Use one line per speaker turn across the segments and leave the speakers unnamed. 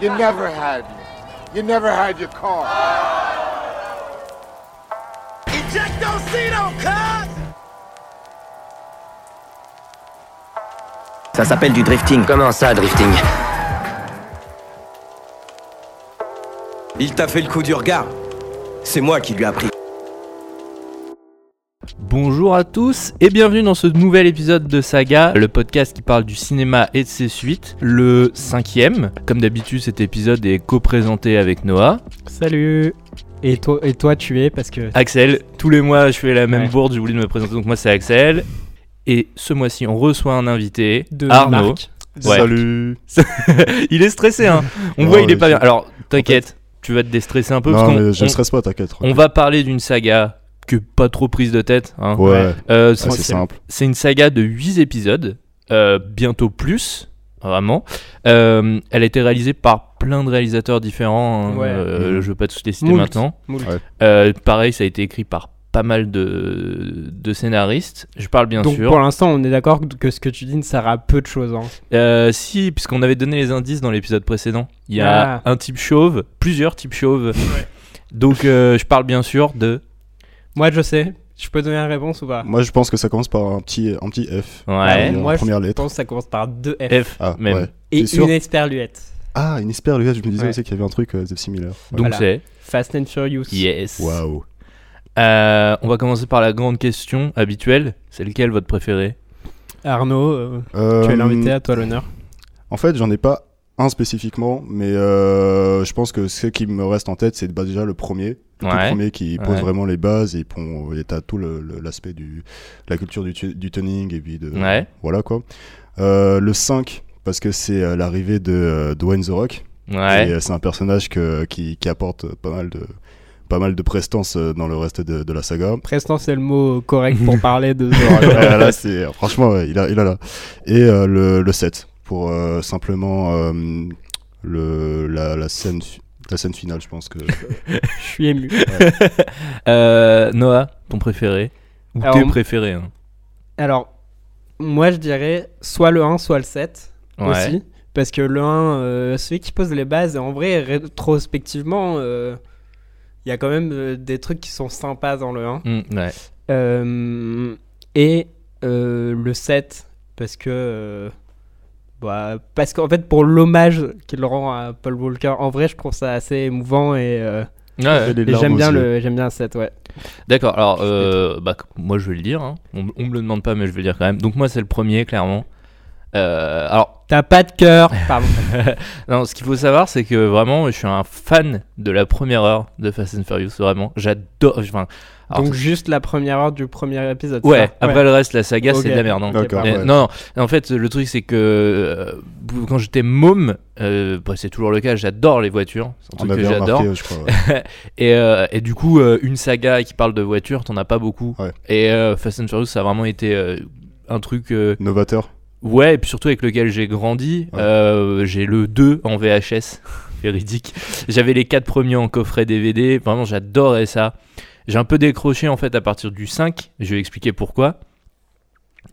You never had. You never had your car.
Ejectocito, cuz!
Ça s'appelle du drifting.
Comment ça, drifting
Il t'a fait le coup du regard. C'est moi qui lui ai appris.
Bonjour à tous et bienvenue dans ce nouvel épisode de Saga, le podcast qui parle du cinéma et de ses suites, le cinquième. Comme d'habitude, cet épisode est co-présenté avec Noah.
Salut et toi, et toi tu es parce que...
Axel, tous les mois je fais la même
Ouais.
bourde, j'ai voulu me présenter, donc moi c'est Axel. Et ce mois-ci, on reçoit un invité,
De
Arnaud.
Marc.
Ouais.
Salut
Il est stressé, hein On
Non,
voit, il est
mais
pas
je-
bien. Alors, t'inquiète, tu vas te déstresser un peu
Non
parce
mais je
qu'on
ne
on-
stresse pas, t'inquiète.
on va parler d'une saga que pas trop prise de tête. hein.
Ouais,
Ouais.
Euh,
Ah, c'est simple.
C'est une saga de 8 épisodes, euh, bientôt plus, vraiment. Euh, elle a été réalisée par plein de réalisateurs différents, hein,
Ouais.
euh,
Mhm.
je veux pas tous les citer
Moult.
maintenant.
Moult.
Ouais.
Euh, pareil, ça a été écrit par pas mal de, de scénaristes, je parle bien
Donc
sûr.
pour l'instant on est d'accord que ce que tu dis ne sert à peu de choses. hein.
Euh, si, puisqu'on avait donné les indices dans l'épisode précédent, il y a
Ah.
un type chauve, plusieurs types chauves. Donc euh, je parle bien sûr de...
Moi je sais, je peux donner la réponse ou pas
Moi je pense que ça commence par un petit, un petit F.
Ouais.
Euh,
Moi,
la première
Je
lettre.
pense que ça commence par 2F
F
Ah,
même.
ouais.
et
t'es sûr
une esperluette.
Ah, une espère lui, je me disais
Ouais.
aussi qu'il y avait un truc euh, de similaire. Ouais.
Donc
Voilà.
c'est...
Fast and Furious.
Yes.
Waouh.
Euh, on va commencer par la grande question habituelle. C'est lequel votre préféré
Arnaud, euh,
Euh,
tu es l'invité, à toi l'honneur.
En fait, j'en ai pas un spécifiquement, mais euh, je pense que ce qui me reste en tête, c'est bah, déjà le premier. Le tout
Ouais.
premier qui pose
Ouais.
vraiment les bases et pon- et t'as tout le- le- l'aspect du la culture du, tu- du tuning et puis de
Ouais.
voilà quoi. Euh, le 5 parce que c'est euh, l'arrivée de euh, Dwayne The Rock. Et,
Ouais.
euh, c'est un personnage que, qui, qui apporte euh, pas mal de pas mal de prestance euh, dans le reste de, de la saga.
Prestant c'est le mot euh, correct pour parler de...
là, là, c'est franchement ouais, il a il a là. Et euh, le, le 7 pour euh, simplement euh, le la, la scène fi- la scène finale, je pense que
Je suis ému.
Euh, Noah, ton préféré Ou
Alors,
tes
m-
préférés hein.
Alors, moi je dirais soit le 1, soit le 7
Ouais.
aussi. Parce que le 1, euh, celui qui pose les bases, en vrai, rétrospectivement, euh, il y a quand même euh, des trucs qui sont sympas dans le 1.
Mm, ouais.
Euh, et euh, le 7, parce que. euh, bah, parce qu'en fait, pour l'hommage qu'il rend à Paul Walker, en vrai, je trouve ça assez émouvant et, euh,
Ouais, ouais.
Les
et
larmes
j'aime
aux
bien,
yeux.
le, j'aime bien le 7, ouais.
D'accord, alors euh, bah, moi je vais le dire, hein. on, on me le demande pas mais je vais le dire quand même. Donc moi c'est le premier clairement. Euh, alors
T'as pas de cœur, pardon.
non, ce qu'il faut savoir c'est que vraiment je suis un fan de la première heure de Fast and Furious, vraiment j'adore. Enfin, alors,
Donc, juste la première heure du premier épisode.
Ah. ouais,
ça
après le reste la saga c'est
Ok.
de la merde. hein.
Ok,
D'accord,
pardon.
Euh,
ouais.
Non, non, en fait, le truc c'est que euh, quand j'étais môme, euh, bah, c'est toujours le cas, j'adore les voitures, c'est un
on
truc que
avait
j'adore.
remarqué, je crois. ouais.
Et, euh, et du coup, euh, une saga qui parle de voitures, t'en as pas beaucoup.
Ouais.
Et euh, Fast and Furious, ça a vraiment été euh, un truc, euh,
Novateur.
ouais, et puis surtout avec lequel j'ai grandi.
Ouais.
Euh, j'ai le 2 en VHS, véridique. J'avais les 4 premiers en coffret DVD, vraiment j'adorais ça. J'ai un peu décroché en fait à partir du 5, je vais expliquer pourquoi.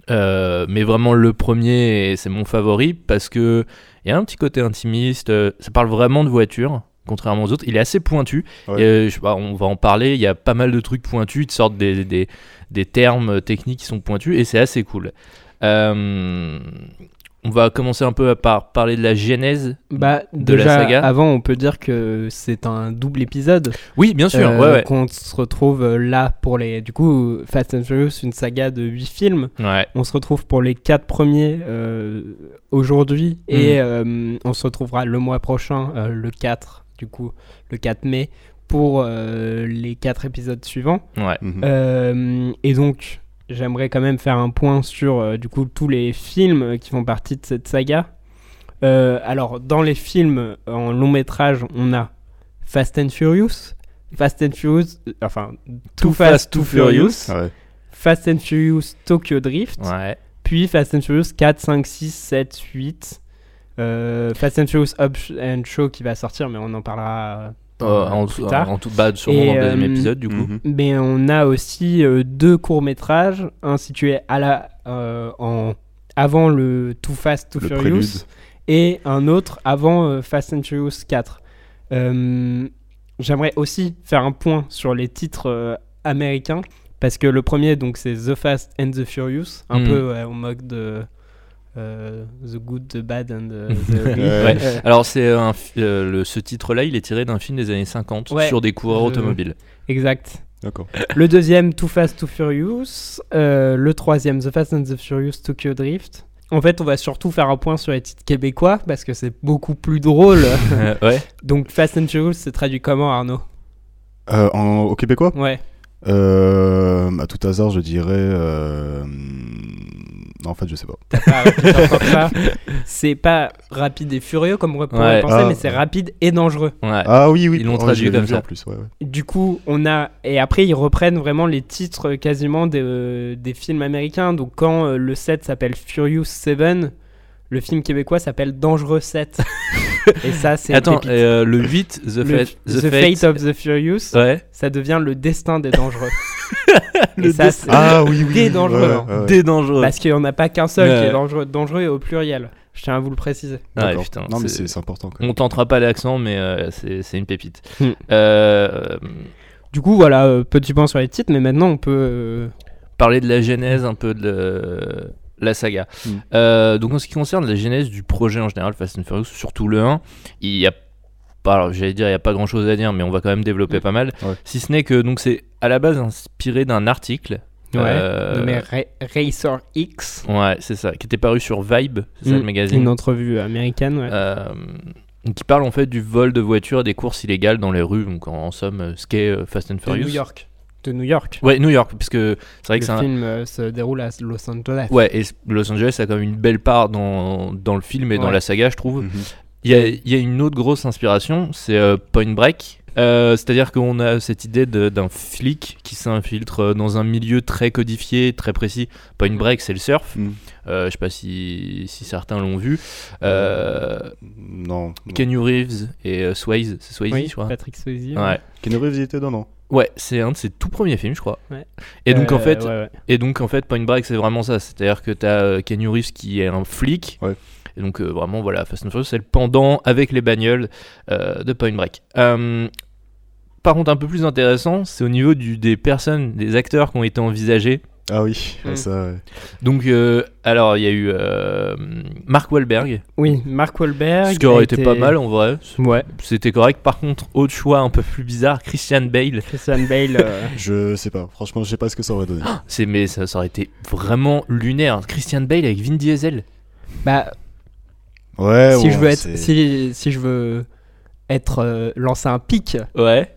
Euh, mais vraiment le premier, c'est mon favori parce que il y a un petit côté intimiste, euh, ça parle vraiment de voiture, contrairement aux autres. Il est assez pointu,
Ouais.
et, euh, je sais pas, on va en parler, il y a pas mal de trucs pointus, ils te sortent des, des, des termes euh, techniques qui sont pointus et c'est assez cool. Euh, on va commencer un peu par parler de la genèse.
Bah,
de la
déjà,
saga.
avant, on peut dire que c'est un double épisode.
Oui, bien sûr,
euh,
ouais, ouais.
Qu'on se retrouve euh, là pour les. Du coup, Fast and Furious, une saga de 8 films.
Ouais,
On se retrouve pour les 4 premiers euh, aujourd'hui.
Mm.
Et euh, on se retrouvera le mois prochain, euh, le 4, du coup, le 4 mai, pour euh, les 4 épisodes suivants.
ouais.
Mhm.
Euh, et donc, j'aimerais quand même faire un point sur euh, du coup tous les films qui font partie de cette saga. Euh, alors, dans les films euh, en long métrage, on a Fast and Furious, Fast and Furious, euh, enfin Too, Fast, Too Furious,
Ah Ouais.
Fast and Furious Tokyo Drift,
Ouais.
puis Fast and Furious 4, 5, 6, 7, 8. euh, Fast and Furious Up and Show qui va sortir, mais on en parlera euh,
Euh, en,
plus tard.
en tout bas, sûrement
Et,
dans le deuxième
euh,
épisode, du coup.
Mhm.
Mais on a aussi euh, deux courts-métrages, un situé à la, euh, en, avant le Too Fast, Too
Le
Furious,
prélude.
et un autre avant euh, Fast and Furious 4. Euh, J'aimerais aussi faire un point sur les titres euh, américains parce que le premier donc c'est The Fast and the Furious, un
Hmm.
Mm.
peu ouais, au mode de euh, The Good, The Bad and the, the Ugly.
Ouais.
Euh,
Alors, c'est un fi- euh, le- ce titre-là, il est tiré d'un film des années 50
Ouais.
sur des coureurs
Je-
automobiles.
exact.
D'accord.
Le deuxième, Too Fast, Too Furious. Euh, le troisième, The Fast and the Furious, Tokyo Drift. En fait, on va surtout faire un point sur les titres québécois parce que c'est beaucoup plus drôle.
Euh, ouais.
Donc, Fast and Furious, c'est traduit comment, Arnaud
Euh, en, au québécois
Ouais.
euh, À tout hasard, je dirais. euh, Non, en fait, je sais pas.
t'as pas- t'as pas ça. C'est pas rapide et furieux comme on pourrait
Ouais.
penser,
Ah.
mais c'est rapide et dangereux.
ouais.
Ah oui, oui.
Ils l'ont
oh, je
traduit
l'avais
comme
vu
ça.
En plus, ouais, ouais.
Du coup, on a. Et après, ils reprennent vraiment les titres quasiment des, euh, des films américains. Donc, quand euh, le 7 s'appelle Furious 7, le film québécois s'appelle Dangereux 7. et ça, c'est.
Attends,
pépite.
euh, le 8, The,
Le-
Fate, Euh.
The Fate of the Furious,
Ouais.
ça devient le destin des dangereux.
Le
et ça, c'est.
Ah oui, oui.
Des
oui,
dangereux,
ouais,
hein.
ouais, ouais.
Des dangereux.
Parce qu'il n'y en a pas qu'un seul qui
Ouais.
est dangereux. Dangereux est au pluriel. Je tiens à vous le préciser.
Ouais,
D'accord.
putain,
non, mais
c'est-
c'est c'est important. Quand même.
On tentera pas l'accent, mais euh, c'est c'est une pépite.
Hmm.
Euh,
Du coup, voilà, euh, petit point sur les titres, mais maintenant on peut. euh,
parler de la genèse un peu de euh, la saga.
Mm.
Hmm.
Euh, donc en ce qui concerne la genèse du projet en général Fast and Furious, surtout le 1, il y a pas, alors, j'allais dire il y a pas grand chose à dire, mais on va quand même développer
Hmm.
pas mal.
Ouais.
Si ce n'est que donc c'est à la base inspiré d'un article. euh,
nommé Ra- Racer X.
ouais, c'est ça, qui était paru sur Vibe, c'est ça
Mm.
le magazine.
Une entrevue américaine, ouais.
Euh, qui parle en fait du vol de voitures et des courses illégales dans les rues, donc en, en somme, ce qu'est euh, Fast and
de
Furious.
New York. De New York.
Ouais, New York, parce que c'est vrai que
le
c'est un,
film euh, se déroule à Los Angeles.
Ouais, et Los Angeles a quand même une belle part dans, dans le film et dans
Ouais.
la saga, je trouve.
Mhm.
Il y a, il y a une autre grosse inspiration, c'est euh, Point Break. Euh, C'est-à-dire qu'on a cette idée de- d'un flic qui s'infiltre euh, dans un milieu très codifié, très précis. Point Break, c'est le surf.
Mhm.
Euh, je sais pas si, si certains l'ont vu. Euh,
Non. non.
Kenny Reeves et euh, Swayze, c'est Swayze,
Oui,
je crois.
Patrick Swayze.
Ouais,
Keanu Reeves, il était dedans,
ouais c'est un de ses tout premiers films, je crois. Et donc en
Euh,
fait,
ouais, ouais.
Et donc en fait, Point Break, c'est vraiment ça. C'est-à-dire que t'as euh, Keanu Reeves qui est un flic.
Ouais.
Et donc euh, vraiment, voilà, Fast and Furious, c'est le pendant avec les bagnoles euh, de Point Break. Euh, par contre, un peu plus intéressant, c'est au niveau du, des personnes, des acteurs qui ont été envisagés.
Ah oui, ouais,
Mm.
ça. ouais.
Donc, euh, alors, il y a eu euh, Mark Wahlberg,
Oui, Mark Wahlberg.
ce qui aurait
a
été pas mal en vrai.
Ouais,
C'était correct. Par contre, autre choix un peu plus bizarre, Christian Bale.
Christian Bale. euh,
Je sais pas. Franchement, je sais pas ce que ça aurait donné.
C'est mais ça, ça aurait été vraiment lunaire. Christian Bale avec Vin Diesel.
bah,
Euh,
Ouais.
si,
bon,
je veux être,
c'est-
si, si je veux être euh, lancer un pic,
Ouais.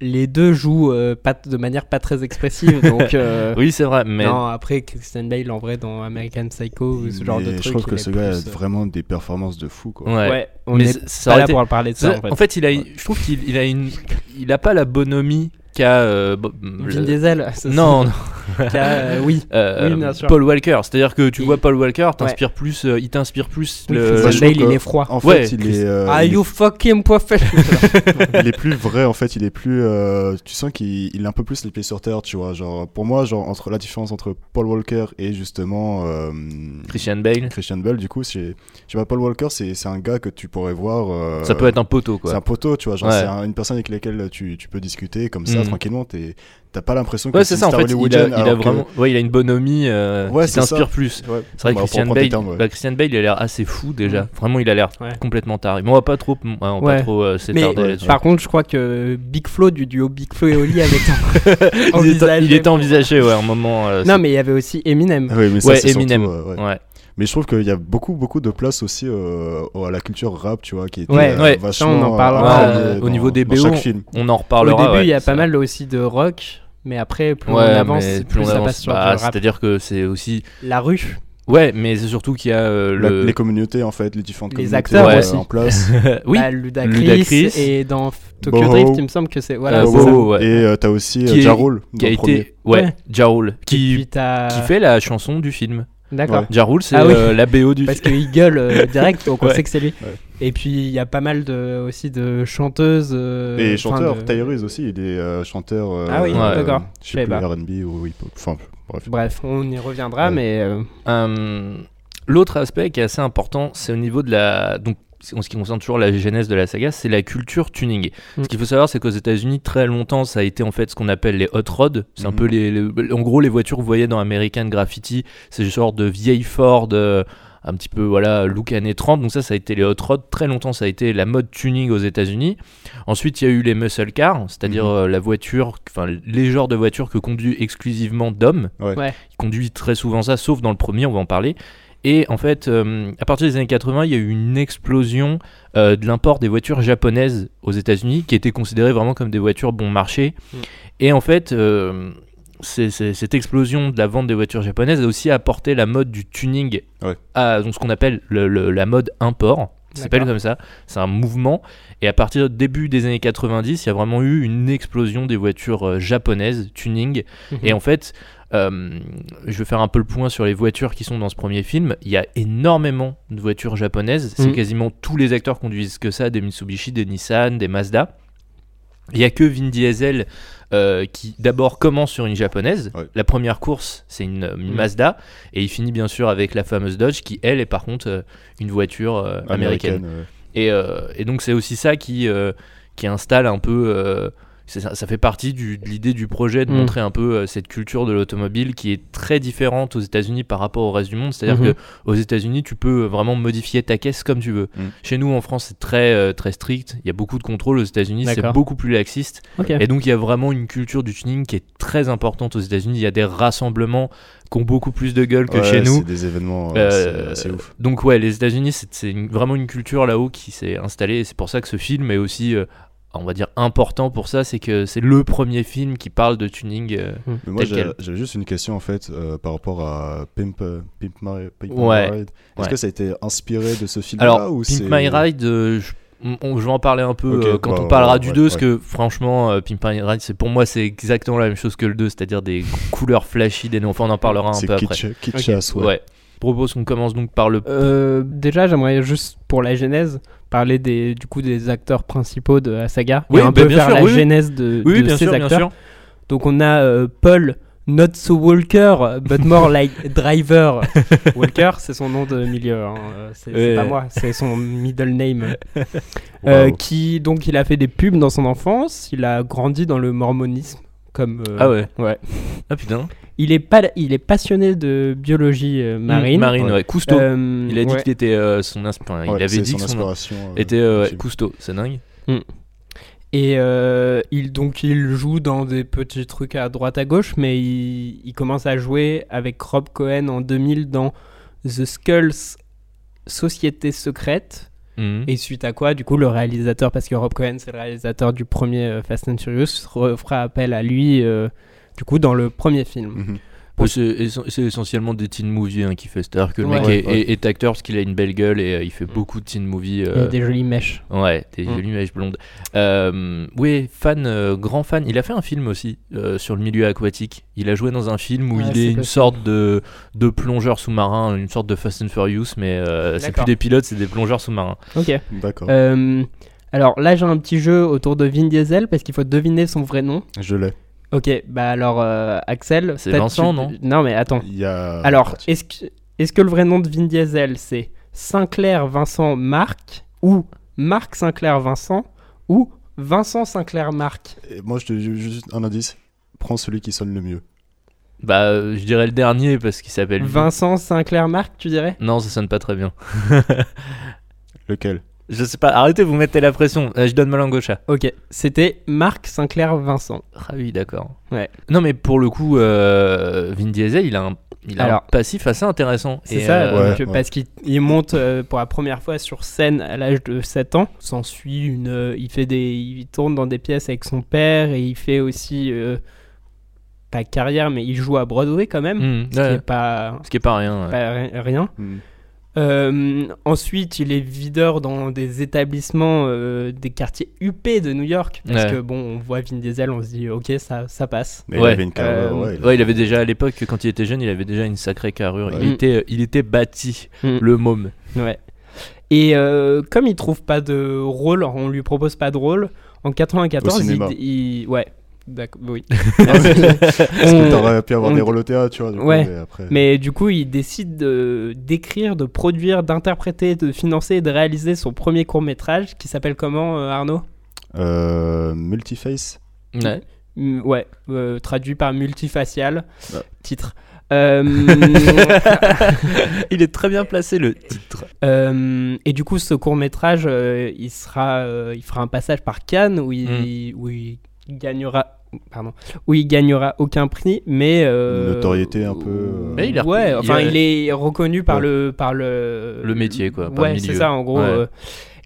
les deux jouent euh, pas, de manière pas très expressive. donc, euh,
Oui, c'est vrai. Mais
Non, après Christian Bale en vrai dans American Psycho ou ce genre de
Mais
truc.
Je trouve
il
que
est
ce gars
plus,
a
euh,
vraiment des performances de fou, quoi.
ouais.
Ouais, on
mais
est
ça-
pas
ça aurait
là
été-
pour parler de ça, en fait.
il a, je trouve qu'il il a une, il a pas la bonhomie qu'a euh, bo-
Vin
le-
Diesel. ça,
non, non,
c'est- euh, oui.
euh,
Oui, bien sûr.
Paul Walker. C'est-à-dire que tu
Il-
vois Paul Walker, t'inspire plus, euh, il t'inspire plus.
Oui,
le-
Bah,
Christian
je
le-
trouve
Bale, il
que-
est froid.
En fait,
Ouais,
il est. euh,
Are
il,
you fucking professional
est- il est plus vrai. En fait, il est plus. euh, tu sens qu'il il a un peu plus les pieds sur terre, tu vois. Genre, pour moi, genre entre la différence entre Paul Walker et justement euh,
Christian Bale,
Christian Bale, du coup, c'est. Je sais pas, Paul Walker, c'est c'est un gars que tu pourrais voir. euh,
ça peut être un poteau
C'est
quoi.
un poteau, tu vois. Genre,
Ouais.
c'est un- une personne avec laquelle tu, tu peux discuter comme ça
Mm.
tranquillement. t'es- T'as pas l'impression que
Ouais, c'est
une
ça en
star
fait. Il a,
hollywoodienne,
il a
alors que-
vraiment, ouais, il a une bonhomie euh,
Ouais,
qui
c'est ça.
t'inspire plus.
Ouais.
C'est vrai
Bah,
que
pour
Christian
prendre tes
Bale,
termes, ouais.
bah, Christian Bale, il a l'air assez fou déjà.
Mm.
Vraiment, il a l'air
Ouais.
complètement taré. Mais on va pas trop, on va
Ouais.
pas trop euh,
Mais
s'étarder là-dessus.
par contre, je crois que Big Flo du duo Big Flo et Oli avait en-
il, était, il
envisagé.
était envisagé, ouais, un moment. euh,
Non, mais il y avait aussi Eminem.
Ouais, mais ça,
Ah Ouais,
c'est surtout,
Eminem.
euh, ouais.
ouais.
Mais je trouve qu'il y a beaucoup, beaucoup de place aussi euh, au- à la culture rap, tu vois, qui est
Ouais,
ouais,
vachement.
ça, on en
euh,
parlera,
dans-
euh, au
dans-
niveau des
dans
BO,
chaque film.
On en
Au
reparlera.
début,
ouais,
il y a
ça-
pas mal aussi de rock, mais après, plus on
Ouais,
avance,
mais
plus,
on
ça
avance,
passe sur
bah,
du rap.
C'est-à-dire que c'est aussi.
La rue.
Ouais, mais c'est surtout qu'il y a euh,
La-
le.
Les communautés, en fait, les différentes
Les
communautés
acteurs
euh,
aussi.
en place.
oui,
bah, Ludacris,
Ludacris.
Et dans F- Tokyo
Boho.
Drift, il me semble que c'est. Voilà,
Euh,
c'est
Boho,
Ah, ça.
ouais.
Et euh, t'as aussi
Qui est-
euh, Ja Rule,
qui
dans
a
le premier.
été. Ouais,
Ouais.
Ja Rule,
Et
Qui,
puis t'as-
qui fait la chanson du film.
D'accord.
Ja Rule, c'est
Ah oui.
euh, la BO du
parce
film.
qu'il gueule euh, direct, donc on
Ouais.
sait que c'est lui.
Ouais.
Et puis il y a pas mal de, aussi de chanteuses. euh,
Et
enfin,
chanteur,
de-
Tyrese aussi, il est euh, chanteur. euh,
Ah oui,
euh,
d'accord.
Je
Je
sais
savais
plus, RB ou hip-hop. Enfin, bref.
Bref, on y reviendra,
Ouais.
mais euh,
Euh, L'autre aspect qui est assez important, c'est au niveau de la. Donc, en ce qui concerne toujours la genèse de la saga, c'est la culture tuning.
Mm.
Ce qu'il faut savoir, c'est qu'aux États-Unis, très longtemps, ça a été en fait ce qu'on appelle les hot rods. C'est un
Mhm.
peu les, les- En gros, les voitures que vous voyez dans American Graffiti, c'est ce genre de vieille Ford. euh, un petit peu voilà look années 30 donc ça ça a été les hot rods très longtemps ça a été la mode tuning aux États-Unis ensuite il y a eu les muscle cars c'est-à-dire
Mhm.
euh, la voiture enfin les genres de voitures que conduit exclusivement d'hommes
Ouais.
Ouais.
ils conduisent très souvent ça sauf dans le premier on va en parler et en fait euh, à partir des années 80 il y a eu une explosion euh, de l'import des voitures japonaises aux États-Unis qui étaient considérées vraiment comme des voitures bon marché
Mhm.
et en fait euh, c'est- c'est- cette explosion de la vente des voitures japonaises a aussi apporté la mode du tuning
Ouais.
à donc, ce qu'on appelle le- le- la mode import. Ça s'appelle
D'accord.
comme ça. C'est un mouvement. Et à partir du début des années 90, il y a vraiment eu une explosion des voitures euh, japonaises, tuning.
Mhm.
Et en fait, euh, je vais faire un peu le point sur les voitures qui sont dans ce premier film. Il y a énormément de voitures japonaises. C'est
Mhm.
quasiment tous les acteurs conduisent que ça, des Mitsubishi, des Nissan, des Mazda. Il y a que Vin Diesel euh, qui d'abord commence sur une japonaise.
Ouais.
La première course, c'est une, une Mazda. Et il finit bien sûr avec la fameuse Dodge qui, elle, est par contre euh, une voiture euh, américaine.
euh,
Et, euh, et donc c'est aussi ça qui, euh, qui installe un peu... euh, c'est ça, ça fait partie du- de l'idée du projet de
Mm.
montrer un peu euh, cette culture de l'automobile qui est très différente aux États-Unis par rapport au reste du monde. C'est-à-dire
Mhm.
que aux États-Unis, tu peux euh, vraiment modifier ta caisse comme tu veux.
Mm.
Chez nous, en France, c'est très euh, très strict. Il y a beaucoup de contrôles. Aux États-Unis, c'est
D'accord.
beaucoup plus laxiste.
Ok.
Et donc il y a vraiment une culture du tuning qui est très importante aux États-Unis. Il y a des rassemblements qui ont beaucoup plus de gueule que
ouais,
chez nous.
C'est des événements euh,
Euh,
c'est- c'est ouf.
Donc ouais, les États-Unis, c'est c'est une- vraiment une culture là-haut qui s'est installée. Et c'est pour ça que ce film est aussi, euh, on va dire, important pour ça. C'est que c'est le premier film qui parle de tuning. euh.
Mais moi,
tel
j'ai-
quel.
j'avais juste une question en fait euh, par rapport à Pimp, euh, Pimp My, Pimp My
Ouais.
Ride. Est-ce
Ouais.
que ça a été inspiré de ce film-là
Alors,
Ah, ou c'est-
Pimp My Ride, euh, je, on- on- je vais en parler un peu
Ok,
euh, quand
bah,
on parlera
ouais,
du
ouais,
2, parce
ouais.
que franchement, euh, Pimp My Ride, c'est pour moi, c'est exactement la même chose que le 2, c'est-à-dire des couleurs flashy, des noms. Enfin, on en parlera un
C'est
peu après.
kitsch, kitsch
Ok.
ass, ouais.
Ouais. Je propose qu'on commence donc par le.
Euh, déjà, j'aimerais juste pour la genèse parler des du coup des acteurs principaux de la saga.
Oui,
Et un
bah,
peu
bien
faire
sûr,
la
oui, oui.
genèse de,
Oui,
de
bien
ces
sûr, bien
acteurs.
sûr.
Donc on a euh, Paul Not So Walker, but more like Driver. Walker, c'est son nom de milieu. hein, euh, C'est c'est
Ouais.
pas moi, c'est son middle name.
Wow.
Euh, qui donc il a fait des pubs dans son enfance. Il a grandi dans le mormonisme. Comme euh,
Ah ouais.
ouais.
Ah putain.
Il est pas, il est passionné de biologie euh, marine.
Mm, Marine,
Ouais.
ouais. Cousteau.
Euh,
Il a dit
ouais.
qu'il était euh, son insp- enfin,
Ouais,
il avait
c'est
dit
son
que son
inspiration, euh,
était euh, ouais,
film.
Cousteau, c'est dingue.
Et euh, il, donc il joue dans des petits trucs à droite à gauche, mais il, il commence à jouer avec Rob Cohen en 2000 dans The Skulls Société Secrète. Et suite à quoi, du coup, le réalisateur, parce que Rob Cohen c'est le réalisateur du premier euh, Fast and Furious, re- fera appel à lui, euh, du coup, dans le premier film.
Mhm.
Ouais, c'est, essen- c'est essentiellement des teen movies hein, qui fait star que le mec
Ouais.
est,
Ouais.
est- est acteur parce qu'il a une belle gueule et euh, il fait beaucoup de teen movies.
Il y
euh,
a des jolies mèches.
Ouais, des
Mm.
jolies mèches blondes. Euh, oui, fan, euh, grand fan. Il a fait un film aussi euh, sur le milieu aquatique. Il a joué dans un film où
Ah,
il
c'est
est une
possible.
sorte de, de plongeur sous-marin, une sorte de Fast and Furious, mais euh, c'est
D'accord.
plus des pilotes, c'est des plongeurs sous-marins.
Ok.
D'accord,
Euh, alors là, j'ai un petit jeu autour de Vin Diesel, parce qu'il faut deviner son vrai nom.
je l'ai.
Ok, bah alors euh, Axel,
C'est
peut-être
Vincent,
tu-
non
Non mais attends.
Il y a...
alors, est-ce que, est-ce que le vrai nom de Vin Diesel c'est Sinclair Vincent Marc ou Marc Sinclair Vincent ou Vincent Sinclair Marc
Et Moi, je te ju- juste un indice. Prends celui qui sonne le mieux.
Bah, euh, je dirais le dernier parce qu'il s'appelle.
Vincent Sinclair Marc, tu dirais
Non, ça sonne pas très bien.
Lequel
Je sais pas, arrêtez, vous mettez la pression. Euh, je donne ma langue au chat.
Ok, c'était Marc Sinclair Vincent.
Ah oui, d'accord.
Ouais.
Non, mais pour le coup, euh, Vin Diesel, il a un, il a un
Alors.
passif assez intéressant.
C'est
Et,
ça,
euh,
ouais.
donc, parce qu'il il monte euh, pour la première fois sur scène à l'âge de 7 ans. S'ensuit une, euh, il fait des, il tourne dans des pièces avec son père et il fait aussi euh, pas carrière, mais il joue à Broadway quand même,
hmm,
ce qui
ouais,
est pas,
ce qui est pas rien. ouais.
pas Bah, ri- rien.
Hmm.
Euh, ensuite, il est videur dans des établissements euh, des quartiers huppés de New York parce
Ouais.
que bon, on voit Vin Diesel, on se dit ok, ça, ça passe.
Mais
Ouais,
il avait une
euh,
carrière, ouais, il a-
Ouais, il avait déjà à l'époque, quand il était jeune, il avait déjà une sacrée carrure. Il,
Ouais.
était, il était bâti,
Mm.
le môme.
Ouais. Et euh, comme il trouve pas de rôle, on lui propose pas de rôle. En
Au
94, il,
cinéma. Ah
il- ouais, D'accord, oui.
Parce que
On-
t'aurais pu avoir
on-
des rôles au théâtre, tu vois. du coup,
Ouais.
mais après-
Mais du coup, il décide de- d'écrire, de produire, d'interpréter, de financer et de réaliser son premier court métrage qui s'appelle comment, euh, Arnaud
Euh, Multiface.
Ouais.
Mm, Ouais, euh, traduit par multifacial,
Ouais.
titre. Euh,
Il est très bien placé le titre.
euh, et du coup, ce court métrage, il sera, euh, il fera un passage par Cannes où il,
Mm.
où il gagnera, pardon, où il gagnera aucun prix, mais euh,
Notoriété un peu, euh,
Mais il est-
ouais, enfin,
il
il est reconnu par
Ouais.
le par le
Le métier, quoi, par le
ouais, c'est
milieu.
ça en gros.
Ouais.
euh,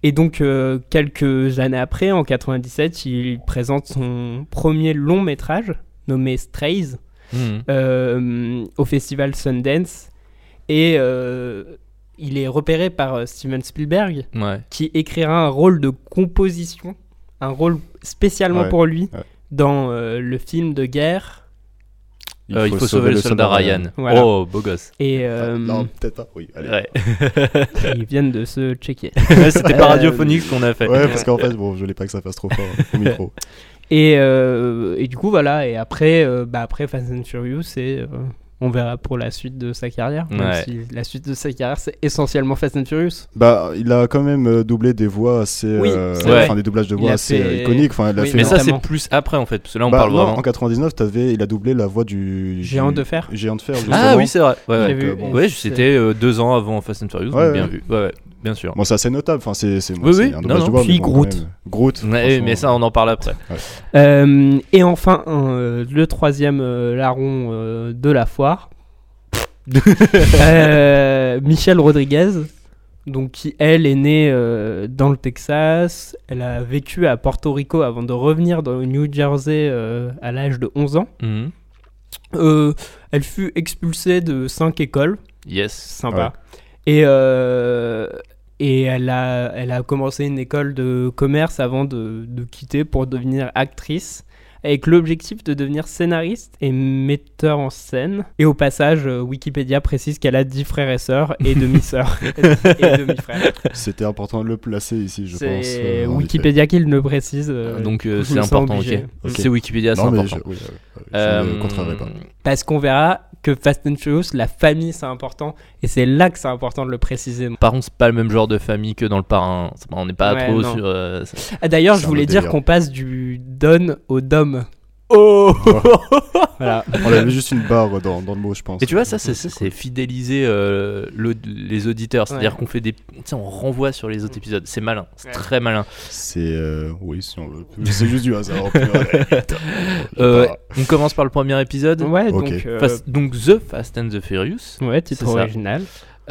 et donc euh, quelques années après, en 97, il présente son premier long métrage nommé Strays
Mhm.
euh, au festival Sundance et euh, il est repéré par euh, Steven Spielberg
Ouais.
qui écrira un rôle de composition, un rôle spécialement
Ouais,
pour lui
ouais.
dans euh, le film de guerre
Euh, Il faut, sauver le soldat Ryan.
Voilà.
Oh, beau gosse.
et
Ah,
euh,
Non, peut-être pas. Oui, allez.
Ouais.
ils viennent de se checker.
C'était
Euh,
pas radiophonique ce qu'on a fait.
Ouais, parce qu'en fait, bon, je voulais pas que ça fasse trop fort hein, au micro.
Et, euh, et du coup voilà et après euh, bah après Fast and Furious et euh, on verra pour la suite de sa carrière. même
Ouais.
si la suite de sa carrière c'est essentiellement Fast and Furious.
Bah, il a quand même euh, doublé des voix assez.
Oui,
euh,
c'est vrai.
Enfin, des doublages de
Il
voix
a
assez euh,
fait-
iconiques. Enfin, il a
Oui,
fait.
Mais ça,
Notamment.
c'est plus après en fait. Parce que là, on
Bah,
parle
non,
vraiment.
En 99, t'avais- il a doublé la voix du.
Géant
du-
de fer.
Géant de fer,
Ah
justement.
oui, c'est vrai. Ouais,
J'ai
ouais.
Donc,
vu,
euh, bon.
et
Ouais,
c'est-
c'était euh, deux ans avant Fast and Furious, donc
Ouais,
bien
ouais.
vu. Ouais, ouais, bien sûr.
Bon, c'est assez notable. Enfin, c'est. c'est-
Oui,
c'est
oui, non,
un doublage de
non.
voix, mais
Puis
bon, quand
Groot.
même. Groot.
Ouais,
franchement.
mais ça, on en parle après.
Euh, et enfin, euh, le troisième euh, larron euh, de la foire, Euh, Michelle Rodriguez, donc qui elle est née euh, dans le Texas, elle a vécu à Porto Rico avant de revenir dans le New Jersey euh, à l'âge de 11 ans.
Mhm.
Euh, elle fut expulsée de 5 écoles,
Yes.
sympa, et, euh, et elle, a, elle a commencé une école de commerce avant de, de quitter pour devenir actrice avec l'objectif de devenir scénariste et metteur en scène. Et au passage, euh, Wikipédia précise qu'elle a 10 frères et sœurs et demi-sœurs et demi-frères.
C'était important de le placer ici, je pense.
C'est
euh, en
Wikipédia qui le précise. euh,
Donc euh,
je
c'est
me sens
important,
obligé.
ok.
Ok.
C'est Wikipédia,
effet.
c'est
Non, mais
important.
je, oui, euh, je
Euh,
ne contrerai pas.
Parce qu'on verra que Fast and Furious, la famille, c'est important. Et c'est là que c'est important de le préciser.
Par contre, c'est pas le même genre de famille que dans le parrain. C'est pas- On n'est pas
Ouais,
trop
non.
sur. euh, ça-
Ah, D'ailleurs,
C'est
je
un
voulais
autre
dire
délire.
qu'on passe du Don au Dom. Oh Voilà.
On avait juste une barre dans, dans le mot, je pense.
Et tu vois, ça, c'est ça, c'est fidéliser euh, l'aud- les auditeurs. C'est-à-dire
Ouais. Mm.
qu'on fait des. Tu sais, on renvoie sur les autres épisodes. C'est malin. C'est très malin.
C'est. euh, oui, si on veut. C'est juste du hasard. en plus, ouais.
Euh,
Bah.
on commence par le premier épisode.
Ouais,
Ok.
donc. euh,
Fast- donc, The Fast and the Furious.
Ouais, titre
C'est ça.
original.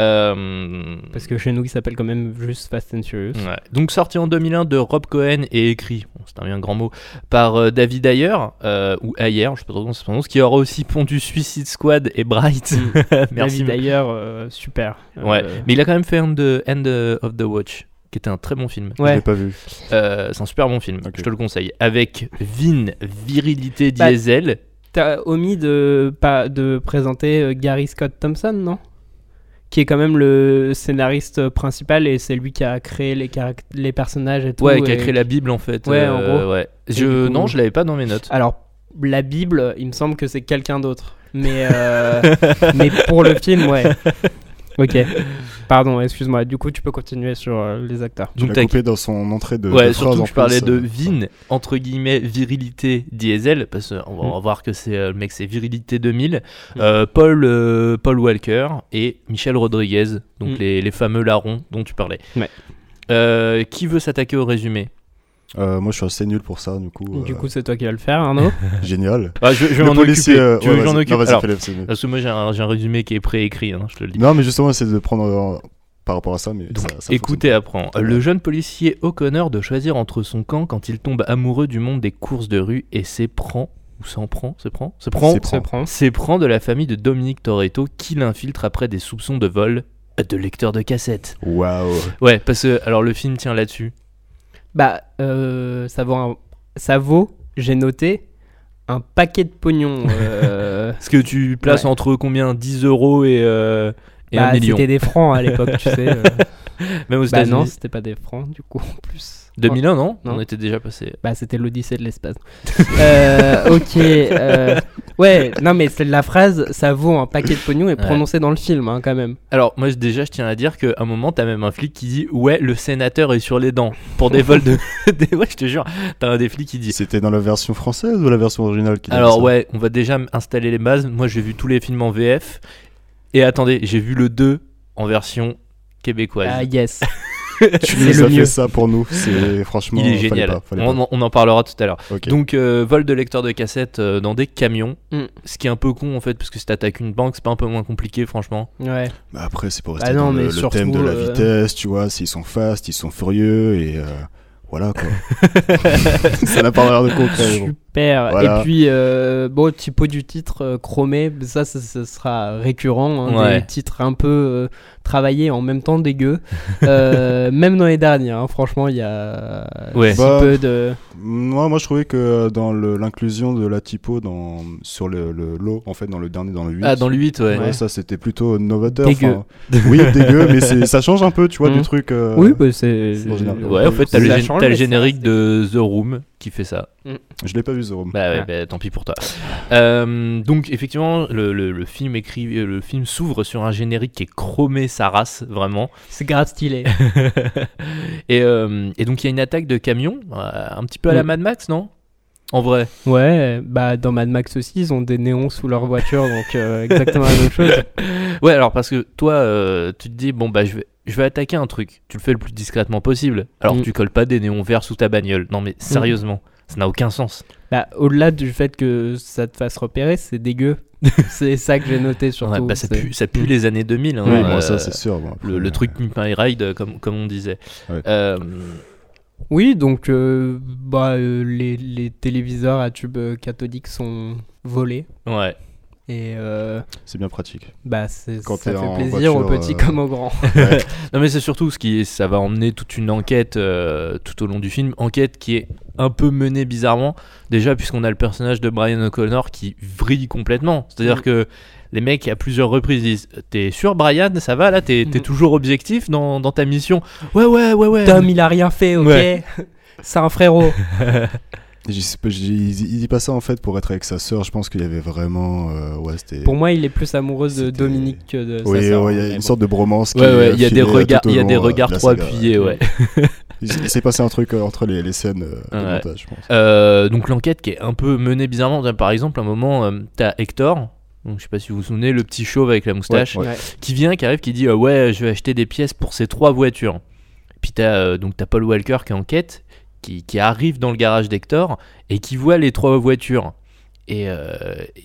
Euh,
Parce que chez nous, il s'appelle quand même juste Fast and Furious.
Ouais. Donc sorti en 2001 de Rob Cohen et écrit, bon, c'est un bien grand mot, par euh, David Ayer, euh, ou Ayer, je sais pas trop comment ça se prononce, qui aura aussi pondu Suicide Squad et Bright.
Mm.
Merci.
Merci d'ailleurs, euh, super. Euh,
Ouais, mais il a quand même fait End, euh, End, euh, of the Watch, qui était un très bon film.
Je l'ai
ouais.
pas vu.
Euh, c'est un super bon film,
Ok.
je te le conseille. Avec Vin, Virilité
Bah-
Diesel.
T'as omis de, pas, de présenter euh, Gary Scott Thompson, non Qui est quand même le scénariste euh, principal et c'est lui qui a créé les, caract- les personnages et tout.
Ouais, qui a
et
créé la Bible en fait. euh,
Ouais, en gros.
ouais.
Et
Je,
du coup-
Non, je l'avais pas dans mes notes.
Alors, la Bible, il me semble que c'est quelqu'un d'autre. Mais, euh, mais pour le film, ouais. Ok. Pardon, excuse-moi. Du coup, tu peux continuer sur euh, les acteurs.
Tu
Donc,
l'as
t'as-
coupé dans son entrée de.
Ouais,
de
surtout
phrase,
que
en
je parlais
plus,
de
euh,
Vin, entre guillemets, virilité diesel, parce qu'on
Mm.
va, on va voir que c'est euh, le mec, c'est virilité 2000, euh, Paul, euh, Paul Walker et Michel Rodriguez, donc
Mm.
les, les fameux larrons dont tu parlais.
Ouais.
Euh, qui veut s'attaquer au résumé
euh, moi, je suis assez nul pour ça, du coup.
Du
euh,
coup, c'est toi qui vas le faire, Arnaud.
génial.
Ah, Je, je vais
Le
m'en
policier,
occuper.
euh,
tu veux
ouais,
que j'en
vas-y.
occupe
Non, vas-y,
Alors,
fais-le, fais-le.
Parce que moi, j'ai un, j'ai un résumé qui est préécrit, hein, je te le dis.
Non, mais justement, c'est de prendre euh, par rapport à ça, mais
Donc,
ça, ça
écoute et apprends.
Très
Le
bien.
jeune policier O'Connor doit choisir entre son camp quand il tombe amoureux du monde des courses de rue et s'éprend, ou s'en prend, se prend, se prend,
S'éprend.
Se prend.
s'éprend de la famille de Dominique Toretto qui l'infiltre après des soupçons de vol de lecteur de cassette.
fonctionne. Waouh.
Ouais, parce que alors le film tient là-dessus.
Bah, euh, ça vaut, un- ça vaut j'ai noté, un paquet de pognon. euh,
Ce que tu places
Ouais.
entre combien 10 euros et, euh, et
bah,
un million.
C'était des francs à l'époque, tu sais. euh.
Même aux
Bah
États-Unis.
non, c'était pas des francs, du coup, en plus.
2001, non,
Non.
On était déjà passé.
Bah, c'était l'Odyssée de l'espace. Euh, ok. euh, ouais, non, mais c'est la phrase, ça vaut un paquet de pognon et prononcée dans le film, hein, quand même.
Alors, moi, je- déjà, je tiens à dire qu'à un moment, t'as même un flic qui dit Ouais, le sénateur est sur les dents. Pour des vols de. des- Ouais, je te jure. T'as un des flics qui dit
C'était dans la version française ou la version originale qui
Alors
disait ça
ouais, on va déjà m- installer les bases. Moi, j'ai vu tous les films en VF. Et attendez, j'ai vu le 2 en version québécoise.
Ah, yes.
tu
c'est
nous
le
as
mieux.
fait ça pour nous. C'est franchement.
Il est
fallait
génial.
pas, fallait
on,
pas.
en- on en parlera tout à l'heure.
Ok.
Donc, euh, vol de lecteur de cassette euh, dans des camions.
Mm.
Ce qui est un peu con en fait, parce que si t'attaques une banque, c'est pas un peu moins compliqué, franchement.
Ouais.
Bah après, c'est pour
Ah
Bah
rester
non,
dans
mais
le, le
surtout,
thème de la
euh,
vitesse, tu vois. S'ils sont fast, ils sont furieux et euh, voilà quoi. ça n'a pas l'air de concret. mais bon.
Super.
Voilà.
Et puis, euh, bon, typo du titre euh, chromé, ça, ça, ça sera récurrent. hein,
Ouais.
Des titres un peu euh, travaillés en même temps dégueux. Euh, même dans les derniers, hein, franchement, il y a
Ouais.
si
Bah,
peu de.
Moi, moi, je trouvais que euh, dans le- l'inclusion de la typo dans, sur le, le lot, en fait, dans le dernier, dans le 8.
Ah, dans le 8, ouais.
ouais, ça c'était plutôt novateur.
Dégueu.
enfin, oui, dégueu, mais c'est- ça change un peu, tu vois,
Mmh.
Mhm.
du truc. euh,
Oui, bah, c'est.
c'est original.
Ouais, en fait,
Ça
t'as le,
a
gé-
changé,
t'as le
ça,
générique
c'est-
de The Room qui fait ça.
Je l'ai pas vu, Zoro.
Bah ouais,
Ah.
bah, tant pis pour toi. Euh, donc effectivement, le, le- le film écrit, euh, le film s'ouvre sur un générique qui est chromé sa race vraiment.
C'est grave stylé.
et, euh, et donc il y a une attaque de camion, euh, un petit peu à la
Mm.
Mad Max, non En vrai.
Ouais, bah dans Mad Max aussi, ils ont des néons sous leur voiture, donc euh, exactement la même chose.
Ouais, alors parce que toi, euh, tu te dis bon bah je vais, je vais attaquer un truc. Tu le fais le plus discrètement possible. Alors
Mm.
tu colles pas des néons verts sous ta bagnole. Non
Mm.
mais sérieusement, ça n'a aucun sens.
Bah, au-delà du fait que ça te fasse repérer, c'est dégueu. c'est ça que j'ai noté surtout.
Ouais, bah, ça
c'est-
pue, ça pue les années 2000. hein,
Oui, bon,
euh,
Mm. ça c'est sûr. bon, après,
le, le
euh,
truc Pimp My Ride, euh, comme, comme on disait.
Ouais.
Euh,
Oui, donc euh, bah, euh, les, les téléviseurs à tube euh, cathodique sont volés.
ouais.
Et euh,
C'est bien pratique.
bah, c'est-
Quand
ça
t'es
fait
en
plaisir aux
voiture,
petits
euh,
comme aux grands.
Non mais c'est surtout ce qui ça va emmener toute une enquête euh, tout au long du film, enquête qui est un peu menée bizarrement déjà puisqu'on a le personnage de Brian O'Connor qui vrille complètement. C'est-à-dire
Mhm.
que les mecs à plusieurs reprises disent "T'es sûr Brian, ça va là, t'es t'es
Mhm.
toujours objectif dans, dans ta mission Ouais ouais ouais ouais.
Tom, il a rien fait, ok
Ouais.
C'est un frérot.
Je sais pas, je- il, il dit pas ça en fait pour être avec sa sœur. Je pense qu'il y avait vraiment. euh, ouais, c'était.
Pour moi, il est plus amoureux de
C'était-
Dominique que de
Oui,
sa sœur,
ouais, il y a
mais
une
bon.
sorte de bromance. qui
hein. Ouais, ouais,
est
il y a
filée
des
tout
regards,
au
il y a
long,
des
euh, de
regards
la
trop
saga,
appuyés, ouais.
Il il s'est passé un truc euh, entre les, les scènes euh, de
Ouais.
montage, je pense.
Euh, donc l'enquête qui est un peu menée bizarrement. Par exemple, à un moment, euh, t'as Hector, donc je sais pas si vous vous souvenez, le petit chauve avec la moustache,
ouais. Ouais.
qui vient, qui arrive, qui dit euh, ouais, je vais acheter des pièces pour ces trois voitures. Puis t'as euh, donc t'as Paul Walker qui enquête, qui, qui arrive dans le garage d'Hector et qui voit les trois voitures. Et, euh,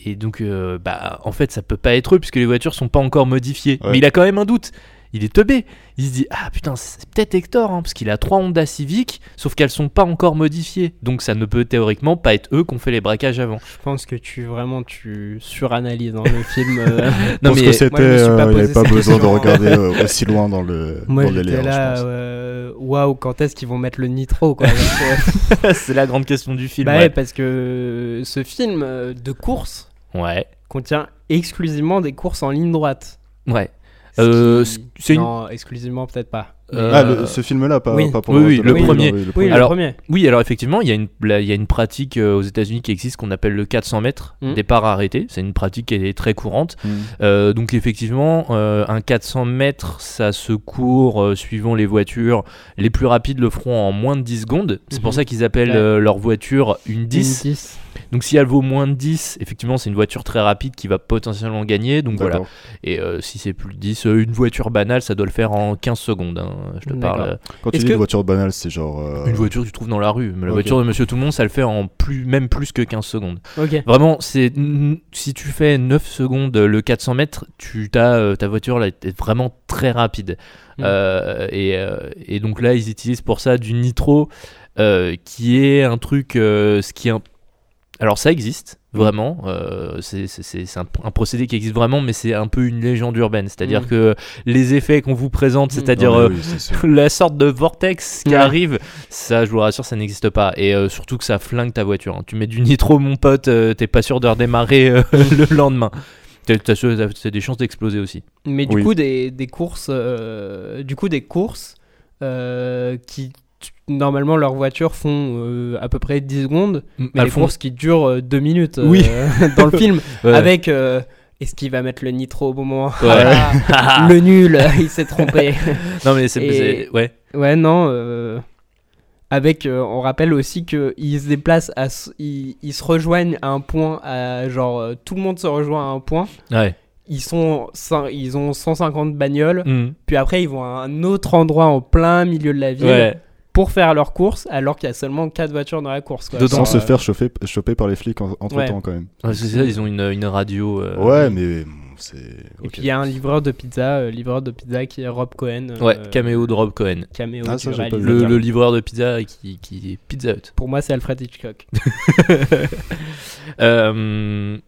et donc, euh, bah, en fait, ça peut pas être eux puisque les voitures sont pas encore modifiées.
Ouais.
Mais il a quand même un doute. Il est teubé. Il se dit ah putain c'est peut-être Hector hein, parce qu'il a trois Honda Civic sauf qu'elles sont pas encore modifiées donc ça ne peut théoriquement pas être eux qu'on fait les braquages avant.
Je pense que tu vraiment tu suranalyses hein, le film. euh,
Je pense que c'était.
Moi, je me suis pas
euh, Il n'y
posé
avait pas
cette
besoin de
question.
regarder euh, aussi loin dans le
Moi
dans le
j'étais
délire,
là,
je pense.
euh, waouh, quand est-ce qu'ils vont mettre le nitro quoi parce que-
c'est la grande question du film.
Bah ouais,
ouais.
parce que ce film euh, de course
Ouais.
contient exclusivement des courses en ligne droite.
Ouais.
Ce
Euh,
qui-
c'est une-
Non, exclusivement peut-être pas.
Euh,
Ah, le- ce film-là, pas,
oui.
pas pour
Oui, oui,
de la
le
Bibble,
premier.
oui, Ah, le
Oui,
premier.
le
Alors-
premier.
Oui, alors effectivement, il y a une, la- il y a une pratique euh, aux États-Unis qui existe qu'on appelle le 400 mètres,
Mm.
départ arrêté. C'est une pratique qui est très courante.
Mm.
Euh, donc effectivement, euh, un 400 mètres, ça se court euh, suivant les voitures. Les plus rapides le feront en moins de 10 secondes. C'est pour
Mhm.
ça qu'ils appellent
Ouais.
euh, leur voiture une 10.
Une 10.
Donc si elle vaut moins de 10, effectivement, c'est une voiture très rapide qui va potentiellement gagner. Donc voilà.
D'accord.
Et euh, si c'est plus de 10, euh, une voiture banale, ça doit le faire en 15 secondes. hein. Je te
D'accord.
parle.
Quand tu
Est-ce
dis
que-
une voiture banale, c'est genre. euh,
Une voiture que tu trouves dans la rue. Mais la
Ok.
voiture de Monsieur Tout le Monde, ça le fait en plus, même plus que 15 secondes.
Ok.
Vraiment, c'est n- si tu fais 9 secondes euh, le 400 mètres, tu t'as, euh, ta voiture là est vraiment très rapide.
Mm.
Euh, et, euh, et donc là, ils utilisent pour ça du nitro, euh, qui est un truc, euh, ce qui est un- alors ça existe
Mm.
vraiment, euh, c'est c'est- c'est- c'est un, un procédé qui existe vraiment, mais c'est un peu une légende urbaine. C'est-à-dire
Mm.
que les effets qu'on vous présente, c'est-à-dire
Mm. non, mais
euh,
oui, c'est sûr.
la sorte de vortex qui
Ouais.
arrive, ça, je vous rassure, ça n'existe pas. Et euh, surtout que ça flingue ta voiture. hein. Tu mets du nitro, mon pote, euh, t'es pas sûr de redémarrer euh, le lendemain. T'as- T'as sûr- t'as- t'as des chances d'exploser aussi.
Mais du
Oui.
coup, des, des courses, euh, du coup, des courses euh, qui t- normalement leurs voitures font euh, à peu près 10 secondes, mais
Elles
les
font-
courses qui durent euh, 2 minutes euh,
Oui.
dans le film
Ouais.
avec euh, est-ce qu'il va mettre le nitro au bon moment
Ouais.
Ah, Le nul, il s'est trompé.
Non, mais c'est.
Et-
c'est- Ouais.
ouais, non. euh, Avec, euh, on rappelle aussi que ils se déplacent, à, s- ils, ils se rejoignent à un point, à, genre euh, tout le monde se rejoint à un point.
Ouais.
Ils sont, cin- ils ont 150 bagnoles.
Mm.
Puis après, ils vont à un autre endroit en plein milieu de la ville
Ouais.
pour faire leur course, alors qu'il y a seulement 4 voitures dans la course. quoi.
Sans
Genre,
se
euh,
faire choper, choper par les flics entre temps, quand même.
Parce que c'est ça, ils ont une, une radio. euh,
Ouais, mais bon, c'est.
euh, Et
ok.
puis il y a un livreur de pizza, euh, livreur de pizza qui est Rob Cohen. euh,
Ouais, caméo de Rob Cohen.
caméo
Ah,
du
ça, j'ai pas
réalisateur.
vu.
Le, le livreur de pizza qui, qui est Pizza Hut.
Pour moi, c'est Alfred Hitchcock.
Euh,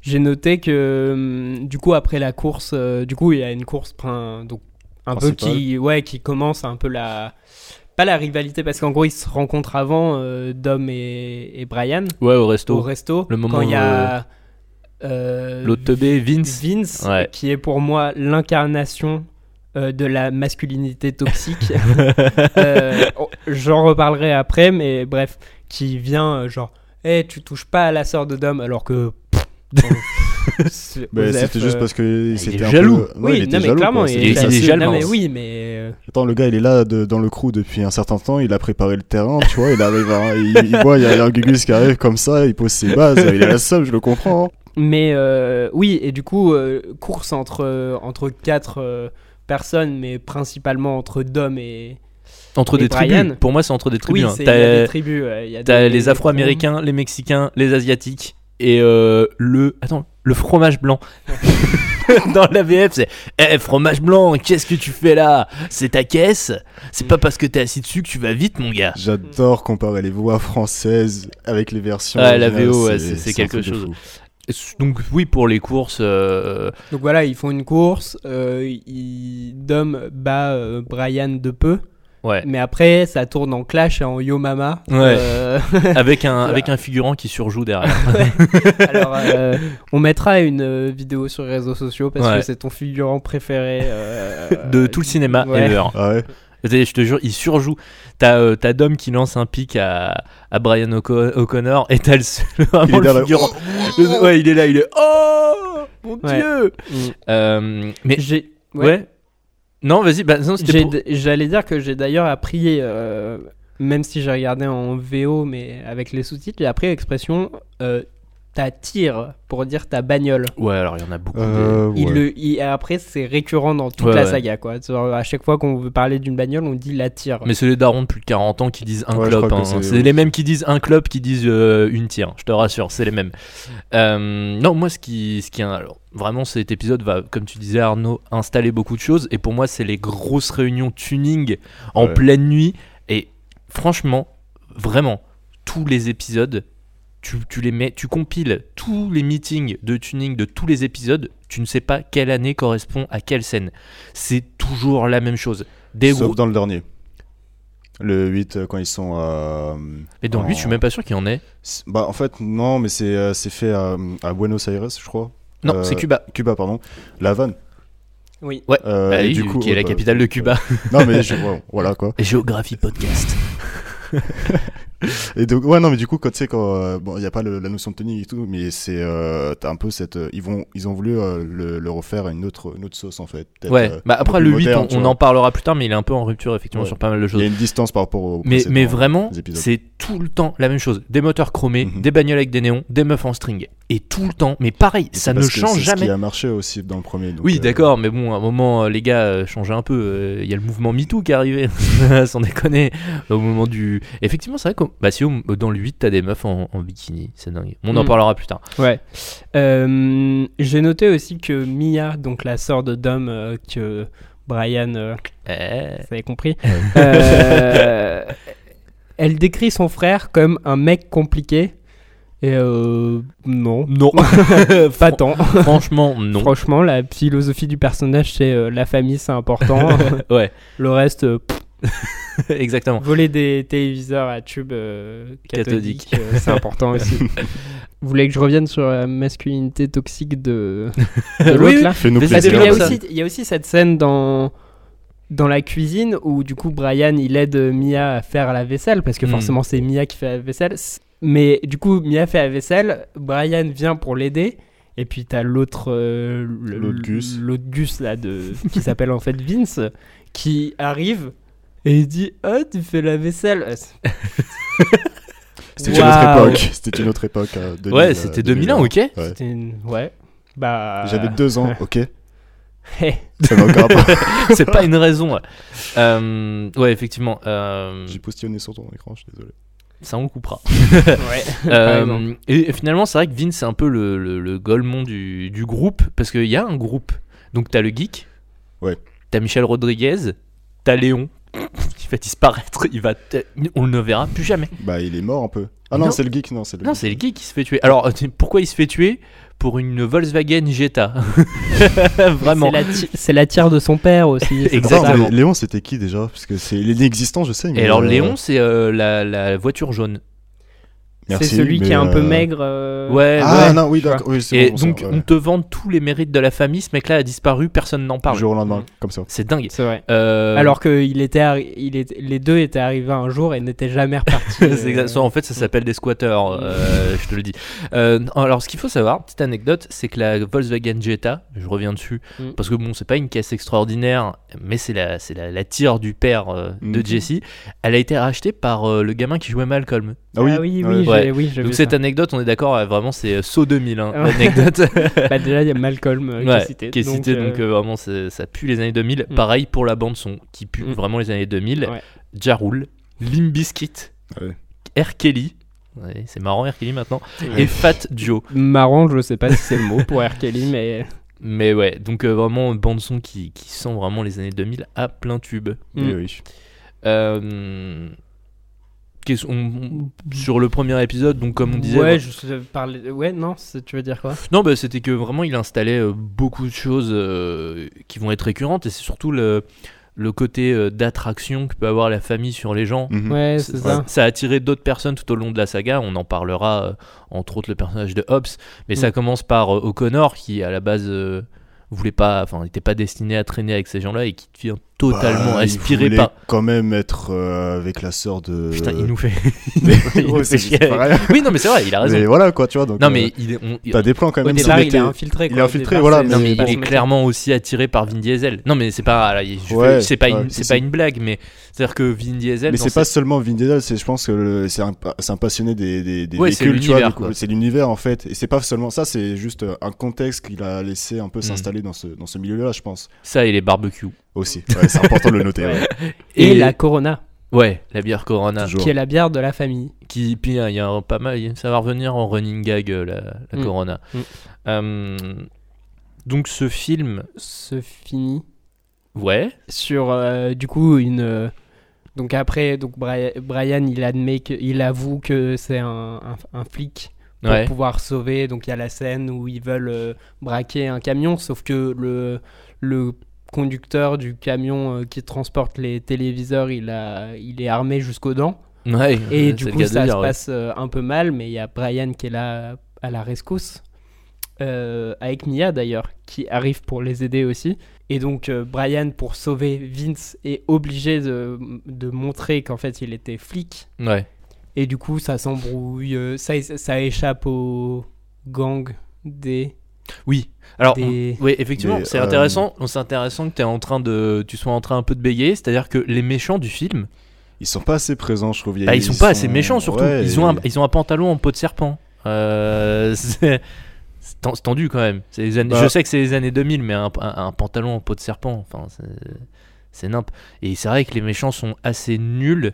J'ai noté que hum, du coup, après la course, euh, du coup, il y a une course prin- donc, un peu
Principale.
qui, ouais, qui commence un peu la. Pas la rivalité, parce qu'en gros, ils se rencontrent avant, euh, Dom et, et Brian,
ouais, au resto.
au resto.
Le moment
quand il y
où,
a. euh,
L'autre teubé, Vince.
Vince,
Ouais.
qui est pour moi l'incarnation euh, de la masculinité toxique. Euh, oh, J'en reparlerai après, mais bref, qui vient euh, genre, Eh, tu touches pas à la sœur de Dom, alors que. euh,
Mais Bah, c'était juste parce que
il est
c'était un
jaloux.
oui,
peu- Ouais, il
non,
euh, était
mais
jaloux.
clairement,
quoi.
il,
il
C'était
est
juste
était
assez-
jaloux.
Non, mais
mince.
oui, mais.
Attends, le gars, il est là de- dans le crew depuis un certain temps, il a préparé le terrain, tu vois, il arrive, à- il, il voit, il y a un Gugus qui arrive comme ça, il pose ses bases, il a la somme, je le comprends. hein.
Mais euh, oui, et du coup, euh, course entre, euh, entre quatre euh, personnes, mais principalement entre Dom et.
Entre
Et
des
Brian.
tribus. Pour moi, c'est entre des
Oui,
tribus. hein.
c'est- il y a
T'as
des tribus. euh, il y a
t'as
des-
les
des-
Afro-Américains, les Mexicains, les Asiatiques et euh, le. Attends, le fromage blanc. Dans la VF, c'est Eh, fromage blanc, qu'est-ce que tu fais là C'est ta caisse C'est pas parce que t'es assis dessus que tu vas vite, mon gars.
J'adore comparer les voix françaises avec les versions.
Ouais, Ah, la
originales,
VO, ouais, c'est- c'est
un
quelque
truc de
chose.
fou.
Donc, oui, pour les courses, euh,
Donc voilà, ils font une course, euh, ils- Dom bat euh, Brian de peu,
ouais.
mais après ça tourne en clash et en Yo Mama.
Ouais.
Euh,
avec, un, avec un figurant qui surjoue derrière.
alors euh, on mettra une euh, vidéo sur les réseaux sociaux parce
Ouais.
que c'est ton figurant préféré euh,
De tout le cinéma
Ouais.
ever.
Ah ouais
C'est- Je te jure, il surjoue. T'as euh, t'as Dom qui lance un pic à, à Brian O'Co- O'Connor et t'as le,
Il
vraiment
est Oh
le
là, là.
figurant. Le- ouais, il est là, il est Oh Mon
Ouais.
dieu
Mm.
Euh, Mais.
J'ai-
Ouais.
ouais.
Non, vas-y, bah, non, c'était
J'ai-
pour-
J'allais dire que j'ai d'ailleurs appris, euh, même si j'ai regardé en VO mais avec les sous-titres, j'ai appris l'expression euh, ta tire pour dire ta bagnole.
Ouais, alors il y en a beaucoup.
Euh,
Il
ouais.
le- il- et après, c'est récurrent dans toute
Ouais,
la
ouais.
saga, quoi. Genre, à chaque fois qu'on veut parler d'une bagnole, on dit la tire.
Mais c'est les darons de plus de 40 ans qui disent un
Ouais, je
clope.
crois que
hein.
c'est-
C'est les mêmes qui disent un clope qui disent euh, une tire. Je te rassure, c'est les mêmes. Euh, non, moi, ce qui, ce qui, alors, vraiment, cet épisode va, comme tu disais, Arnaud, installer beaucoup de choses. Et pour moi, c'est les grosses réunions tuning en
Ouais.
pleine nuit. Et franchement, vraiment, tous les épisodes, tu, tu les mets, tu compiles tous les meetings de tuning de tous les épisodes. Tu ne sais pas quelle année correspond à quelle scène. C'est toujours la même chose. Des
Sauf
gros-
dans le dernier. Le 8, euh, quand ils sont à.
Mais dans lui, je suis même pas sûr qu'il y en ait.
C'est- Bah, en fait, non, mais c'est euh, c'est fait à, à Buenos Aires, je crois.
Non,
Euh,
c'est Cuba.
Cuba, pardon. La Havane.
Oui.
Euh,
Bah
et
oui,
du coup,
qui est la
euh,
capitale de Cuba.
Non, mais je- ouais, voilà quoi.
Géographie podcast.
Et donc, ouais, non, mais du coup, quand tu sais, quand. euh, bon, il n'y a pas le- la notion de tuning et tout, mais c'est. euh, T'as un peu cette. euh, ils, vont, ils ont voulu euh, le, le refaire à une autre, une autre sauce en fait. Peut-être,
Ouais.
euh,
bah après
un peu
le 8,
plus moderne,
on,
tu
on
vois.
en parlera plus tard, mais il est un peu en rupture effectivement
Ouais.
sur pas mal de
Il y
choses.
a une distance par rapport au.
Mais,
précédent,
mais vraiment,
les épisodes.
c'est tout le temps la même chose. Des moteurs chromés,
Mhm.
des bagnoles avec des néons, des meufs en string. Et tout le temps, mais pareil,
Et c'est
ça ne
parce que
change
c'est Ce
jamais.
qui a marché aussi dans le premier. donc,
Oui,
euh,
d'accord, mais bon, à un moment, euh, les gars, euh, changez un peu. Euh, Il y a le mouvement MeToo qui est arrivé, sans déconner. Au moment du. Effectivement, c'est vrai que bah, si, au- dans le 8, t'as des meufs en, en bikini, c'est dingue. On en
Mm.
parlera plus tard.
Ouais. Euh, J'ai noté aussi que Mia, donc la sœur de Dom, euh, que Brian, euh,
Eh,
vous avez compris, euh, elle décrit son frère comme un mec compliqué. Et euh, non.
Non,
Pas tant.
franchement, non.
Franchement, la philosophie du personnage, c'est euh, la famille, c'est important.
Ouais.
Le reste, euh, pff,
Exactement.
Voler des téléviseurs à tube euh,
Cathodique.
cathodique, euh, c'est important aussi. Vous voulez que je revienne sur la masculinité toxique de, de l'autre
Oui, oui.
là
Fais-nous
Mais ça
Parce qu'il
plaisir.
y, a
Personne.
aussi- il y a aussi cette scène dans, dans la cuisine où du coup Brian il aide euh, Mia à faire la vaisselle parce que
Hmm.
forcément c'est Mia qui fait la vaisselle. S- Mais du coup Mia fait la vaisselle, Brian vient pour l'aider et puis t'as l'autre euh, le-
L'autre Gus.
l'autre Gus, là de qui s'appelle en fait Vince qui arrive et il dit ah tu fais la vaisselle. Euh,
C'était une autre
Waouh.
époque. C'était une autre époque. euh, 2000, euh,
Ouais, c'était 2001, ok Ah.
Ouais.
C'était une- ouais. Bah
J'avais deux ans, ok
Eh.
Ça va encore pas.
C'est pas une raison. Euh, ouais, effectivement. euh,
J'ai postillonné sur ton écran, je suis désolé.
ça, on le coupera.
ouais.
Euh,
exemple.
et finalement, c'est vrai que Vince, c'est un peu le, le, le golemon du, du groupe, parce qu'il y a un groupe. Donc, t'as le geek,
Ouais.
t'as Michel Rodriguez, t'as Léon, qui va disparaître, il va t- on ne le verra plus jamais.
Bah, il est mort un peu. Ah non,
Non.
c'est le geek, non, c'est le
Non, c'est le geek qui se fait tuer. Alors, euh, pourquoi il se fait tuer Pour une Volkswagen Jetta. Vraiment.
C'est la ti- C'est la, tire de son père aussi. c'est pour ça.
Exactement.
Attends, mais Ah, Léon, c'était qui déjà Parce que c'est il est inexistant, je sais. Mais
Et alors,
euh,
Léon, c'est euh, la, la voiture jaune.
C'est
merci,
celui qui
mais,
est un peu
euh,
maigre. euh,
Ouais,
Ah
ouais.
non, oui,
tu vois.
d'accord. Oui, c'est
Et
bon, bon,
donc,
ça,
on
ouais.
te vend tous les mérites de la famille. Ce mec-là a disparu, personne n'en
du
parle.
jour au lendemain, comme ça.
C'est dingue.
C'est vrai.
Euh,
Alors que il était arri- il était- les deux étaient arrivés un jour et n'étaient jamais repartis. euh.
C'est exact- soit en fait, ça s'appelle des squatteurs, euh, je te le dis. Euh, alors, ce qu'il faut savoir, petite anecdote, c'est que la Volkswagen Jetta, je reviens dessus,
Mm.
parce que bon, c'est pas une caisse extraordinaire, mais c'est la, c'est la, la tire du père euh, de
Mm.
Jesse. Elle a été rachetée par euh, le gamin qui jouait Malcolm.
Ah oui, oui,
ouais.
j'ai-
Ouais.
oui, j'ai
Donc,
vu
cette
ça. Ah
anecdote, on est d'accord, euh, vraiment, c'est euh, saut 2000, hein,
Ouais.
l'anecdote.
Bah, déjà, il y a Malcolm euh,
Ouais,
qui est cité.
qui est cité,
euh,
donc euh, vraiment c'est- ça pue les années 2000.
Mm.
Pareil pour la bande son qui pue
Mm.
vraiment les années 2000.
Ouais.
Jarul, Limbiskit,
Ouais.
R. Kelly, Ouais, c'est marrant R. Kelly maintenant, et Fat Joe.
marrant, je sais pas si c'est le mot pour R. Kelly, mais
Mais ouais, donc euh, vraiment bande son qui, qui sent vraiment les années 2000 à plein tube.
Oui,
Mm.
oui.
Euh, qu'est-ce- on- on- sur le premier épisode, donc comme on disait,
Ouais, je je parlais. Ouais, non, c'est- tu veux dire quoi
Non, bah, c'était que vraiment, il installait euh, beaucoup de choses euh, qui vont être récurrentes et c'est surtout le, le côté euh, d'attraction que peut avoir la famille sur les gens.
Mhm.
Ouais, c'est
C-
ça.
a attiré d'autres personnes tout au long de la saga. On en parlera, euh, entre autres, le personnage de Hobbs. Mais
Mm.
ça commence par euh, O'Connor qui, à la base, euh, voulait pas, enfin, n'était pas destiné à traîner avec ces gens-là et qui devient totalement
Bah, Il
aspiré
voulait
par.
quand même être euh, avec la sœur de.
Putain, il nous fait. il nous
Ouais,
fait
c'est
chier.
juste pareil.
Oui, non, mais c'est vrai, il a raison.
Mais voilà quoi, tu vois. Donc,
non,
euh,
mais il est- on-
T'as des plans quand
Au
même. ça
départ, il est
mettait-
infiltré.
il est
quoi. Au
infiltré,
départ,
voilà,
c'est-
Non mais
c'est
il est
pas-
clairement aussi attiré par Vin Diesel. Non mais c'est pas là, je fais-
Ouais,
c'est pas une-
ouais,
c'est
si,
pas
si.
une blague mais c'est à dire que Vin Diesel
Mais
dans
c'est pas
cette-
seulement Vin Diesel, c'est je pense que le- c'est un, pa- c'est un passionné des, des, des
Ouais, c'est
véhicules, tu vois,
l'univers,
du coup,
quoi.
c'est l'univers en fait. Et c'est pas seulement ça, c'est juste euh, un contexte qu'il a laissé
Mm.
un peu s'installer dans ce, dans ce milieu-là, je pense.
ça et les barbecues.
Aussi, Ouais, c'est important de le noter. ouais.
Et la Corona,
ouais, la bière Corona
Toujours.
qui est la bière de la famille.
qui puis il y a un- pas mal ça va revenir en running gag euh, la, la
Mm.
Corona.
Mm.
Euh, donc ce film
Se finit.
ouais,
sur euh, du coup une euh, donc après donc Bri- Brian il admet que il avoue que c'est un, un, un flic pour
ouais.
pouvoir sauver donc il y a la scène où ils veulent euh, braquer un camion sauf que le le conducteur du camion euh, qui transporte les téléviseurs il a il est armé jusqu'aux dents
Ouais,
et
c'est
du
le
coup
cas de
ça
dire,
se
ouais.
passe euh, un peu mal mais il y a Brian qui est là à la rescousse euh, avec Mia d'ailleurs qui arrive pour les aider aussi et donc euh, Brian pour sauver Vince est obligé de, de montrer qu'en fait il était flic
Ouais.
et du coup ça s'embrouille euh, ça, ça échappe au gang des
Oui. Alors,
Des-
on- oui, effectivement,
Des,
c'est
euh,
intéressant. C'est intéressant que t'es en train de, tu sois en train un peu de bégayer. C'est-à-dire que les méchants du film,
Ils sont pas assez présents, je trouve. Il y a-
Bah, ils sont pas assez méchants surtout.
ouais,
ils, ont un,
et-
ils ont un pantalon en peau de serpent. Euh, c'est c'est ten- c'est tendu quand même. C'est les années-
Bah.
Je sais que c'est les années 2000, mais un, un- un pantalon en peau de serpent, enfin, c'est- c'est nimp. Et c'est vrai que les méchants sont assez nuls.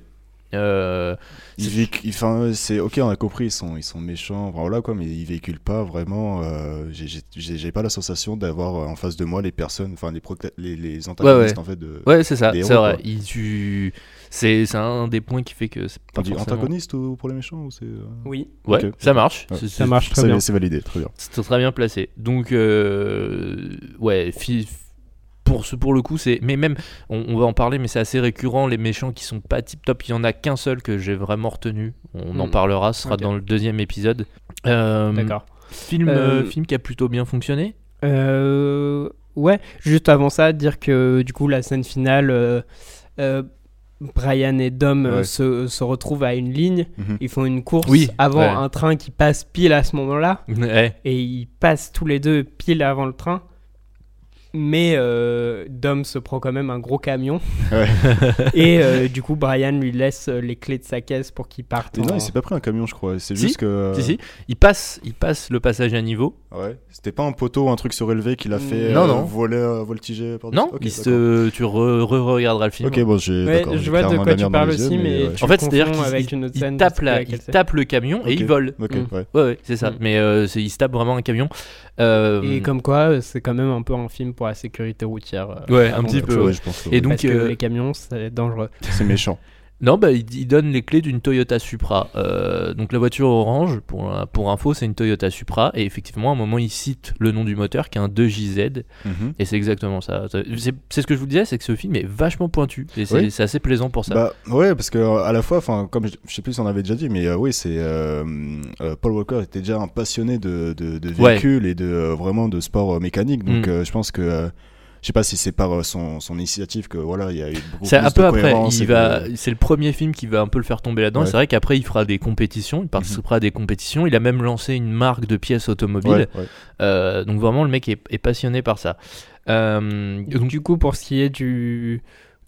Euh,
ils véhic- ils- enfin, euh, c'est ok, on a compris, ils sont, ils sont méchants, enfin, voilà quoi, mais ils véhiculent pas vraiment. euh, j'ai- j'ai- J'ai j'ai pas la sensation d'avoir euh, en face de moi les personnes, enfin les, procta- les, les antagonistes en fait de.
ouais, c'est ça.
Des
C'est
héros,
vrai.
quoi.
Ils- tu- C'est c'est un des points qui fait que c'est pas
On dit
forcément-
antagoniste ou pour les méchants ou c'est. euh,
Mm.
oui
Ouais,
Ok.
ça marche.
Ouais.
C'est-
ça
c'est-
marche très
c'est-
bien
C'est validé, très bien.
C'est très bien placé. Donc, euh, ouais, fi- f- pour, ce, pour le coup, c'est. Mais même, on, on va en parler, mais c'est assez récurrent. Les méchants qui sont pas tip top, il y en a qu'un seul que j'ai vraiment retenu. On en
Hmm.
parlera, ce sera
Ok.
dans le deuxième épisode. Euh,
D'accord.
Film,
Euh,
euh, film qui a plutôt bien fonctionné.
Euh, ouais, juste avant ça, dire que du coup, la scène finale, euh, euh, Brian et Dom euh,
Ouais.
se, se retrouvent à une ligne.
Mhm.
Ils font une course
Oui,
avant
ouais.
un train qui passe pile à ce moment-là.
Ouais.
Et ils passent tous les deux pile avant le train. Mais euh, Dom se prend quand même un gros camion.
Ouais.
et euh, du coup, Brian lui laisse euh, les clés de sa caisse pour qu'il parte.
Et non,
en-
il s'est pas pris un camion, je crois. C'est
hein. Si,
juste que. euh,
Si, si.
Euh.
Il passe, il passe le passage à niveau.
Ouais. C'était pas un poteau ou un truc surélevé qui l'a fait
Mm, Non,
euh,
non.
voler, euh, voltiger par-dessus
Non,
Ok,
il se-
d'accord.
tu re- re-regarderas le film.
Ok, bon, j'ai.
Ouais,
d'accord,
je
j'ai
vois de
clairement
quoi
la
tu
merde dans
parles
les yeux,
aussi,
mais, euh,
mais,
ouais.
tu
En fait, c'est-à-dire
confonds
qu'il
avec
il-
une autre
il
scène,
tape,
parce que
la-
laquelle
il
c'est.
tape le camion et il
Ok.
vole.
Ok,
Mm.
ouais.
Ouais, ouais, c'est ça.
Mm.
Mais euh, c'est- il se tape vraiment un camion. Euh,
Et comme quoi, euh, c'est quand même un peu un film pour la sécurité routière. euh,
Ouais, un
avant
petit
de-
peu,
Ouais,
ouais.
je pense que
Et
ouais.
donc,
Parce que
euh,
les camions, c'est dangereux.
c'est méchant.
Non, bah, il, il donne les clés d'une Toyota Supra. Euh, donc la voiture orange, pour, euh, pour info, c'est une Toyota Supra. Et effectivement, à un moment, il cite le nom du moteur qui est un 2JZ.
Mhm.
Et c'est exactement ça. C'est c'est ce que je vous disais, c'est que ce film est vachement pointu. Et c'est
Oui.
c'est assez plaisant pour ça.
Bah ouais, parce que euh, à la fois, enfin, comme je, je sais plus si on avait déjà dit, mais euh, oui, c'est euh, euh, Paul Walker était déjà un passionné de, de, de
Ouais.
véhicules et de euh, vraiment de sport euh, mécanique. Donc
Mm.
euh, je pense que euh, je sais pas si c'est par euh, son, son initiative que voilà, il y a eu beaucoup
C'est
plus
un peu
de
après.
cohérence et
Il
que-
va, c'est le premier film qui va un peu le faire tomber là-dedans.
Ouais. Mhm.
C'est vrai qu'après il fera des compétitions, il participera à des compétitions. Il a même lancé une marque de pièces automobiles.
Ouais, ouais.
Euh, donc vraiment le mec est, est passionné par ça. Euh, donc,
du coup, pour ce qui est du,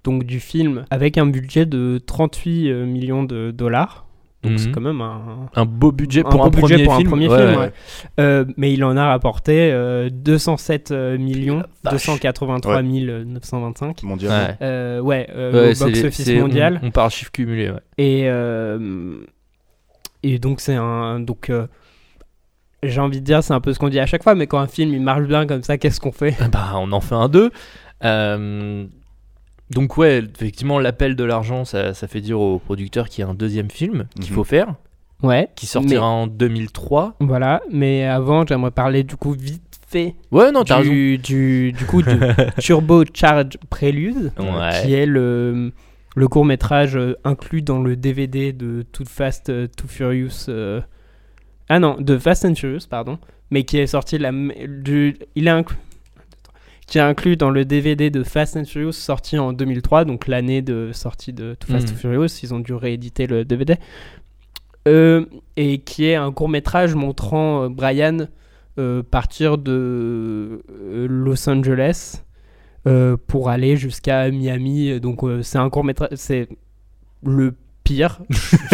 donc, du film, avec un budget de 38 euh, millions de dollars, donc c'est
Mhm.
quand même un,
un beau budget
un
pour, un,
beau budget
premier
pour
film.
un premier
Ouais,
film.
ouais.
ouais. Euh, mais il en a rapporté euh, 207 euh, millions,
vache.
283 925.
mondial.
Ouais.
Euh, ouais, euh,
Ouais,
au
c'est-
box-office
c'est- mm. on-
mondial.
On, part chiffre cumulé. ouais.
Et, euh, et donc, c'est un. Donc, euh, j'ai envie de dire, c'est un peu ce qu'on dit à chaque fois, mais quand un film il marche bien comme ça, qu'est-ce qu'on fait
Ah Bah, on en fait un deux. Euh, donc ouais, effectivement l'appel de l'argent, ça, ça fait dire au producteur qu'il y a un deuxième film qu'il
Mhm.
faut faire,
Ouais.
qui sortira en 2003.
Voilà, mais avant, j'aimerais parler du coup vite fait
Ouais, non, t'as raison.
du, du, du coup du Turbo Charge Prelude, euh,
Ouais.
qui est le, le court métrage inclus dans le DVD de Too Fast, euh, Too Furious. euh, ah non, de Fast and Furious, pardon, mais qui est sorti la, m- du, il est inclus, qui est inclus dans le DVD de Fast and Furious sorti en 2003, donc l'année de sortie de Too Fast,
Mhm.
Too Furious. Ils ont dû rééditer le DVD. Euh, et qui est un court métrage montrant euh, Brian euh, partir de euh, Los Angeles euh, pour aller jusqu'à Miami. Donc euh, c'est un court métrage, c'est le pire,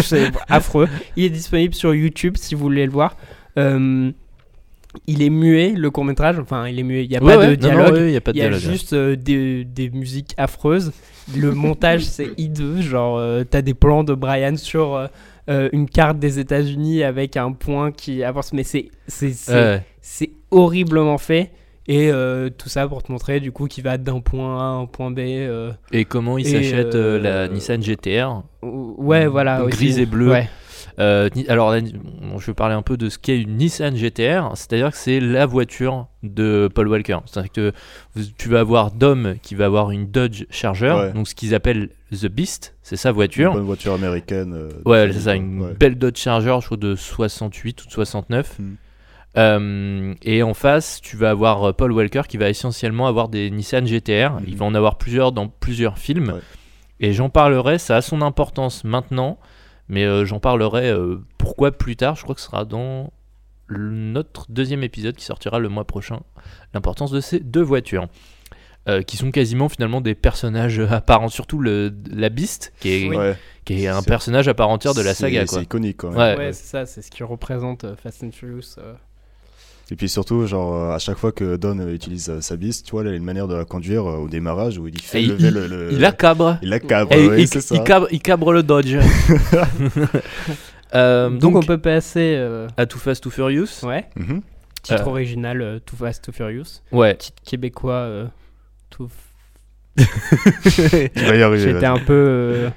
c'est affreux. Il est disponible sur YouTube si vous voulez le voir. Euh, il est muet le court métrage, enfin il est muet, il n'y a
Ouais,
pas
ouais,
de
non, non,
dialogue.
ouais, y a pas de
Il y a
dialogue, ouais.
juste euh, des, des musiques affreuses. Le montage, c'est hideux. Genre, euh, t'as des plans de Brian sur euh, euh, une carte des États-Unis avec un point qui avance. Mais c'est c'est- c'est-
Ouais.
c'est horriblement fait. Et euh, tout ça pour te montrer du coup qu'il va d'un point A à un point B. euh,
Et comment il
Et,
s'achète euh,
euh,
la Nissan GTR
ouais, voilà.
Mmh. Donc,
aussi.
grise et bleue.
Ouais.
Euh, ni- Alors, la- bon, je vais parler un peu de ce qu'est une Nissan GTR. C'est-à-dire que c'est la voiture de Paul Walker. C'est-à-dire que vous- tu vas avoir Dom qui va avoir une Dodge Charger,
Ouais.
donc ce qu'ils appellent The Beast, c'est sa
Une
voiture.
bonne voiture américaine. euh,
Ouais,
de-
c'est ça, une
ouais.
belle Dodge Charger, je crois de 68 ou de 69.
Mm.
Euh, et en face, tu vas avoir euh, Paul Walker qui va essentiellement avoir des Nissan GTR.
Mhm.
Il va en avoir plusieurs dans plusieurs films.
Ouais.
Et j'en parlerai, ça a son importance maintenant, mais euh, j'en parlerai euh, pourquoi plus tard. Je crois que ce sera dans le- notre deuxième épisode qui sortira le mois prochain. L'importance de ces deux voitures. euh, qui sont quasiment finalement des personnages à part en- surtout le, la Beast, qui est,
Ouais.
qui est un
C'est-
personnage à part entière de la
C'est-
saga. Quoi.
C'est iconique quand même.
Ouais.
Ouais, c'est ça, c'est ce qui représente euh, Fast and Furious. euh.
Et puis surtout, genre, euh, à chaque fois que Don euh, utilise euh, sa bise, tu vois, là, il y a une manière de la conduire euh, au démarrage où il y fait
Et il-
lever le, le-
Il a cabre.
Il la cabre,
Et
euh, ouais,
il,
c'est
il
ça.
cabre, il cabre le Dodge. Euh,
donc,
donc,
on peut passer. euh,
à Too Fast, Too Furious.
ouais.
Mhm.
Titre
Euh.
original euh, Too Fast, Too Furious.
Ouais.
Titre québécois euh, Too
Tu vas y arriver.
J'étais
vas-y.
un peu euh,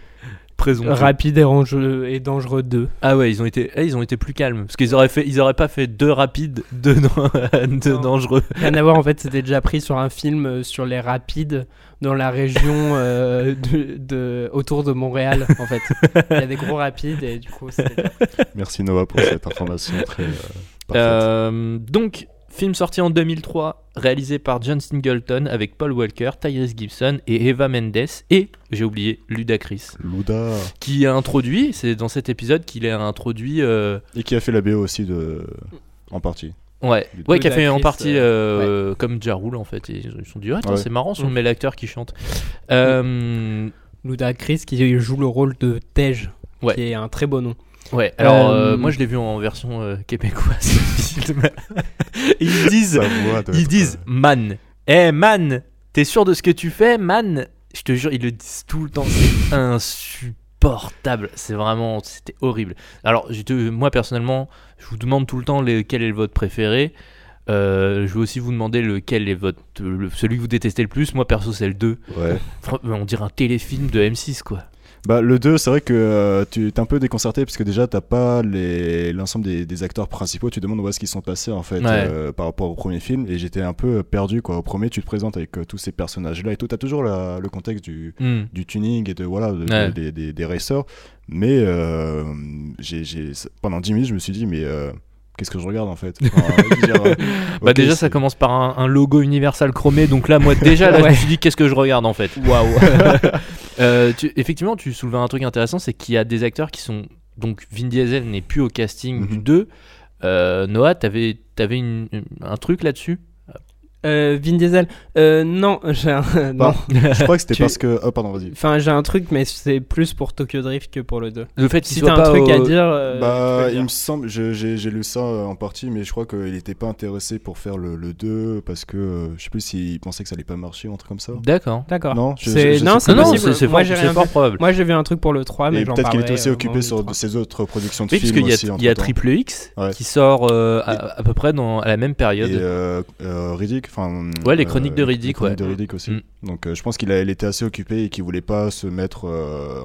présomptueux.
Rapide et, Rangeux- et dangereux 2.
Ah ouais, ils ont été, eh, ils ont été plus calmes. Parce qu'ils auraient, fait, ils auraient pas fait deux rapides, deux, dan- deux
Non.
dangereux.
Rien à voir, en fait, c'était déjà pris sur un film euh, sur les rapides dans la région euh, de, de- autour de Montréal, en fait. Il y a des gros rapides et du coup, c'était déjà-
Merci Noah pour cette information très euh, parfaite.
Euh, donc, film sorti en 2003, réalisé par John Singleton avec Paul Walker, Tyrese Gibson et Eva Mendes. Et, j'ai oublié, Ludacris.
Luda
Qui a introduit, c'est dans cet épisode qu'il a introduit. euh,
et qui a fait la BO aussi de en partie.
Ouais, ouais qui a fait en
Ludacris,
partie
euh,
euh, comme Ja Rule en fait. Ils ils se sont dit, Ah, attends,
Ouais.
c'est marrant si on
Mm.
met l'acteur qui chante. Euh,
Ludacris qui joue le rôle de Tej,
Ouais.
qui est un très beau nom.
ouais, alors
Euh,
euh, moi je l'ai vu en version euh, québécoise. le film. Ils disent,
Sa voix doit
ils
être,
disent man. Eh man, t'es sûr de ce que tu fais, man Je te jure, ils le disent tout le temps. C'est insupportable. C'est vraiment, c'était horrible. Alors, j'ai deux- moi personnellement, je vous demande tout le temps les- quel est le vote préféré. Euh, je veux aussi vous demander lequel est votre, le- celui que vous détestez le plus. Moi perso, c'est le 2.
euh, ouais.
Fr- On dirait un téléfilm de M6 quoi.
Bah, le 2, c'est vrai que euh, tu es un peu déconcerté parce que déjà, t'as pas les- l'ensemble des, des acteurs principaux. Tu demandes où est-ce qu'ils sont passés en fait
Ouais.
euh, par rapport au premier film. Et j'étais un peu perdu quoi. Au premier, tu te présentes avec euh, tous ces personnages-là et tout. T'as toujours la- le contexte du,
Hmm.
du tuning et de voilà de-
Ouais.
de- des, des, des racers mais euh, j'ai j'ai- pendant 10 minutes je me suis dit mais euh, qu'est-ce que je regarde en fait Enfin, je veux dire, euh,
Bah
ok,
déjà ça
c'est-
commence par un, un logo Universal chromé, donc là moi déjà là, je me suis dit qu'est-ce que je regarde en fait. Waouh. Euh, tu- effectivement tu soulevais un truc intéressant, c'est qu'il y a des acteurs qui sont donc Vin Diesel n'est plus au casting du
Mhm.
2. Euh, Noah, t'avais avais une, une- un truc là-dessus
Euh, Vin Diesel, euh, non, j'ai un... euh, non.
je crois que c'était
tu-
parce que oh pardon vas-y
Enfin, j'ai un truc, mais c'est plus pour Tokyo Drift que pour le 2.
Le fait qu'il
Si
soit
t'as un
pas
truc
au-
à dire, euh,
bah,
tu peux le
il
dire.
me semble, je- j'ai j'ai lu ça euh, en partie, mais je crois qu'il n'était pas intéressé pour faire le, le 2 parce que euh, je sais plus s'il pensait que ça allait pas marcher ou un truc comme ça.
D'accord.
D'accord.
Non, je-
C'est-
je- je
non,
sais
c'est
Non,
pas.
non,
possible.
Ah. c'est Ah, c'est
Moi,
fort,
j'ai
c'est
rien
fort
vu.
probable.
Moi, j'ai vu un truc pour le 3, mais
Et
j'en
peut-être qu'il était
parlerai,
aussi
euh,
occupé
dans
sur
le
de ses autres productions de
Oui, parce
films
qu'il y a,
aussi.
il y a
entre-temps.
Triple X
Ouais.
qui sort euh, à, à peu près dans, à la même période.
Et euh, euh, Riddick, enfin. euh,
Ouais, les chroniques de
les
Riddick,
chroniques
ouais.
de Riddick aussi.
Mm.
Donc, euh, je pense qu'il a- il était assez occupé et qu'il voulait pas se mettre euh,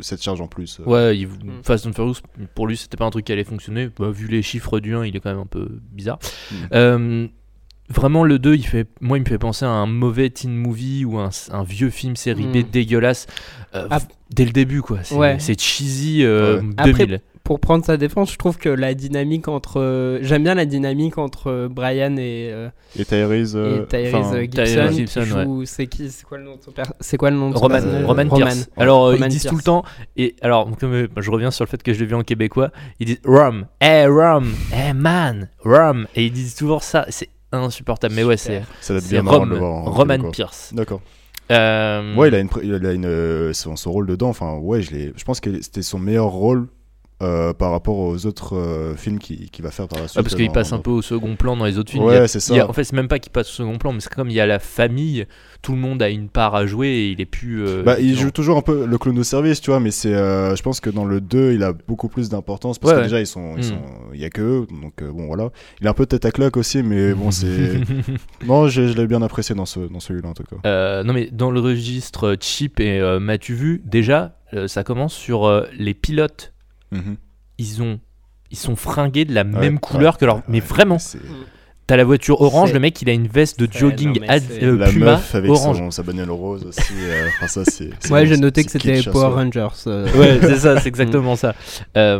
cette charge en plus.
Ouais, il-
Mm.
Fast and Furious, pour lui, c'était pas un truc qui allait fonctionner. Bah, vu les chiffres du 1, il est quand même un peu bizarre.
Mm.
Euh, vraiment, le 2, il fait, moi, il me fait penser à un mauvais teen movie ou un, un vieux film série
Mm.
B dégueulasse. euh,
Ah.
f- Dès le début, quoi. C'est
Ouais.
c'est cheesy euh,
Ouais.
2000.
pour prendre sa défense, je trouve que la dynamique entre. euh, J'aime bien la dynamique entre euh, Brian et, euh,
Et Tyrese. euh,
et Tyrese
enfin,
euh, Gibson.
Tyrese
qui
Gibson,
joue- C'est qui C'est quoi le nom de son per- C'est quoi le nom de son
Roman,
personnage
Roman
Roman.
Pierce. Alors, euh,
Roman
ils disent
Pierce.
tout le temps, et alors, comme, euh, je reviens sur le fait que je l'ai vu en québécois, ils disent Rum, hey Rum, hey man, Rum, et ils disent toujours ça, c'est insupportable, mais ouais, c'est
ça doit être
c'est
bien marrant de
Rum,
le voir. en
Roman
québécois.
Pierce.
D'accord.
Euh,
Ouais, il a, une, pr- il a une, euh, son, son rôle dedans. Enfin, ouais, je, l'ai- je pense que c'était son meilleur rôle euh, par rapport aux autres euh, films qu'il qu'il va faire par la suite. euh,
ah, parce qu'il
dans-
passe un
dans-
peu au second plan dans les autres films.
Ouais,
Il y a-
c'est ça.
il y a- en fait, c'est même pas qu'il passe au second plan, mais c'est comme il y a la famille, tout le monde a une part à jouer et il est plus. euh,
Bah, il
genre-
joue toujours un peu le clown de service, tu vois, mais c'est, euh, je pense que dans le 2, il a beaucoup plus d'importance parce
Ouais,
que
ouais.
déjà, ils sont, ils
Mm.
sont, il y a que eux, donc euh, bon, voilà. Il a un peu tête à claque aussi, mais bon, c'est. non, je, je l'ai bien apprécié dans, ce, dans celui-là en tout cas.
Euh, non mais dans le registre euh, cheap et euh, m'as-tu vu déjà euh, ça commence sur euh, les pilotes
Mhm.
ils ont ils sont fringués de la
Ouais,
même
ouais,
couleur que leur
ouais,
mais
ouais,
vraiment
c'est-
t'as la voiture orange
C'est-
le mec il a une veste de
c'est-
jogging
non, mais
ad-
c'est-
euh,
La
Puma
meuf avec
orange
son, sa bagnole rose aussi. euh, enfin, ça, c'est. c'est-
Ouais, j'ai
c'est-
noté
c'est
que c'était
kitsch, ça,
Power
ça.
Rangers. euh,
Ouais, c'est ça, c'est exactement ça. Euh,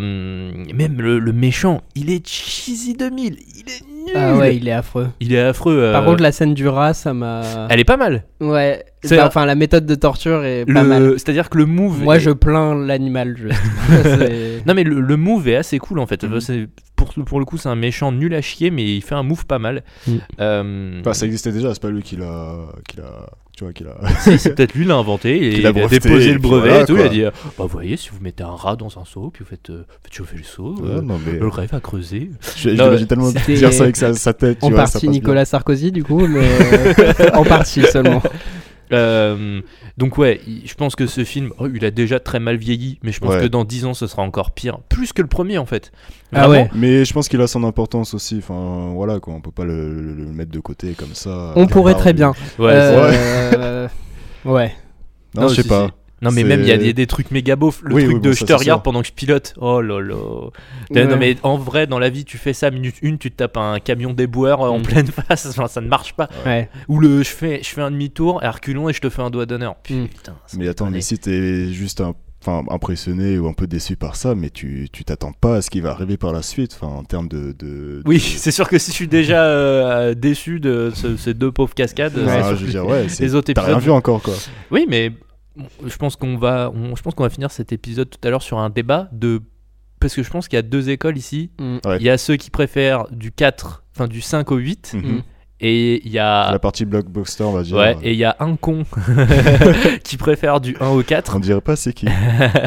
même le, le méchant, il est cheesy 2000, il est nul.
Ah ouais, il est affreux.
Il est affreux. euh,
Par contre, la scène du rat, ça m'a.
Elle est pas mal.
Ouais.
C'est-
bah, Enfin, la méthode de torture est pas
Le-
mal.
C'est-à-dire que le move.
Moi,
est-
je plains l'animal. je- C'est-
Non mais le, le move est assez cool en fait.
Mhm.
C'est- Pour, pour le coup, c'est un méchant nul à chier, mais il fait un move pas mal.
Mm.
Euh,
Enfin, ça existait déjà, c'est pas lui qui l'a. Qui l'a tu vois, qui l'a.
si, c'est peut-être lui l'a inventé. et
Qui
il
l'a
a
breveté,
déposé
et
le
puis
brevet
voilà,
et tout. Il a
quoi.
dit euh, bah, vous voyez, si vous mettez un rat dans un seau, puis vous faites, euh, faites chauffer le seau, euh,
Ouais, non, mais.
le rêve à creuser.
Je je
Non,
l'imagine tellement
c'était-
dire ça avec sa, sa tête. tu
En
vois, ça passe
partie
bien.
Nicolas Sarkozy, du coup, mais en partie seulement.
Euh, donc ouais, il- je pense que ce film, oh, il a déjà très mal vieilli, mais je pense
Ouais.
que dans 10 ans, ce sera encore pire, plus que le premier en fait.
Ah
Vraiment,
ouais.
Mais je pense qu'il a son importance aussi. Enfin, voilà quoi, on peut pas le, le- le mettre de côté
Ah,
comme ça.
On pourrait très bien.
ouais,
Euh, ouais.
Non,
Non,
je sais
si,
pas.
si. Non, mais
C'est-
même, il y a des, des trucs méga beaufs. Le
Oui,
truc
oui,
de
bon,
je
ça,
te
c'est
regarde
sûr.
pendant que je pilote. Oh là là.
Ouais.
Non, mais en vrai, dans la vie, tu fais ça, minute une, tu te tapes un camion déboueur euh, en
Mm.
pleine face. Enfin, ça ne marche pas.
Ouais.
Ou le je fais, je fais un demi-tour, à reculons et je te fais un doigt d'honneur.
Mm.
Putain. c'est
Mais attends,
déconné.
mais si t'es juste un- enfin, impressionné ou un peu déçu par ça, mais tu tu t'attends pas à ce qui va arriver par la suite, enfin, en termes de. de-
Oui,
de-
c'est sûr que si je suis déjà euh, déçu de ce- ces deux pauvres cascades,
Enfin,
c'est sûr
je
que-
veux dire, ouais, c'est-
les autres
T'as rien
épisodes.
vu encore, quoi.
Oui, mais je pense qu'on va, on- je pense qu'on va finir cet épisode tout à l'heure sur un débat de parce que je pense qu'il y a deux écoles ici.
Mm.
Ouais.
Il y a ceux qui préfèrent du 4, enfin du 5 au 8
Mhm.
et il y a
La partie blockbuster, on va dire.
Ah. Ouais, et il y a un con qui préfère du 1 au 4.
On dirait pas c'est qui.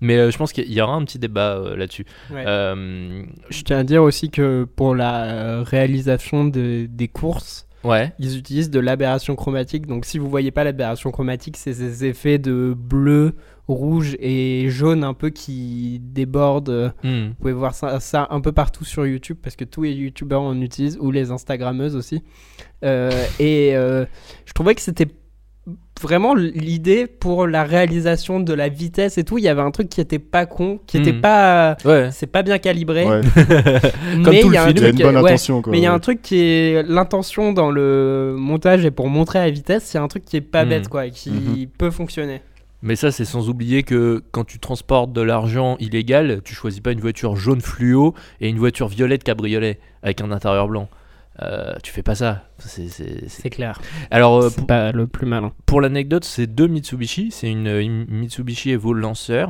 mais euh, je pense qu'il y aura un petit débat euh, là-dessus.
Ouais.
Euh,
Je tiens à dire aussi que pour la euh, réalisation de- des courses,
ouais.
ils utilisent de l'aberration chromatique. Donc si vous voyez pas l'aberration chromatique, c'est ces effets de bleu, rouge et jaune un peu qui débordent. euh,
Hmm.
Vous pouvez voir ça, ça un peu partout sur YouTube parce que tous les YouTubeurs en utilisent ou les Instagrammeuses aussi. Euh, et euh, je trouvais que c'était vraiment l'idée pour la réalisation de la vitesse et tout. Il y avait un truc qui était pas con, qui était
Mhm.
pas,
ouais.
c'est pas bien calibré.
Ouais.
Comme
mais
tout
il y
le
a un
film.
Il y a une
truc-
bonne
ouais,
intention, quoi.
mais il y a un truc qui est l'intention dans le montage et pour montrer la vitesse, c'est un truc qui est pas
Mhm.
bête quoi, et qui
Mhm.
peut fonctionner.
Mais ça, c'est sans oublier que quand tu transportes de l'argent illégal, tu choisis pas une voiture jaune fluo et une voiture violette cabriolet avec un intérieur blanc. Euh, tu fais pas ça. C'est- c'est- c'est-
clair.
Alors, euh, pour,
pas le plus malin.
pour l'anecdote, c'est deux Mitsubishi. C'est une, euh, une Mitsubishi Evo Lancer,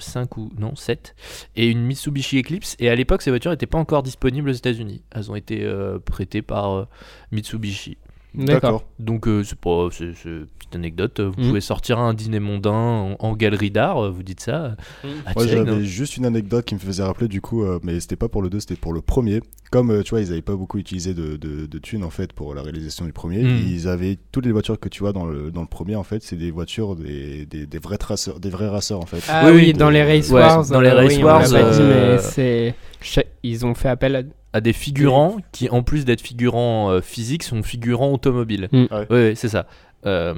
5 ou non 7, et une Mitsubishi Eclipse. Et à l'époque, ces voitures n'étaient pas encore disponibles aux États-Unis. Elles ont été euh, prêtées par euh, Mitsubishi.
D'accord.
Donc, euh, c'est pas. C'est, c'est une petite anecdote. Vous
Mhm.
pouvez sortir à un dîner mondain en, en galerie d'art, euh, vous dites ça.
Mhm.
Ah,
Moi,
tu sais, non
j'avais juste une anecdote qui me faisait rappeler du coup, euh, mais c'était pas pour le 2, c'était pour le premier. Comme euh, tu vois, ils avaient pas beaucoup utilisé de, de, de thunes en fait pour la réalisation du premier.
Hmm.
Mm.
Ils avaient toutes les voitures que tu vois dans le, dans le premier en fait, c'est des voitures des, des, des vrais traceurs, des vrais raceurs en fait.
Ah
Oui,
oui,
oui,
dans
de-
les Race
ouais,
Wars.
dans les
euh,
Race
oui, on
Wars,
l'a pas dit,
euh,
mais c'est cha- ils ont fait appel à
à des figurants qui, en plus d'être figurants euh, physiques, sont figurants automobiles.
Mm.
Ouais.
Ouais, ouais, c'est ça. Euh,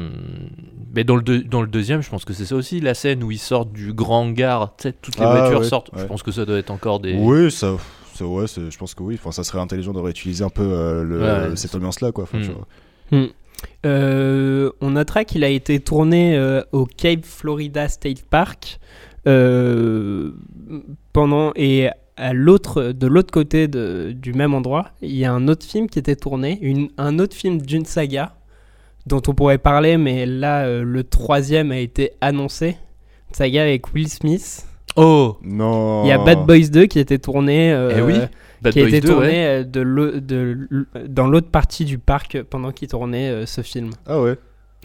mais dans le, deux- dans le deuxième, je pense que c'est ça aussi, la scène où ils sortent du grand hangar, tu sais, toutes les
Ah,
voitures
ouais,
sortent. Je
ouais.
pense que ça doit être encore des.
Oui, ça, ça ouais, c'est- je pense que oui. Enfin, ça serait intelligent de réutiliser un peu euh, le,
Ouais,
cette ambiance-là, quoi.
hmm.
Enfin, tu
Mm.
vois.
Euh, on notera qu'il a été tourné euh, au Cape Florida State Park euh, pendant et à l'autre de l'autre côté de- du même endroit, il y a un autre film qui était tourné, une- un autre film d'une saga dont on pourrait parler, mais là euh, le troisième a été annoncé. Une saga avec Will Smith.
Oh
Non.
Il y a Bad Boys 2 qui était tourné. euh,
Eh oui, Bad
qui a
Boys
été
2,
tourné
ouais.
euh, de l'au- de l- dans l'autre partie du parc pendant qu'il tournait euh, ce film.
Ah ouais.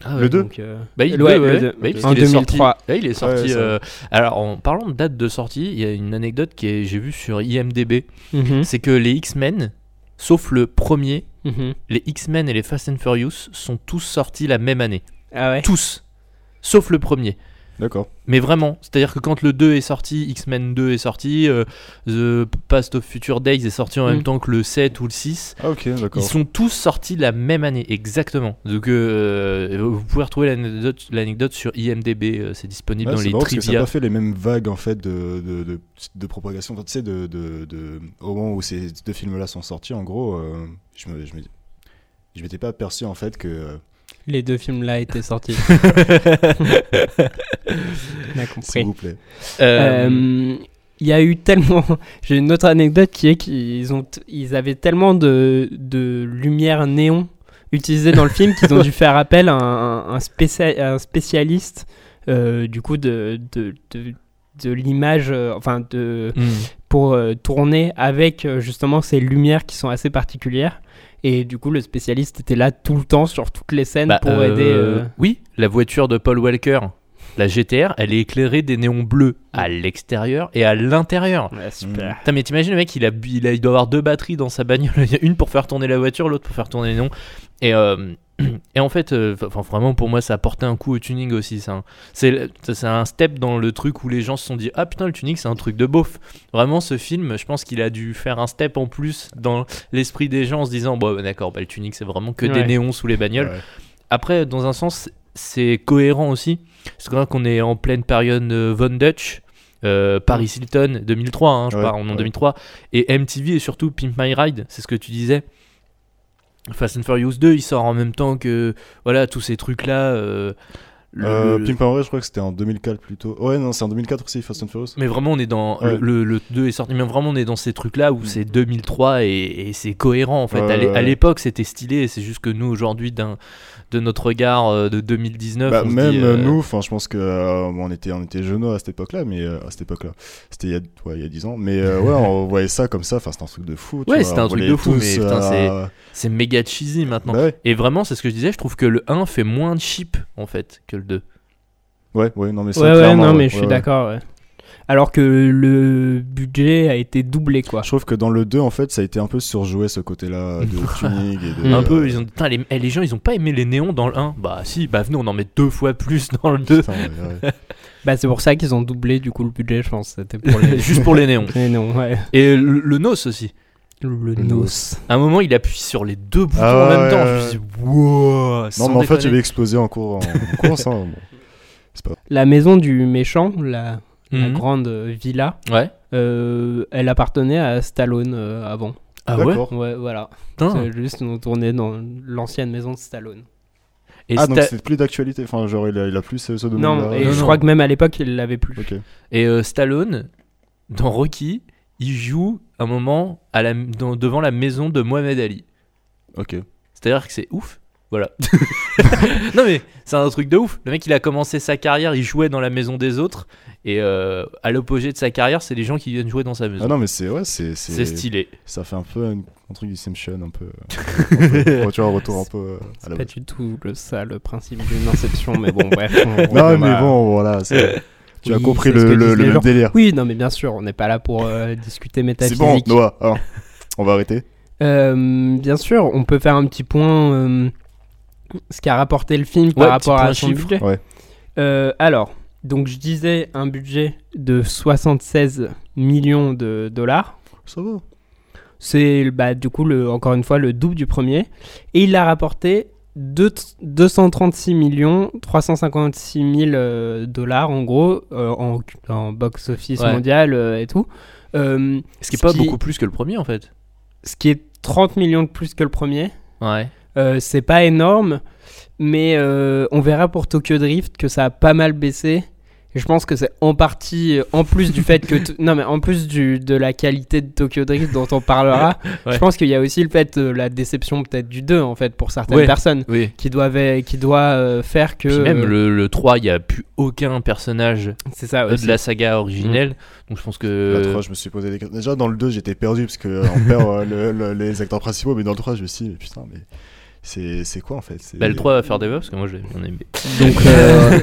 Ah
Le
ouais.
deux
Donc, euh,
Bah, il,
ouais,
ouais, ouais.
le deux.
Bah oui, parce
en
qu'il est sorti-
2003.
Ouais, il est sorti.
Ouais, ça.
euh, Alors, en parlant de date de sortie, il y a une anecdote que j'ai vue sur IMDb.
Hmm.
Mhm,
C'est que les X-Men, sauf le premier,
mhm.
les X-Men et les Fast and Furious sont tous sortis la même année.
Ah ouais.
Tous. Sauf le premier.
D'accord.
Mais vraiment, c'est-à-dire que quand le 2 est sorti, X-Men 2 est sorti, euh, The Past of Future Days est sorti en
Mm.
même temps que le 7 ou le 6,
Ah ok,
ils
Hmm. d'accord.
sont tous sortis la même année, exactement. Donc euh, vous pouvez retrouver l'anecdote- l'anecdote sur IMDB, euh, c'est disponible
Ouais,
dans
Ah, c'est
les
marrant parce que ça n'a
trivia.
pas fait les mêmes vagues en fait de, de, de, de propagation. Enfin, tu sais, de, de, de- au moment où ces deux films-là sont sortis, en gros, euh, je me, je me- je m'étais pas aperçu en fait que euh,
Les deux films là étaient sortis. On a
s'il
compris.
vous plaît.
Euh,
Euh, Il y a eu tellement. J'ai une autre anecdote qui est qu'ils ont, ils avaient tellement de, de lumière néon utilisée dans le film qu'ils ont dû faire appel à un, un spécia- un spécialiste euh, du coup de de, de, de l'image, euh, enfin de
hmm.
pour euh, tourner avec euh, justement ces lumières qui sont assez particulières. Et du coup, le spécialiste était là tout le temps sur toutes les scènes
Bah,
pour
euh,
aider. euh,
Oui, la voiture de Paul Walker, la GTR, elle est éclairée des néons bleus à l'extérieur et à l'intérieur.
super.
Putain, mais t'imagines le mec, il, a, bu- il, a- il doit avoir deux batteries dans sa bagnole. Il y a une pour faire tourner la voiture, l'autre pour faire tourner les noms. Et, euh, et en fait, euh, enfin, vraiment, pour moi, ça a porté un coup au tuning aussi. ça. hein. C'est le- ça, c'est un step dans le truc où les gens se sont dit Ah putain, le tuning, c'est un truc de beauf. Vraiment, ce film, je pense qu'il a dû faire un step en plus dans l'esprit des gens en se disant Bon, bah, d'accord, bah, le tuning, c'est vraiment que des
Ouais.
néons sous les bagnoles.
Ouais.
Après, dans un sens, c'est cohérent aussi. C'est vrai qu'on est en pleine période euh, Von Dutch, euh, Paris Hilton 2003, hein, je
Ouais,
pars en nom
ouais.
2003, et MTV et surtout Pimp My Ride, c'est ce que tu disais. Fast and Furious 2, il sort en même temps que voilà tous ces trucs là.
Euh, Pimp and Ride, je crois que c'était en 2004 plutôt. Ouais, non, c'est en 2004 aussi, Fast and Furious.
Mais vraiment, on est dans.
Ouais. Mm.
Le, le, le 2 est sorti, mais vraiment, on est dans ces trucs-là où c'est 2003 et, et c'est cohérent en fait.
Ouais,
À l'é-
ouais,
à
ouais.
l'époque, c'était stylé, et c'est juste que nous, aujourd'hui, d'un- de notre regard euh, de 2019,
Bah,
on se
même
dit,
euh,
euh,
nous, enfin, je pense que euh, on était, on était jeunes à cette époque-là, mais euh, à cette époque-là, c'était il y a, ouais, il y a 10 ans. Mais euh, ouais, on voyait ça comme ça. Enfin, c'était un truc de fou. tu
Ouais,
vois,
c'était un
on
truc
voulait
de fou,
tous,
mais putain,
euh,
c'est méga cheesy maintenant.
bah ouais,
Et vraiment, c'est ce que je disais, je trouve que le 1 fait moins cheap en fait que le 2.
ouais, ouais, non, mais ça,
Ouais, ouais,
clairement,
non, mais je suis
ouais, ouais.
d'accord. ouais. Alors que le budget a été doublé, quoi.
Je trouve que dans le 2, en fait, ça a été un peu surjoué ce côté-là euh, de tuning et de.
Un peu, ils ont dit, Putain, les, eh, les gens, ils ont pas aimé les néons dans le 1. Bah si, bah venez, on en met deux fois plus dans le 2.
Putain, ouais, ouais.
Bah, c'est pour ça qu'ils ont doublé, du coup, le budget, je pense. C'était pour les.
Juste pour les néons.
Mais non, ouais.
Et le, le NOS aussi.
Le,
nos.
nos.
À un moment, il appuie sur les deux boutons
Ah
en même
ouais,
temps.
ouais,
Je me suis dit, wow,
Non,
sans
mais en fait,
déconner.
il avait explosé en cours, en, en course. hein, bon.
La maison du méchant, la, la
Hmm.
Mhm.
grande euh, villa,
Ouais.
euh, elle appartenait à Stallone euh, avant.
Ah ouais
D'accord. Ah.
Ouais, voilà.
Putain.
C'est juste, on tournait dans l'ancienne maison de Stallone.
Et,
Ah, donc
Sta-
c'est plus d'actualité. Enfin, genre, il a, il a plus ce ce
Non,
domaine-là.
et
non,
je
non.
crois que même à l'époque, il l'avait plus.
Ok.
et, euh, Stallone, dans Rocky, il joue un moment à la... dans- devant la maison de Mohamed Ali.
Ok.
C'est-à-dire que c'est ouf. Voilà. non mais c'est un truc de ouf. Le mec il a commencé sa carrière, il jouait dans la maison des autres. Et euh, à l'opposé de sa carrière, c'est les gens qui viennent jouer dans sa maison.
Ah non, mais c'est ouais, c'est
c'est stylé.
Ça fait un peu un, un truc Inception, un peu. euh, un peu- tu vois, un retour un peu euh, à la
Pas du tout le, ça, le principe d'une inception, mais bon, bref. on-
Non,
on
mais
va-
euh,
bon, voilà. c'est- Tu as
Oui,
compris
c'est ce
le,
que
le-
disent
le
les
même
gens.
délire.
Oui, non, mais bien sûr, on n'est pas là pour euh, discuter
C'est
métaphysique.
bon, Noah. alors, on va arrêter.
Euh, bien sûr, on peut faire un petit point euh, ce qu'a rapporté le film par
Ouais, petit
rapport à
point
son
chiffre.
budget.
Ouais.
Euh, alors, donc je disais un budget de 76 millions de dollars.
Ça va.
C'est bah, du coup, le, encore une fois, le double du premier. Et il a rapporté deux- 236 millions 356 000 euh, dollars en gros euh, en, en box-office
Ouais.
mondial euh, et tout. Euh,
Ce qui est
Ce
pas
qui-
beaucoup plus que le premier en fait.
ce qui est 30 millions de plus que le premier.
Ouais.
Euh, c'est pas énorme, mais euh, on verra pour Tokyo Drift que ça a pas mal baissé. Et je pense que c'est en partie, euh, en plus du fait que, t- non mais en plus du, de la qualité de Tokyo Drift dont on parlera,
Ouais.
je pense qu'il y a aussi le fait de la déception peut-être du 2 en fait pour certaines
Ouais.
personnes
Oui.
qui doivent, qui doit euh, faire que.
Puis même
euh,
le, le 3, il n'y a plus aucun personnage
C'est ça.
euh,
aussi.
de la saga originelle. Donc je pense
Là,
que.
trois, je me suis posé des questions. Déjà, dans le 2, j'étais perdu parce qu'on perd euh, le- le- les acteurs principaux, mais dans le 3, je me suis dit, mais putain, mais c'est c'est quoi en fait C'est-
Bah, le 3 va faire des voix parce que moi je l'ai bien aimé.
Donc, euh,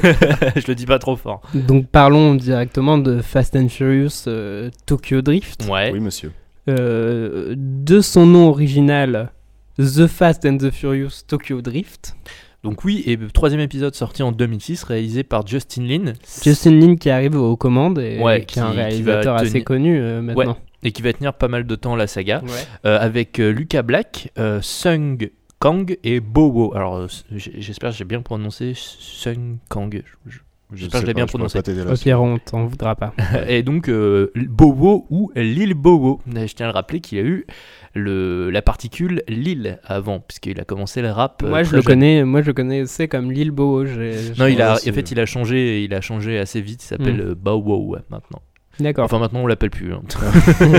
je le dis pas trop fort.
donc parlons directement de Fast and Furious euh, Tokyo Drift.
Ouais.
Oui, monsieur.
Euh, de son nom original, The Fast and the Furious Tokyo Drift.
Donc oui, et le troisième épisode sorti en 2006, réalisé par Justin Lin.
Justin Lin qui arrive aux commandes et
Ouais,
et qui, est un
qui- qui va
réalisateur assez
tenir-
connu euh, maintenant.
Et qui va tenir pas mal de temps la saga. Euh, avec euh, Luca Black, euh, Sung Kang et Bowo. Alors euh, j- j'espère que j'ai bien prononcé Sung Kang. Je- je- J'espère que je l'ai bien prononcé.
Au pire, Euh, on t'en voudra pas.
Et donc euh, Bowo ou Lil Bowo. Je tiens à le rappeler qu'il a eu le, la particule Lil avant, puisqu'il a commencé le rap. euh,
moi, je
très
le
jeune.
connais, moi, je le connais, c'est comme Lil Bo. j'ai- j'ai-
Non, il a,
Ouais, c'est-
en fait, il a changé, il a changé assez vite. Il s'appelle
Mm.
euh, Bowo ouais, maintenant.
D'accord,
Enfin, maintenant on l'appelle plus. hein.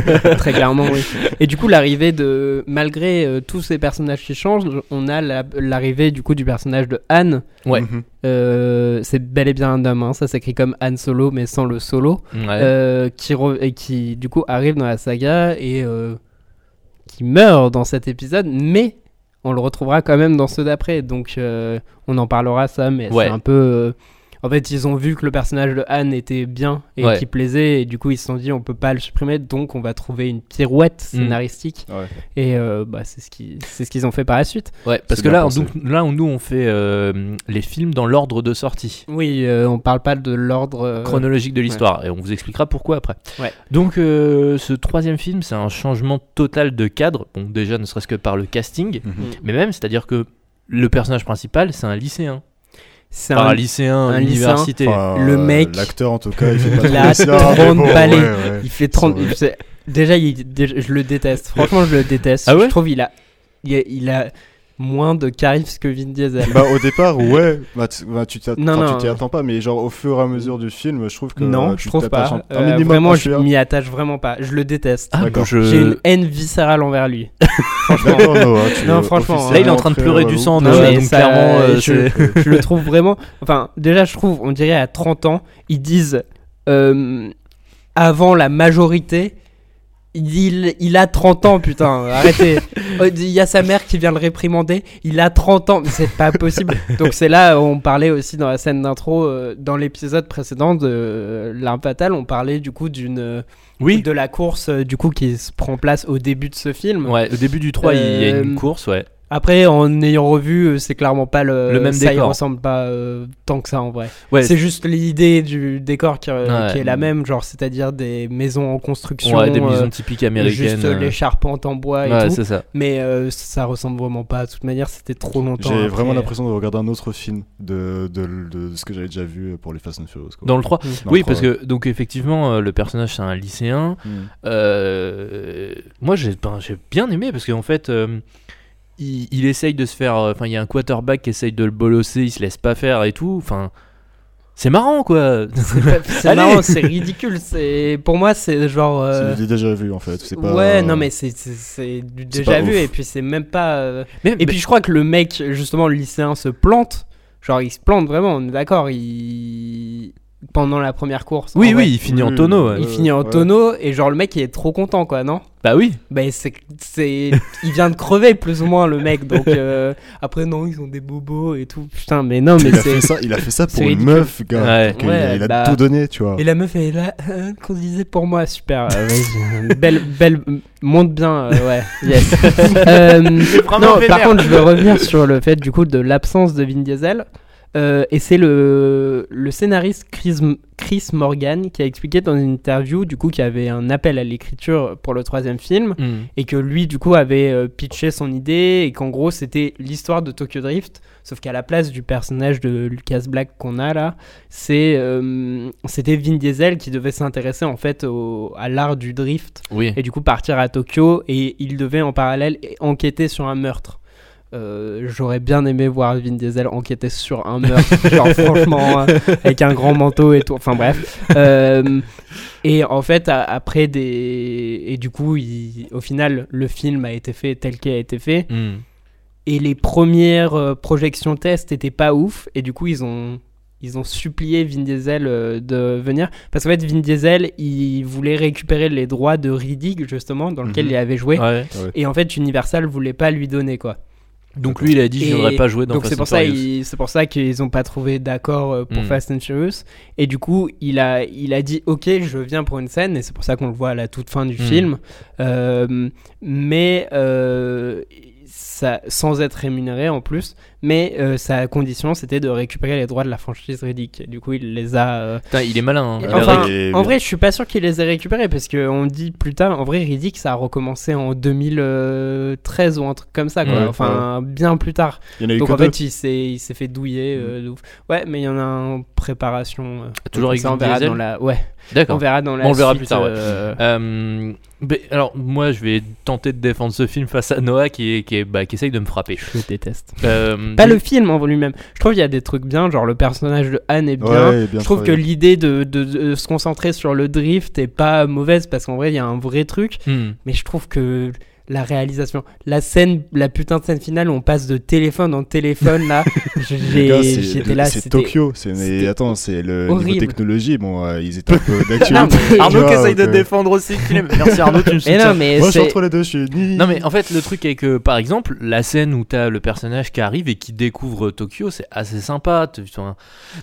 très clairement, oui. Et du coup, l'arrivée de. Malgré euh, tous ces personnages qui changent, on a la- l'arrivée du coup du personnage de Han.
Ouais.
Mhm.
Euh, c'est bel et bien un homme, hein, ça s'écrit comme Han Solo, mais sans le solo.
Ouais.
euh, qui, re- et qui du coup arrive dans la saga et euh, qui meurt dans cet épisode, mais on le retrouvera quand même dans ceux d'après. Donc euh, on en parlera ça, mais
Ouais.
c'est un peu... euh, en fait, ils ont vu que le personnage de Han était bien et
Ouais.
qui plaisait, et du coup ils se sont dit on peut pas le supprimer, donc on va trouver une pirouette
Mm.
scénaristique.
Ouais.
Et euh, bah, c'est ce qui- c'est ce qu'ils ont fait par la suite.
Ouais, parce
C'est
que
bien
là, on-
pensé.
donc, là on, nous, on fait euh, les films dans l'ordre de sortie
Oui, euh, on parle pas de l'ordre... euh,
chronologique de l'histoire, et on vous expliquera pourquoi après.
Ouais.
Donc, euh, ce troisième film, c'est un changement total de cadre, bon, déjà, ne serait-ce que par le casting,
Mhm.
mais même, c'est-à-dire que le personnage principal, c'est un lycéen.
C'est
Par un
un,
lycéen,
un
à l'université.
Enfin,
le
euh,
mec-
L'acteur, en tout cas, il fait pas
Il a
trop ça, mais
30
bon, ouais,
balais.
ouais.
Il fait 30.
C'est vrai.
il fait- déjà, il- déjà, je le déteste. Franchement, je le déteste.
Ah ouais
je trouve il a, il a, il a moins de charisme que Vin Diesel.
Bah, au départ, ouais, bah, tu bah, tu t'y att-
Non,
enfin,
non.
tu t'y attends pas, mais genre au fur et à mesure du film, je trouve que.
non,
euh,
je
tu
trouve
t'attaches
pas.
Un, un
Euh,
minimum
vraiment,
à
je
celui-là.
m'y attache vraiment pas. Je le déteste.
Ah,
D'accord.
je-
J'ai une haine viscérale envers lui.
D'accord, Noah, tu
Non,
es
franchement,
officiellement
hein. Là, il est en train de
très
pleurer du
relou.
sang,
Non,
Noah,
mais
donc
ça,
clairement, euh,
je-
c'est-
je le trouve vraiment. Enfin, déjà, je trouve, on dirait à 30 ans, ils disent euh, avant la majorité. Il, il, il a 30 ans, putain, arrêtez. Oh, Il y a sa mère qui vient le réprimander. Il a 30 ans, mais c'est pas possible. Donc, c'est là, où on parlait aussi dans la scène d'intro, euh, dans l'épisode précédent de euh, L'Arme Fatale, on parlait du coup d'une.
Oui.
De la course, euh, du coup, qui se prend place au début de ce film.
Ouais, au début du 3, il y a une
Euh,
course, ouais.
Après, en ayant revu, euh, c'est clairement pas le,
Le même
ça y
décor.
ressemble pas euh, tant que ça en vrai.
Ouais,
c'est juste l'idée du décor qui, euh,
Ouais.
qui est la même, genre c'est-à-dire des maisons en construction,
ouais, des
euh,
maisons typiques américaines.
juste euh,
euh.
les charpentes en bois et
Ouais,
tout.
c'est ça.
Mais euh, ça ressemble vraiment pas. De toute manière, c'était trop longtemps.
J'ai
hein,
après.
vraiment l'impression de regarder un autre film de, de, de- de ce que j'avais déjà vu pour les Fast and Furious. quoi.
Dans le 3.
Mm.
Dans
Oui,
le
parce
trois,
que, donc, effectivement, euh, le personnage, c'est un lycéen.
ouais. Mm.
Euh, moi, j'ai ben, j'ai bien aimé parce qu'en fait, euh, il, il essaye de se faire. euh, Enfin, il y a un quarterback qui essaye de le bolosser, il se laisse pas faire et tout. Enfin, c'est marrant quoi.
C'est
Allez.
marrant, c'est ridicule. C'est pour moi, c'est genre.
C'est
euh,
du déjà vu en fait. c'est pas-
Ouais, non mais c'est c'est- c'est du
c'est
déjà
pas
vu
ouf.
et puis c'est même pas. euh,
Mais-
Et
mais-
puis je crois que le mec, justement, le lycéen se plante. Genre, il se plante vraiment, on est d'accord. Il... Pendant la première course.
oui,
en
oui,
vrai, mm.
il finit en
Oui,
tonneau.
oui.
ouais.
Il finit en
Ouais.
tonneau et genre le mec il est trop content quoi, non
Bah oui.
Ben c'est. c'est- il vient de crever plus ou moins le mec donc. euh, Après, non, ils ont des bobos et tout. Putain, mais non, mais
Il a,
c'est.
fait ça, il a fait ça
c'est
pour une
ridicule.
meuf, gars.
Ouais.
Donc, il a-
Ouais,
il a
bah-
tout donné, tu vois.
Et la meuf elle est là, euh, qu'on disait pour moi, super. euh, vas-y, euh, belle, belle, monte bien, euh, ouais, yes. Euh, non, par contre, je veux revenir sur le fait du coup de l'absence de Vin Diesel. Euh, et c'est le, le scénariste Chris, Chris Morgan qui a expliqué dans une interview du coup qu'il y avait un appel à l'écriture pour le troisième film
Mm.
et que lui du coup avait euh, pitché son idée et qu'en gros c'était l'histoire de Tokyo Drift sauf qu'à la place du personnage de Lucas Black qu'on a là c'est euh, c'était Vin Diesel qui devait s'intéresser en fait au- à l'art du drift
Oui.
et du coup partir à Tokyo et il devait en parallèle enquêter sur un meurtre Euh, J'aurais bien aimé voir Vin Diesel enquêter sur un meurtre, genre franchement, euh, avec un grand manteau et tout. Enfin bref. Euh, et en fait, a- après des. Et du coup, il- au final, le film a été fait tel qu'il a été fait.
Mm.
Et les premières euh, projections test étaient pas ouf. Et du coup, ils ont, ils ont supplié Vin Diesel euh, de venir. Parce qu'en fait, Vin Diesel, il voulait récupérer les droits de Riddick, justement, dans lequel
Mhm.
il avait joué.
Ouais.
Et en fait, Universal voulait pas lui donner, quoi.
Donc lui, il a dit,
Et-
je n'aurais pas joué dans
Donc c'est
Fast
pour,
and
ça,
Furious.
il- c'est pour ça qu'ils ont pas trouvé d'accord euh, pour
Mm.
Fast and Furious. Et du coup, il a, il a dit Ok, je viens pour une scène, et c'est pour ça qu'on le voit à la toute fin du
Mm.
film. Euh, mais euh, ça, sans être rémunéré en plus, mais euh, sa condition c'était de récupérer les droits de la franchise Riddick. Et du coup, il les a. euh,
Putain, il est malin. hein.
Et
Il a
Enfin,
raison.
ré-
en vrai, je suis pas sûr qu'il les ait récupérés parce qu'on dit plus tard, en vrai, Riddick ça a recommencé en 2013 ou un truc comme ça, quoi.
Ouais,
enfin, bien plus tard.
Il y en a eu
Donc
que
en
deux.
fait, il s'est, il s'est fait douiller. euh, de ouf. Ouais, mais il y en a un en préparation. euh.
Toujours avec
Ça, on
Vin
verra
Diesel
dans la. Ouais, on
D'accord.
verra dans la.
On le verra
suite,
plus tard, ouais.
euh,
Euh, ben, alors moi je vais tenter de défendre ce film face à Noah qui, est, qui, est- bah, qui essaye de me frapper.
Je déteste.
Euh,
Pas le film en lui-même. Je trouve qu'il y a des trucs bien, genre le personnage de Anne est bien.
Ouais, bien
je trouve que
travaillé.
l'idée de, de- de se concentrer sur le drift est pas mauvaise parce qu'en vrai, il y a un vrai truc.
Hmm.
Mais je trouve que la réalisation, la scène, la putain de scène finale où on passe de téléphone en téléphone là,
Les
j'ai-
gars, c'est-
j'étais là.
C'est
c'était-
Tokyo. c'est- Mais
c'était
attends, c'est le
horrible.
niveau technologie. Bon, euh, ils étaient un peu d'actualité.
Ah Non,
tu
Arnaud
vois,
qui essaye de
donc, euh,
défendre aussi. qu'il aime. Ah, Merci Arnaud, tu me
Mais
soutiens.
non, mais
Moi, je suis
c'est.
entre les deux. Je suis ni.
Non mais en fait le truc est que par exemple la scène où t'as le personnage qui arrive et qui découvre Tokyo c'est assez sympa. tu- tu vois.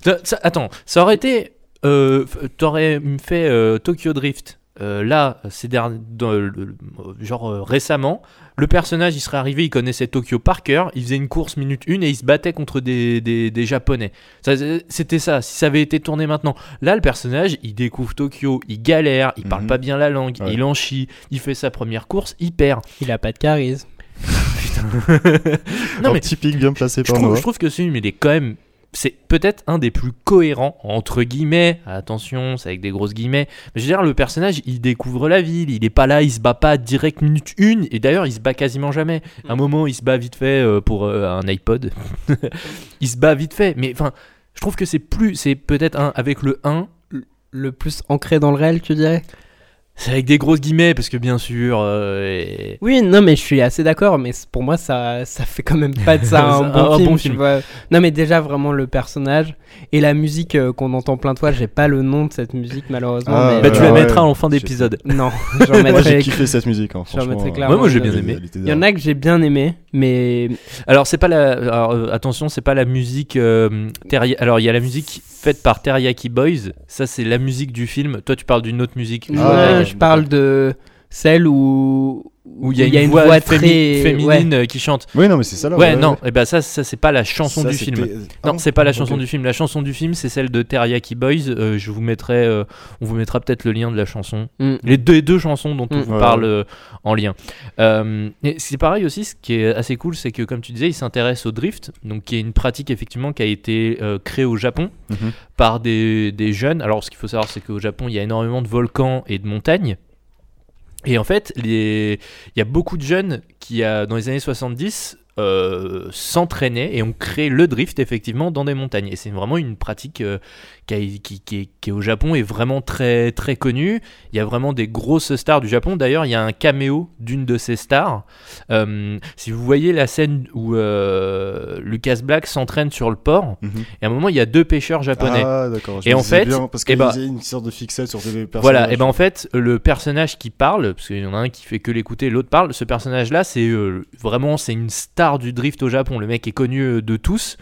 Ça- ça- attends, ça aurait été... euh, f- T'aurais fait euh, Tokyo Drift. euh, là, ces derni- dans le- le- genre euh, récemment, le personnage il serait arrivé, il connaissait Tokyo par cœur, il faisait une course minute une et il se battait contre des, des, des japonais. Ça, C'était ça, si ça avait été tourné maintenant. Là, le personnage, il découvre Tokyo, il galère, il parle
Mhm.
pas bien la langue,
Ouais.
il en chie, il fait sa première course, il perd.
Il a pas de charisme.
non
Un
mais
petit pic bien placé
je
par
trouve,
moi.
je trouve que ce film il est quand même c'est peut-être un des plus cohérents, entre guillemets, attention, c'est avec des grosses guillemets, mais je veux dire, le personnage, il découvre la ville, il est pas là, il se bat pas direct minute une, et d'ailleurs, il se bat quasiment jamais. À un moment, il se bat vite fait euh, pour euh, un iPod, il se bat vite fait, mais enfin, je trouve que c'est plus, c'est peut-être un, avec le 1,
Le plus ancré dans le réel, tu dirais
c'est avec des grosses guillemets, parce que bien sûr, euh, et-
Oui, non, mais je suis assez d'accord, mais c'est- pour moi, ça, ça fait quand même pas de ça un,
Un-
bon,
un
film,
bon
tu
film.
vois. Non, mais déjà, vraiment, le personnage et la musique euh, qu'on entend plein de fois, j'ai pas le nom de cette musique, malheureusement.
Ah,
mais- euh,
bah, tu
ouais,
la
ouais.
mettras en fin
Je sais.
d'épisode.
Non, j'en
Moi j'ai
mettrai...
kiffé cette musique. Hein,
j'en mettrais
franchement, euh,
clairement
Ouais, moi, j'ai bien
une-
aimé.
elle était
Il y en a que j'ai bien aimé, mais
Alors c'est pas la, alors, euh, attention, c'est pas la musique. euh, Terri- alors il y a la musique faite par Teriyaki Boys. Ça c'est la musique du film. Toi tu parles d'une autre musique.
Ouais,
Ah,
je parle de celle où
où il y a une, voix, fémi-
ouais.
féminine euh, qui chante.
Ouais, non, mais c'est ça là.
Ouais, non, et ben ça, ça c'est pas la chanson du film.
Ah
Non, c'est pas la chanson du film. La chanson du film, c'est celle de Teriyaki Boys. Euh, je vous mettrai, euh, on vous mettra peut-être le lien de la chanson.
Mm.
Les deux, les deux chansons dont on
Mm.
vous
Ouais.
parle euh, en lien. Euh, et c'est pareil aussi, ce qui est assez cool, c'est que comme tu disais, il s'intéresse au drift, donc qui est une pratique effectivement qui a été euh, créée au Japon
Mhm.
par des, des jeunes. Alors ce qu'il faut savoir, c'est qu'au Japon, il y a énormément de volcans et de montagnes. Et en fait, les... il y a beaucoup de jeunes qui, euh, dans les années 70, euh, s'entraînaient et ont créé le drift effectivement dans des montagnes. Et c'est vraiment une pratique euh, qui, a- qui- qui est- qui est au Japon est vraiment très très connue. Il y a vraiment des grosses stars du Japon. D'ailleurs, il y a un caméo d'une de ces stars. Euh, si vous voyez la scène où euh, Lucas Black s'entraîne sur le port,
Mhm.
et à un moment, il y a deux pêcheurs japonais.
Ah, d'accord. je
Et
me
en
disais
fait,
bien, parce
eh
qu'il
ben-
y a une sorte de fixette sur ces personnages.
Voilà, et ben en fait, le personnage qui parle, parce qu'il y en a un qui fait que l'écouter, l'autre parle, ce personnage-là, c'est euh, vraiment c'est une star du drift au Japon. Le mec est connu euh, de tous.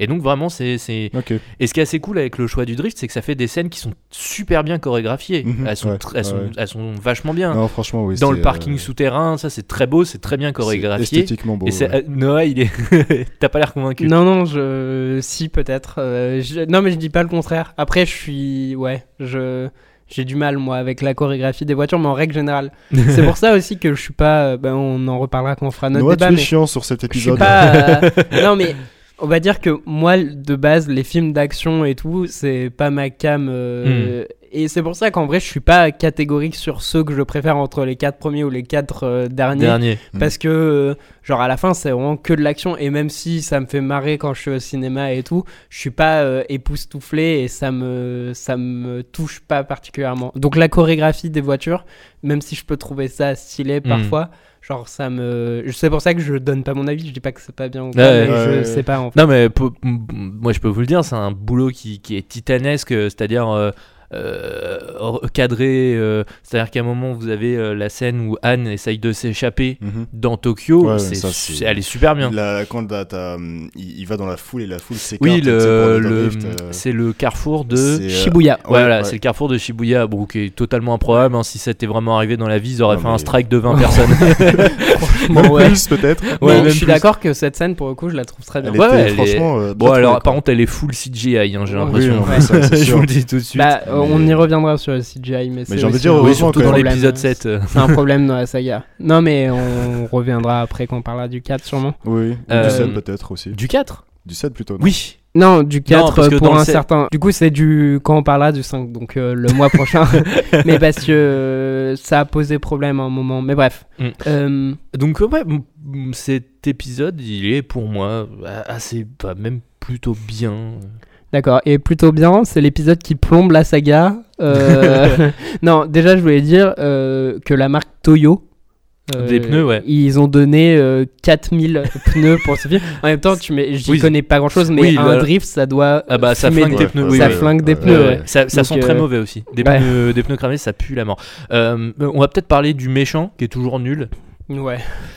Et donc, vraiment, c'est. c'est-
Ok.
Et ce qui est assez cool avec le choix du drift, c'est que ça fait des scènes qui sont super bien chorégraphiées.
Mhm,
elles, sont
ouais,
tr- elles, sont,
ouais.
elles sont vachement bien.
Non, franchement, oui.
Dans
c'est,
le parking
euh,
souterrain, ça c'est très beau, c'est très bien
c'est
chorégraphié.
Esthétiquement beau.
Et c'est.
ouais.
euh, Noah, il est. T'as pas l'air convaincu.
Non, non, je. Si, peut-être. euh, je- Non, mais je dis pas le contraire. Après, je suis. Ouais, je. J'ai du mal, moi, avec la chorégraphie des voitures, mais en règle générale. C'est pour ça aussi que je suis pas. euh, Ben, on en reparlera quand on fera notre
Noah, tu
débat. mais
es chiant sur cet
Je suis
épisode.
pas. euh, non, mais on va dire que moi, de base, les films d'action et tout, c'est pas ma cam.
Hmm.
euh, Et c'est pour ça qu'en vrai, je suis pas catégorique sur ceux que je préfère entre les quatre premiers ou les quatre euh, derniers.
Dernier.
Parce que, euh, genre, à la fin, c'est vraiment que de l'action. Et même si ça me fait marrer quand je suis au cinéma et tout, je suis pas euh, époustouflé et ça me, ça me touche pas particulièrement. Donc, la chorégraphie des voitures, même si je peux trouver ça stylé
Mm.
parfois, genre, ça me. C'est pour ça que je donne pas mon avis. Je dis pas que c'est pas bien ou quoi,
Ouais,
mais
ouais,
je
ouais.
sais pas en fait.
Non, mais po- m- m- moi je peux vous le dire, c'est un boulot qui, qui est titanesque, euh, c'est-à-dire euh, euh, or- cadré. euh, c'est-à-dire qu'à un moment, vous avez euh, la scène où Anne essaye de s'échapper
Mhm.
dans Tokyo.
Ouais,
c'est,
ça, c'est-
c'est- elle est super bien.
La- quand t'as- t'as, hum, il il va dans la foule et la foule s'écarte.
oui,
tu sais, pour
le,
aller dans
le-
lift, euh,
c'est le carrefour de.
c'est, euh,
Shibuya.
Ouais, voilà,
ouais.
c'est le carrefour de Shibuya, bon, qui est totalement improbable. hein, Si ça était vraiment arrivé dans la vie, ils auraient
Non,
fait un
mais-
strike de 20 personnes.
Bon, ouais.
Plus peut-être.
Mais
Ouais, même
je suis
plus.
d'accord que cette scène, pour le coup, je la trouve très bien.
Elle
Ouais, ouais,
était
elle est-
franchement. euh,
Bon,
très,
alors
très
par contre, elle est full CGI, hein, j'ai
Oui,
l'impression.
non,
mais ça, c'est
Je vous
sûr.
le dis tout de suite.
Bah, euh, on
Mais-
y reviendra sur le CGI, mais, c'est
j'ai envie de
aussi
dire,
un-
heureusement,
oui, surtout
quand
dans
même.
l'épisode
Problème,
7. euh.
C'est un problème dans la saga. Non, mais on reviendra après qu'on parlera du 4 sûrement.
Oui, ou
Euh,
du 7 peut-être aussi.
Du 4
Du 7 plutôt. non
Oui,
Non, du 4
parce que
euh, pour
dans le
un
sept-
certain. Du coup, c'est du. Quand on parlera du 5, donc euh, le mois prochain. mais parce que euh, ça a posé problème à un moment. Mais bref.
Mm.
Euh,
Donc euh, ouais, m- m- cet épisode, il est pour moi euh, assez, bah, même plutôt bien.
D'accord. Et plutôt bien, c'est l'épisode qui plombe la saga. Euh, non, déjà, je voulais dire euh, que la marque Toyo. euh,
Des pneus, ouais.
Ils ont donné euh, 4000 pneus pour ce film. En même temps, tu mets- j'y
Oui.
connais pas grand chose, mais
Oui,
un
voilà.
drift, ça doit.
Ah bah ça
fumer
flingue
des-
tes pneus, oui.
ça
oui.
flingue des
Ouais,
pneus,
Euh,
ouais.
Ça, ça
Donc,
sent très
euh,
mauvais aussi. Des,
ouais.
pneus, des pneus cramés, ça pue la mort. Euh, on va peut-être parler du méchant qui est toujours nul.
Ouais.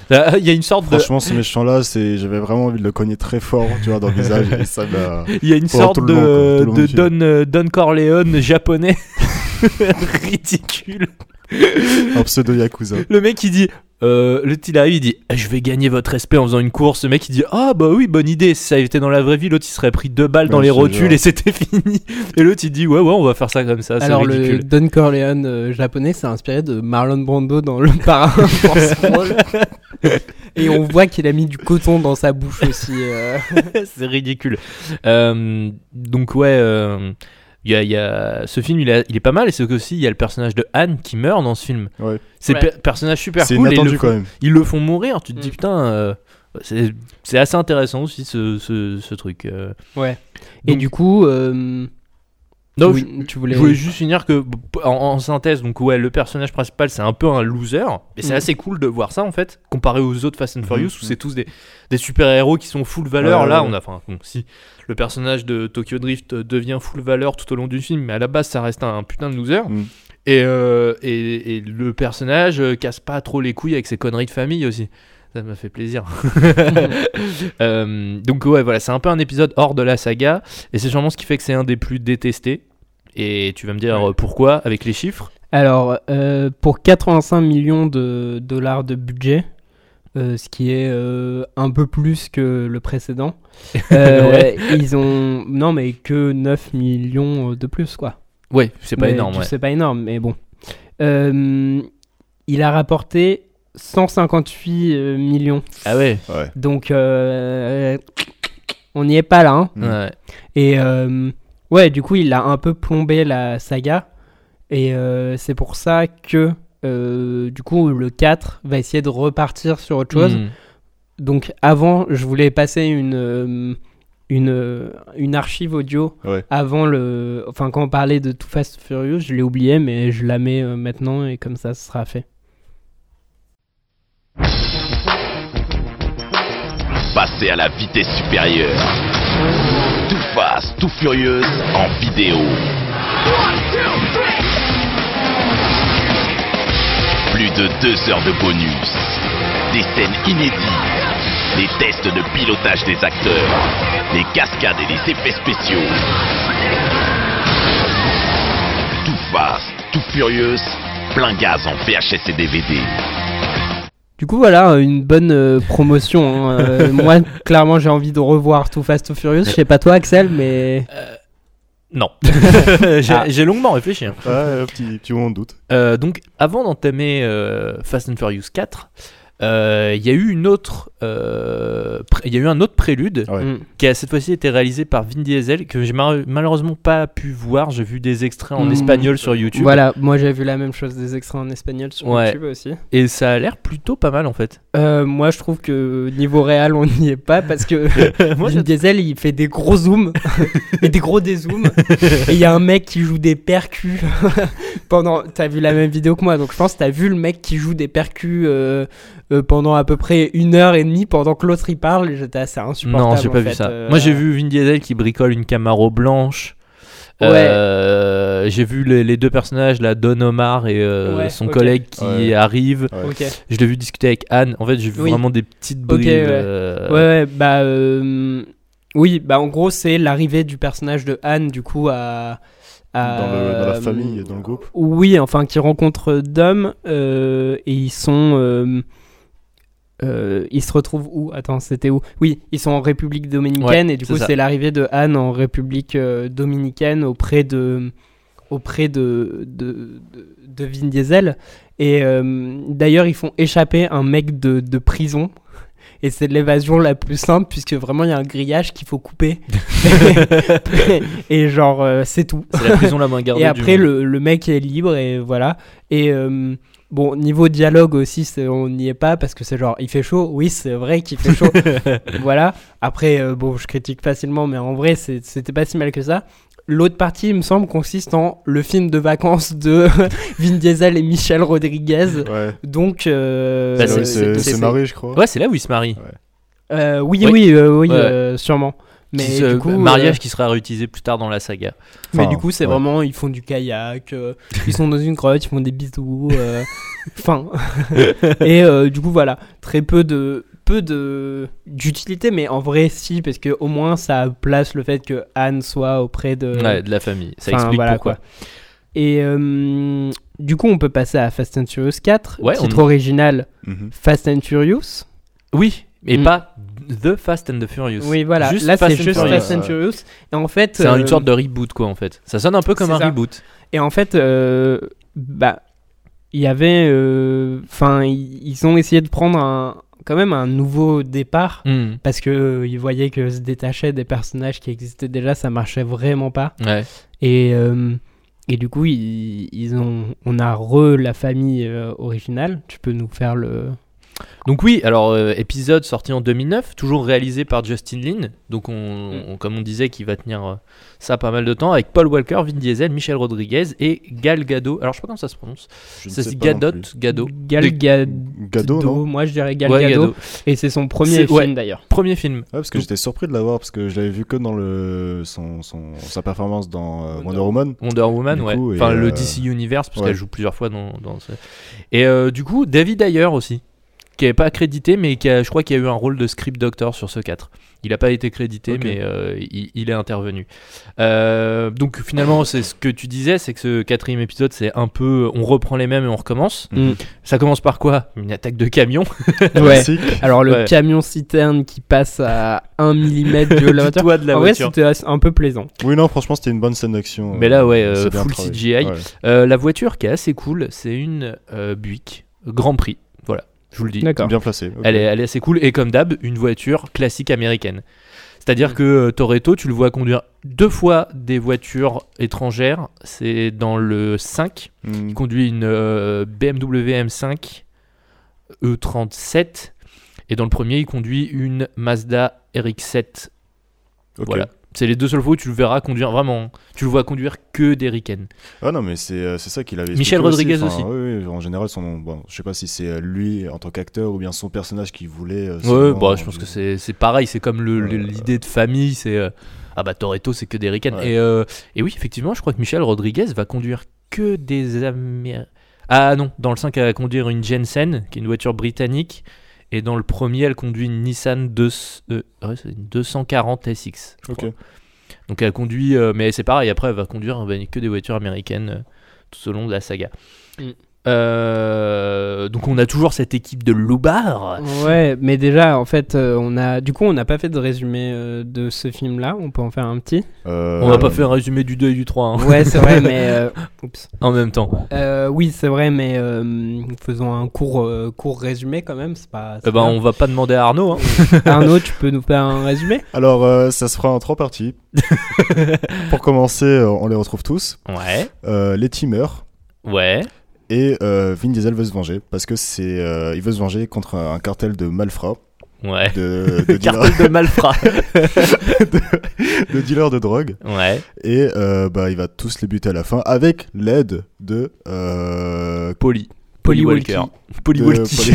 Là, Il y a une sorte de,
Franchement, ce méchant-là, c'est, j'avais vraiment envie de le cogner très fort, tu vois, dans le visage. Et ça m'a.
il y a une
Pendant
sorte
tout le long, quoi,
de,
tout le long
de
du film.
Don, euh, Don Corleone japonais ridicule.
Un pseudo yakuza.
Le mec il dit. Euh, le il arrive, il dit Je vais gagner votre respect en faisant une course. Le mec il dit Ah bah oui, bonne idée. Si ça avait été dans la vraie vie, l'autre il serait pris deux balles dans
Ouais,
les
je te
rotules
jure.
et c'était fini. Et l'autre il dit Ouais, ouais, on va faire ça comme ça. C'est
Alors
ridicule.
le Don Corleone euh, japonais s'est inspiré de Marlon Brando dans Le Parrain pour ce rôle. Et on voit qu'il a mis du coton dans sa bouche aussi. euh.
c'est ridicule. Euh, donc ouais, euh, il y a, il y a- ce film il, a- il est pas mal et c'est qu'aussi il y a le personnage de Anne qui meurt dans ce film.
Ouais.
C'est
Ouais.
per- personnage super
C'est
cool. et ils le
inattendu
font-
quand même.
Ils le font mourir. Tu te dis
Mm.
putain, euh, c'est c'est assez intéressant aussi ce, ce- ce truc. euh.
Et
Donc-
du coup, euh,
Non,
tu,
je-
vou- tu voulais.
Je voulais juste finir que, en, en synthèse, donc ouais, le personnage principal c'est un peu un loser, et c'est
Mhm.
assez cool de voir ça en fait, comparé aux autres Fast and Furious où
Mhm.
c'est tous des, des super-héros qui sont full valeur.
Ouais,
Là,
ouais,
on a, enfin, bon, si le personnage de Tokyo Drift euh, devient full valeur tout au long du film, mais à la base ça reste un, putain de loser.
Mhm.
Et, euh, et, et le personnage euh, casse pas trop les couilles avec ses conneries de famille aussi. Ça m'a fait plaisir. Euh, donc ouais, voilà, c'est un peu un épisode hors de la saga, et c'est sûrement ce qui fait que c'est un des plus détestés. Et tu vas me dire euh, pourquoi avec les chiffres
Alors, euh, pour 85 millions de dollars de budget, euh, ce qui est euh, un peu plus que le précédent, euh, ils ont. Non, mais que 9 millions de plus, quoi.
Ouais, c'est pas
Mais
énorme.
tu-
Ouais.
C'est pas énorme, mais bon. Euh, il a rapporté 158 euh, millions.
Ah ouais.
Ouais.
Donc, euh, on n'y est pas là. hein.
Mm.
ouais.
Et euh, ouais, du coup, il a un peu plombé la saga. Et euh, c'est pour ça que, euh, du coup, le 4 va essayer de repartir sur autre chose.
Mm.
Donc avant, je voulais passer une euh, une euh, une archive audio
Ouais.
avant le enfin quand on parlait de Too Fast Furious, je l'ai oublié mais je la mets euh, maintenant et comme ça ce sera fait.
Passez à la vitesse supérieure. Tout fast, tout furieuse en vidéo. Plus de deux heures de bonus, des scènes inédites, des tests de pilotage des acteurs, des cascades et des effets spéciaux. Tout fast, tout furieuse, plein gaz en VHS et DVD.
Du coup voilà, euh, une bonne euh, promotion. hein. Euh, moi clairement, j'ai envie de revoir Too Fast Too Furious, je sais pas toi Axel mais
Non. Ah. J'ai j'ai longuement réfléchi. hein.
Ouais, euh, petit, petit moment de doute.
Euh, donc, avant d'entamer euh, Fast and Furious 4, euh, il y a eu une autre, euh, pré- il y a eu un autre prélude
Ouais.
Mm.
qui a cette fois-ci été réalisé par Vin Diesel que j'ai mar- malheureusement pas pu voir. J'ai vu des extraits en
Mm.
espagnol sur YouTube
voilà, moi j'ai vu la même chose des extraits en espagnol sur
Ouais.
YouTube aussi.
et ça a l'air plutôt pas mal en fait.
Euh, moi je trouve que niveau réel, on n'y est pas parce que
Moi,
Vin
je-
Diesel, il fait des gros zooms et des gros dézooms. et il y a un mec qui joue des percus pendant. T'as vu la même vidéo que moi, donc je pense que t'as vu le mec qui joue des percus euh, euh, pendant à peu près une heure et demie pendant que l'autre il parle. et J'étais assez insupportable.
Non, j'ai pas
en
vu
fait,
ça.
euh,
Moi, j'ai vu Vin Diesel qui bricole une Camaro blanche.
Ouais.
Euh, j'ai vu les, les deux personnages, là, Don Omar et euh,
Ouais,
son
ok.
collègue qui
Ouais.
arrive.
Ouais.
Ok.
Je l'ai vu discuter avec Anne. En fait, j'ai vu
Oui.
vraiment des petites
Ok,
brides.
ouais.
euh,
Ouais, ouais, bah. euh, Oui, bah en gros, c'est l'arrivée du personnage de Anne, du coup, à. à-
Dans, le-
Euh,
dans la famille, dans le groupe.
Oui, enfin, qui rencontrent Dom euh, et ils sont. euh, euh, ils se retrouvent où Attends, c'était où Oui, ils sont en République dominicaine et du
c'est
coup,
ça.
c'est l'arrivée de Anne en République euh, dominicaine auprès de auprès de de, de, de Vin Diesel. Et euh, d'ailleurs, ils font échapper un mec de, de prison. Et c'est l'évasion la plus simple puisque vraiment il y a un grillage qu'il faut couper. et genre euh, c'est tout.
C'est la prison la moins gardée.
Et
du
après,
monde.
le, le mec est libre et voilà. Et euh, bon, niveau dialogue aussi, c'est- on n'y est pas parce que c'est genre, il fait chaud. Oui, c'est vrai qu'il fait chaud. voilà. Après, euh, bon, je critique facilement, mais en vrai, c'est- c'était pas si mal que ça. L'autre partie, il me semble, consiste en le film de vacances de Vin Diesel et Michel Rodriguez.
Ouais.
Donc, euh,
Bah,
Ouais,
c'est-
c'est-
c'est-
c'est marré, je crois.
Ouais, c'est là où il se marie.
euh, oui,
Oui.
oui, euh, oui,
Ouais.
euh, sûrement. Mais
Qui se-
du coup,
mariage
euh,
qui sera réutilisé plus tard dans la saga.
Mais
Enfin,
du coup, c'est
ouais.
vraiment, ils font du kayak, euh, ils sont dans une grotte, ils font des bisous, euh, fin. et euh, du coup, voilà, très peu de peu de d'utilité, mais en vrai, si, parce que au moins, ça place le fait que Anne soit auprès de.
Ouais, de la famille. Ça
Euh, enfin,
explique
voilà,
pourquoi.
quoi. Et euh, du coup, on peut passer à Fast and Furious 4,
Ouais,
titre
on-
original
Mhm.
Fast and Furious.
Oui, mais
Mm.
pas The Fast and the Furious.
Oui, voilà,
Juste
là,
Fast
c'est
and
juste
Furious.
Fast and Furious. Et en fait,
C'est
euh,
une sorte de reboot, quoi, en fait. Ça sonne un peu comme
c'est
un
ça.
reboot.
Et en fait, euh, bah, il y avait. Enfin, ils ont essayé de prendre un, quand même un nouveau départ
Hmm.
parce que euh, ils voyaient que se détachaient des personnages qui existaient déjà, ça marchait vraiment pas.
Ouais.
Et, euh, et du coup, ils, ils ont, on a re la famille euh, originale. Tu peux nous faire le.
Donc oui, alors euh, épisode sorti en 2009, toujours réalisé par Justin Lin, donc on,
Mm.
on- comme on disait qu'il va tenir euh, ça pas mal de temps, avec Paul Walker, Vin Diesel, Michel Rodriguez et Gal Gadot. Alors je sais pas comment ça se prononce,
Je ne
ça se
sais
dit
pas non
Gadot,
plus.
Gadot.
Gal Gadot.
Gadot, non
Moi, je dirais Gal
Ouais,
Gadot.
Gadot.
Et c'est son
C'est-
premier film
ouais.
d'ailleurs.
Premier film.
Ouais, parce que j'étais surpris de l'avoir parce que je l'avais vu que dans le son, son- sa performance dans euh, Wonder Woman.
Wonder Woman,
Du
ouais.
coup, et,
enfin le
euh,
DC Universe, parce
ouais.
qu'elle joue plusieurs fois dans. dans ce- Et euh, du coup, David Ayer aussi, qui n'est pas crédité, mais qui a- je crois qu'il y a eu un rôle de script doctor sur ce 4. Il n'a pas été crédité,
Ok.
mais euh, il, il est intervenu. Euh, donc finalement, c'est ce que tu disais, c'est que ce quatrième épisode, c'est un peu, on reprend les mêmes et on recommence.
Mm.
Ça commence par quoi Une attaque de camion.
Ouais.
Classique.
Alors, le
Ouais.
camion citerne qui passe à 1 mm de la
du
hauteur.
toit de la
Ah
En vrai,
voiture.
c'était assez- un peu plaisant.
Oui, non, franchement, c'était une bonne scène d'action.
Mais là, ouais,
c'est
euh,
bien
full
travaillé.
CGI.
Ouais.
Euh, la voiture qui est assez cool, c'est une euh, Buick Grand Prix. Voilà, je vous le dis.
D'accord.
Bien placé. ok.
Elle est, elle est assez cool. Et comme d'hab, une voiture classique américaine.
Mm.
C'est-à-dire que euh, Toretto, tu le vois conduire deux fois des voitures étrangères. C'est dans le 5.
Mm.
Il conduit une euh, BMW M5 E37. E Et dans le premier, il conduit une Mazda RX7.
Ok.
Voilà. C'est les deux seules fois où tu le verras conduire vraiment. hein. Tu le vois conduire que des Riken.
Ah non, mais c'est euh, c'est ça qu'il avait.
Michel
expliqué
Rodriguez aussi.
Enfin, oui, oui, en général, son nom. Bon, je sais pas si c'est euh, lui en tant qu'acteur ou bien son personnage qui voulait. euh,
Ouais,
seulement-
bah, je pense que c'est c'est pareil, c'est comme le- le-
Euh,
l'idée de famille, c'est euh, ah bah Toretto c'est que des ricaines.
Ouais.
Et, euh, et oui, effectivement, je crois que Michel Rodriguez va conduire que des Américains. Ah non, dans le 5, elle va conduire une Jensen, qui est une voiture britannique. Et dans le premier, elle conduit une Nissan 2, euh, ouais, c'est une 240 SX. je
Ok.
crois. Donc elle conduit, euh, mais c'est pareil, après elle va conduire ben, que des voitures américaines euh, tout au long de la saga.
Mm.
Euh, donc on a toujours cette équipe de loubards.
Ouais, mais déjà, en fait, euh, on a. Du coup, on n'a pas fait de résumé euh, de ce film-là. On peut en faire un petit.
Euh,
On va pas faire un résumé du 2 et du 3 hein,
Ouais, c'est vrai, mais. euh, Oups.
en même temps.
Euh, oui, c'est vrai, mais euh, faisons un court, euh, court résumé quand même. C'est pas.
Eh
c'est
ben,
pas-
on va pas demander à Arnaud. hein.
Arnaud, tu peux nous faire un résumé
Alors, euh, ça se fera en trois parties. Pour commencer, euh, on les retrouve tous.
Ouais,
Euh, les teamers.
ouais.
Et euh, Vin Diesel veut se venger parce que c'est, euh, il veut se venger contre un, un cartel de malfrats,
Ouais.
de, de, dealers,
Cartel de malfrats.
de dealers de drogue,
ouais.
et euh, bah, il va tous les buter à la fin avec l'aide de euh,
Polly.
Polly
Polly
Walker.
Walker. Polly
de,
Walkie.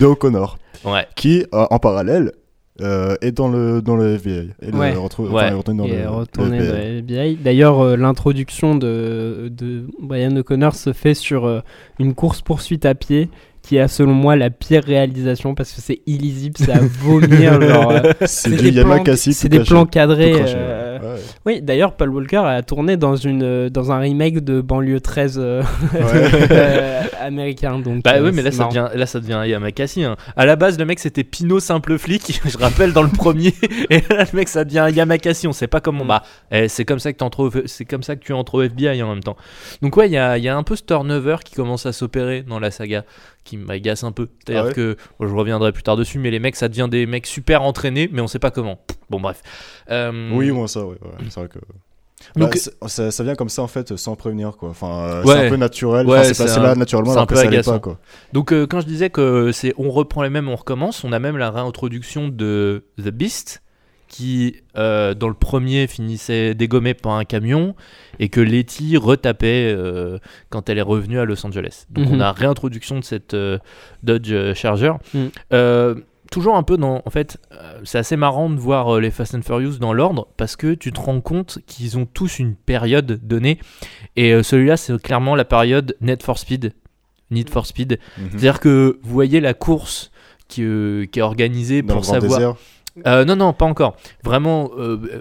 de O'Connor,
Ouais.
qui euh, en parallèle euh, est dans le dans le FBI. Et le
Ouais.
retrouve-
Ouais.
enfin, est retenu dans
Et
euh,
le,
retourner
le
dans
FBI.
les FBI. D'ailleurs, euh, l'introduction de, de Brian O'Connor se fait sur euh, une course-poursuite à pied qui a, selon moi, la pire réalisation parce que c'est illisible, c'est à vomir. genre, euh,
C'est
c'est
du
des
Yamakasi
plans-
tout
C'est des
caché,
plans
tout
cadrés.
craché, ouais.
euh,
Ouais.
Oui, d'ailleurs, Paul Walker a tourné dans, une, euh, dans un remake de Banlieue 13 euh,
Ouais.
euh, américain. Donc,
Bah
euh,
oui, mais là
c'est
ça,
marrant.
devient, là ça devient Yamakasi. hein. À la base, le mec c'était Pino simple flic, je rappelle dans le premier. Et là, le mec ça devient Yamakasi, on sait pas
Mm.
comment. Bah, eh, c'est comme ça que t'entres au- c'est comme ça que tu entres au FBI en même temps. Donc ouais, il y a, il y a un peu ce turnover qui commence à s'opérer dans la saga, qui m'agace un peu. C'est-à-dire
Ah ouais
que bon, je reviendrai plus tard dessus, mais les mecs ça devient des mecs super entraînés, mais on sait pas comment. Bon bref. Euh,
Oui, moi ça, ouais, ouais, c'est vrai que.
Donc-
Bah, c'est- ça, ça vient comme ça en fait, sans prévenir quoi. Enfin, euh,
Ouais.
c'est un peu naturel.
Ouais,
Enfin, c'est
c'est
passé
un-
là naturellement
c'est un
alors que
peu
ça l'est
agaçant.
pas quoi.
Donc euh, quand je disais que c'est on reprend les mêmes, on recommence, on a même la réintroduction de The Beast qui euh, dans le premier finissait dégommé par un camion et que Letty retapait euh, quand elle est revenue à Los Angeles. Donc
Mhm.
on a réintroduction de cette euh, Dodge euh, Charger.
Mhm.
Euh, toujours un peu dans en fait euh, c'est assez marrant de voir euh, les Fast and Furious dans l'ordre parce que tu te rends compte qu'ils ont tous une période donnée et euh, celui-là c'est clairement la période Need for Speed. Need for Speed
Hmm.
c'est-à-dire que vous voyez la course qui, euh, qui est organisée
Mhm. Dans le
pour
grand
savoir.
désert.
Euh, non, non, pas encore. Vraiment, euh, euh,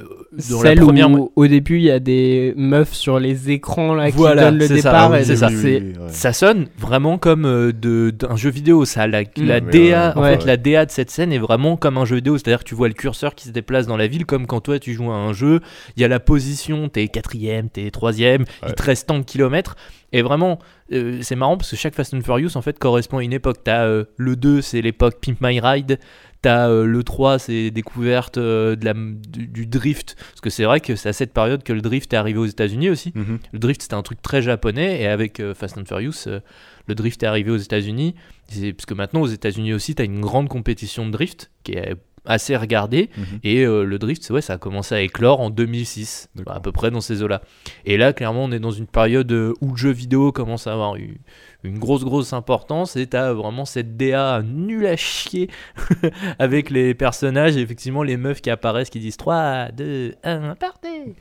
dans la
Celle
première.
où, au début, il y a des meufs sur les écrans là,
Voilà,
qui donnent le
c'est ça,
départ.
oui,
et
c'est
le-
ça.
Oui,
c'est-
oui, ouais.
Ça sonne vraiment comme euh, de- d'un jeu vidéo. Ça, la, la
Mais
DA,
ouais,
en
ouais.
fait, la DA de cette scène est vraiment comme un jeu vidéo. C'est-à-dire que tu vois le curseur qui se déplace dans la ville, comme quand toi tu joues à un jeu. Il y a la position, t'es quatrième, t'es troisième,
Ouais.
il te reste tant de kilomètres. Et vraiment, euh, c'est marrant parce que chaque Fast and Furious en fait correspond à une époque. T'as euh, le 2, c'est l'époque Pimp My Ride. T'as euh, le 3, c'est découverte euh, de la, du, du drift. Parce que c'est vrai que c'est à cette période que le drift est arrivé aux États-Unis aussi.
Mhm.
Le drift, c'était un truc très japonais, et avec euh, Fast and Furious, euh, le drift est arrivé aux États-Unis. C'est- Parce que maintenant, aux États-Unis aussi, tu as une grande compétition de drift qui est assez regardée,
Mhm.
et euh, le drift, c'est- ouais, ça a commencé à éclore en 2006,
D'accord.
à peu près dans ces eaux-là. Et là, clairement, on est dans une période euh, où le jeu vidéo commence à avoir eu une grosse, grosse importance, et tu as vraiment cette DA nulle à chier avec les personnages, et effectivement, les meufs qui apparaissent qui disent 3, 2, 1, partez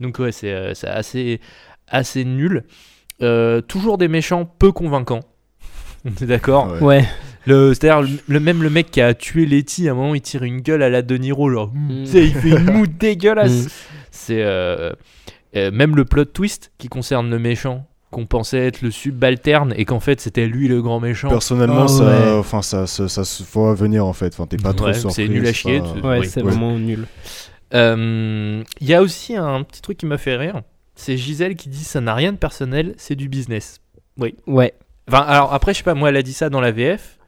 Donc, ouais, c'est euh, c'est assez assez nul. Euh, toujours des méchants peu convaincants. On est d'accord
Ouais.
Ouais.
le, C'est-à-dire, le- le, même le mec qui a tué Letty, à un moment, il tire une gueule à la De Niro, genre,
Mm.
tu sais, il fait une moue dégueulasse.
Mm.
C'est. euh, euh, même le plot twist qui concerne le méchant, qu'on pensait être le subalterne, et qu'en fait, c'était lui le grand méchant.
Personnellement,
Oh,
ça,
ouais.
enfin, ça, ça, ça se voit venir en fait. Enfin, t'es pas trop
Ouais,
surpris.
c'est nul à
pas-
chier, tu-
Ouais,
Oui.
c'est
Ouais.
vraiment nul.
Euh, Il y a aussi un petit truc qui m'a fait rire. C'est Gisèle qui dit ça n'a rien de personnel, c'est du business.
Ouais.
Enfin, alors après, je sais pas, moi, elle a dit ça dans la VF.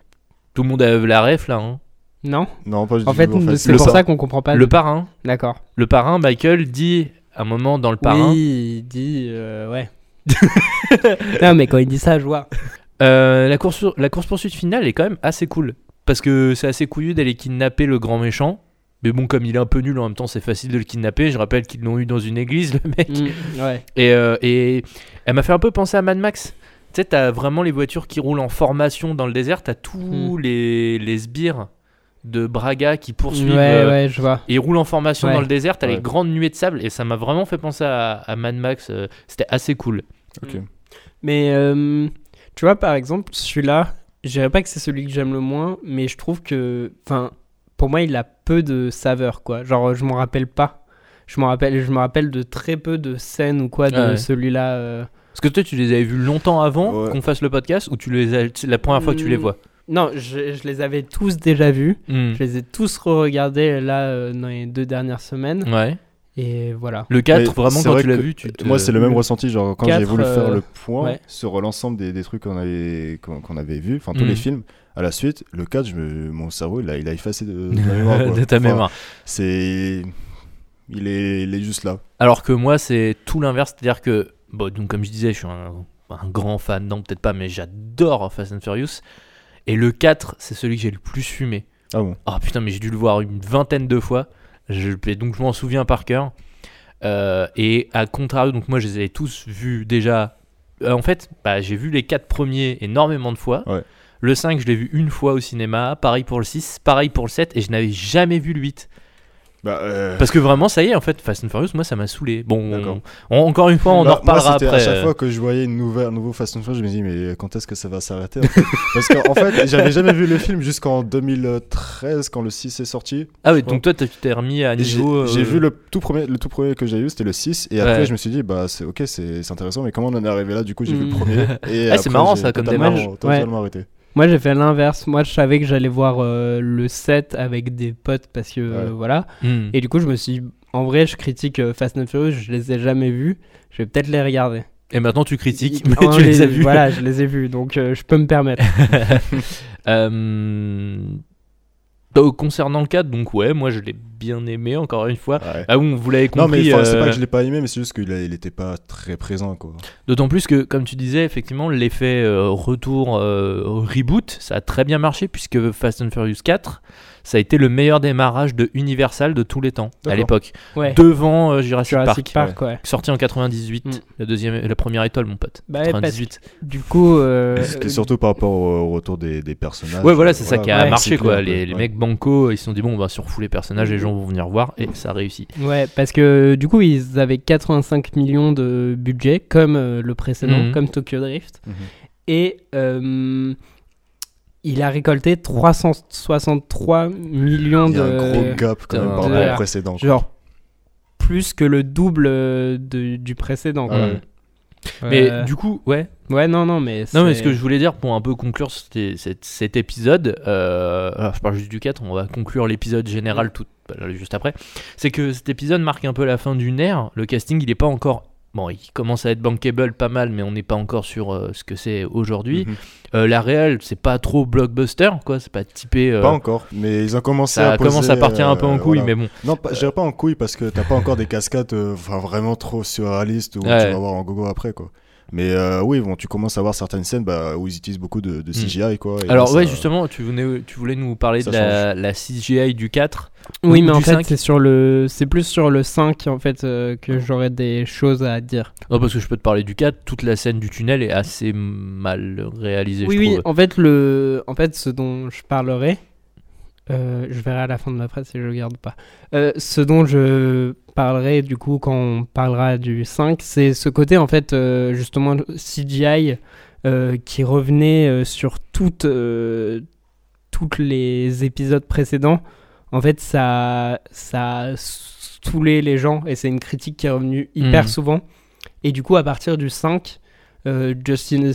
Tout le monde a la ref là. hein.
Non
Non, pas du
En fait,
tout.
c'est pour ça qu'on comprend pas.
Le parrain.
D'accord.
Le parrain, Michael dit à un moment dans le parrain.
Oui, il dit. euh, ouais. non, mais quand il dit ça, je vois.
Euh, la course la course poursuite finale est quand même assez cool parce que c'est assez couillu d'aller kidnapper le grand méchant. Mais bon, comme il est un peu nul en même temps, c'est facile de le kidnapper. Je rappelle qu'ils l'ont eu dans une église, le mec.
Mm, ouais.
Et, euh, et elle m'a fait un peu penser à Mad Max. Tu sais, t'as vraiment les voitures qui roulent en formation dans le désert. T'as tous
Hmm.
les, les sbires de Braga qui poursuivent.
ouais,
euh,
ouais, je vois.
Et ils roulent en formation
Ouais.
dans le désert. T'as les
Ouais.
grandes nuées de sable. Et ça m'a vraiment fait penser à, à Mad Max. euh, C'était assez cool.
Mais euh, tu vois, par exemple, celui-là, je dirais pas que c'est celui que j'aime le moins, mais je trouve que. Enfin, pour moi, il a peu de saveur, quoi. Genre, je m'en rappelle pas. Je m'en rappelle, je me rappelle de très peu de scènes ou quoi de
Ah ouais.
celui-là. euh.
Parce que toi, tu les avais vus longtemps avant
Ouais.
qu'on fasse le podcast ou tu les as, c'est la première fois que tu les
Hmm.
vois
Non, je, je les avais tous déjà vus.
Hmm.
Je les ai tous re-regardés là euh, dans les deux dernières semaines.
Ouais.
Et voilà.
Le 4,
Mais
vraiment,
c'est
quand
vrai
tu l'as
que
vu, tu te...
Moi, c'est le même ressenti. Genre, quand j'ai
Quatre,
voulu faire
euh,
le point
ouais.
sur l'ensemble des, des trucs qu'on avait, qu'on, qu'on avait vu, enfin, tous
Mm.
les films, à la suite, le 4, je me- mon cerveau, il a, il a effacé de, de ma mémoire. quoi.
de ta
Enfin,
mémoire.
C'est. Il est, il est juste là.
Alors que moi, c'est tout l'inverse. C'est-à-dire que, bon, donc, comme je disais, je suis un, un grand fan, non, peut-être pas, mais j'adore Fast and Furious. Et le 4, c'est celui que j'ai le plus fumé.
Ah bon
Ah putain, mais j'ai dû le voir une vingtaine de fois. Je, et donc, je m'en souviens par cœur. Euh, et à contrario, donc moi, je les avais tous vus déjà. Euh, en fait, bah, j'ai vu les 4 premiers énormément de fois.
Ouais.
Le 5, je l'ai vu une fois au cinéma. Pareil pour le 6, pareil pour le 7. Et je n'avais jamais vu le 8.
Bah, euh,
Parce que vraiment, ça y est, en fait, Fast and Furious, moi, ça m'a saoulé. Bon,
D'accord.
on- on- encore une fois, on
bah,
en reparlera
moi, c'était
après.
À chaque fois que je voyais une nouvelle, un nouveau Fast and Furious, je me dis, mais quand est-ce que ça va s'arrêter en fait Parce qu'en fait, j'avais jamais vu le film jusqu'en 2013, quand le 6 est sorti.
ah oui,
je
donc toi, t'as- tu t'es remis à
Et J'ai
niveau. euh,
j'ai vu le tout, premier, le tout premier que j'ai eu, c'était le 6. Et
Ouais.
après, je me suis dit, bah, c'est ok, c'est c'est intéressant, mais comment on en est arrivé là Du coup, j'ai vu
Mm.
le premier. Et
Ah, c'est
après,
marrant,
j'ai
ça, comme
totalement-
démarche.
totalement arrêté.
Moi, j'ai fait l'inverse. Moi, je savais que j'allais voir euh, le 7 avec des potes parce que euh,
Ouais.
voilà.
hmm.
Et du coup, je me suis dit, en vrai, je critique euh, Fast and Furious, je les ai jamais vus. Je vais peut-être les regarder.
Et maintenant, tu critiques, mais
Ah,
tu les as vus.
Voilà, je les ai vus, donc euh, je peux me permettre.
Euh, donc, concernant le 4, donc ouais, moi, je l'ai bien aimé, encore une fois.
Ouais.
Ah oui, vous l'avez compris.
Non, mais enfin, c'est
euh,
pas que je l'ai pas aimé, mais c'est juste qu'il a- il était pas très présent, quoi.
D'autant plus que, comme tu disais, effectivement, l'effet euh, retour euh, reboot, ça a très bien marché puisque Fast and Furious 4, ça a été le meilleur démarrage de Universal de tous les temps à
D'accord.
l'époque,
Ouais.
devant euh, Jurassic,
Jurassic
Park,
Park, ouais.
sorti en 98,
Mm.
la deuxième, la première étoile, mon pote.
Bah ouais, parce
98.
Du coup, euh,
C'était surtout par rapport au au retour des, des personnages.
Ouais, voilà, c'est ça qui a
ouais,
marché
c'est clair,
quoi.
un peu,
Les, les
ouais.
mecs banco, ils se sont dit bon, on va surfouler les personnages, les gens vont venir voir et ça réussit.
ouais, parce que du coup, ils avaient 85 millions de budget, comme euh, le précédent,
Mhm.
comme Tokyo Drift.
Mhm.
Et euh, il a récolté 363 millions
Il y a
de.
un gros gap quand même
euh, Putain,
par rapport
voilà.
au précédent. quoi.
genre plus que le double euh, de- du précédent. quoi.
Mm. Mais
Euh,
du coup, ouais,
ouais, non, non, mais
Non, mais
c'est-
ce que je voulais dire pour un peu conclure cet, cet- cet épisode, euh, alors je parle juste du 4, on va conclure l'épisode général tout bah, là, juste après, c'est que cet épisode marque un peu la fin d'une ère. Le casting, il n'est pas encore Bon, il commence à être bankable pas mal, mais on n'est pas encore sur euh, ce que c'est aujourd'hui. Euh, la Real, c'est pas trop blockbuster, quoi. C'est pas typé. euh,
Pas encore, mais ils ont commencé
ça
à poser,
commence à partir un peu en
euh,
couille,
voilà.
mais bon.
Non, pas- je dirais pas en couille parce que t'as pas encore des cascades euh, enfin, vraiment trop surréalistes où
Ouais.
tu vas voir en gogo après quoi. Mais euh, oui, bon, tu commences à voir certaines scènes bah, où ils utilisent beaucoup de, de CGI quoi. et
Hmm. Alors,
là,
ouais,
ça-
justement, tu, venais- tu voulais nous parler
ça
de la, la CGI du 4.
Oui, mais
Du
en fait,
cinq.
c'est sur le, c'est plus sur le 5 en fait euh, que j'aurais des choses à dire.
Non, parce que je peux te parler du 4. Toute la scène du tunnel est assez mal réalisée,
Oui,
je
oui.
trouve.
En fait, le, en fait, ce dont je parlerai, euh, je verrai à la fin de la presse si je le garde pas. Euh, ce dont je parlerai du coup quand on parlera du 5, c'est ce côté en fait euh, justement CGI euh, qui revenait euh, sur toutes euh, toutes les épisodes précédents. En fait, ça ça saoulait les gens et c'est une critique qui est revenue hyper
Mhm.
souvent. Et du coup, à partir du 5, euh, Justin,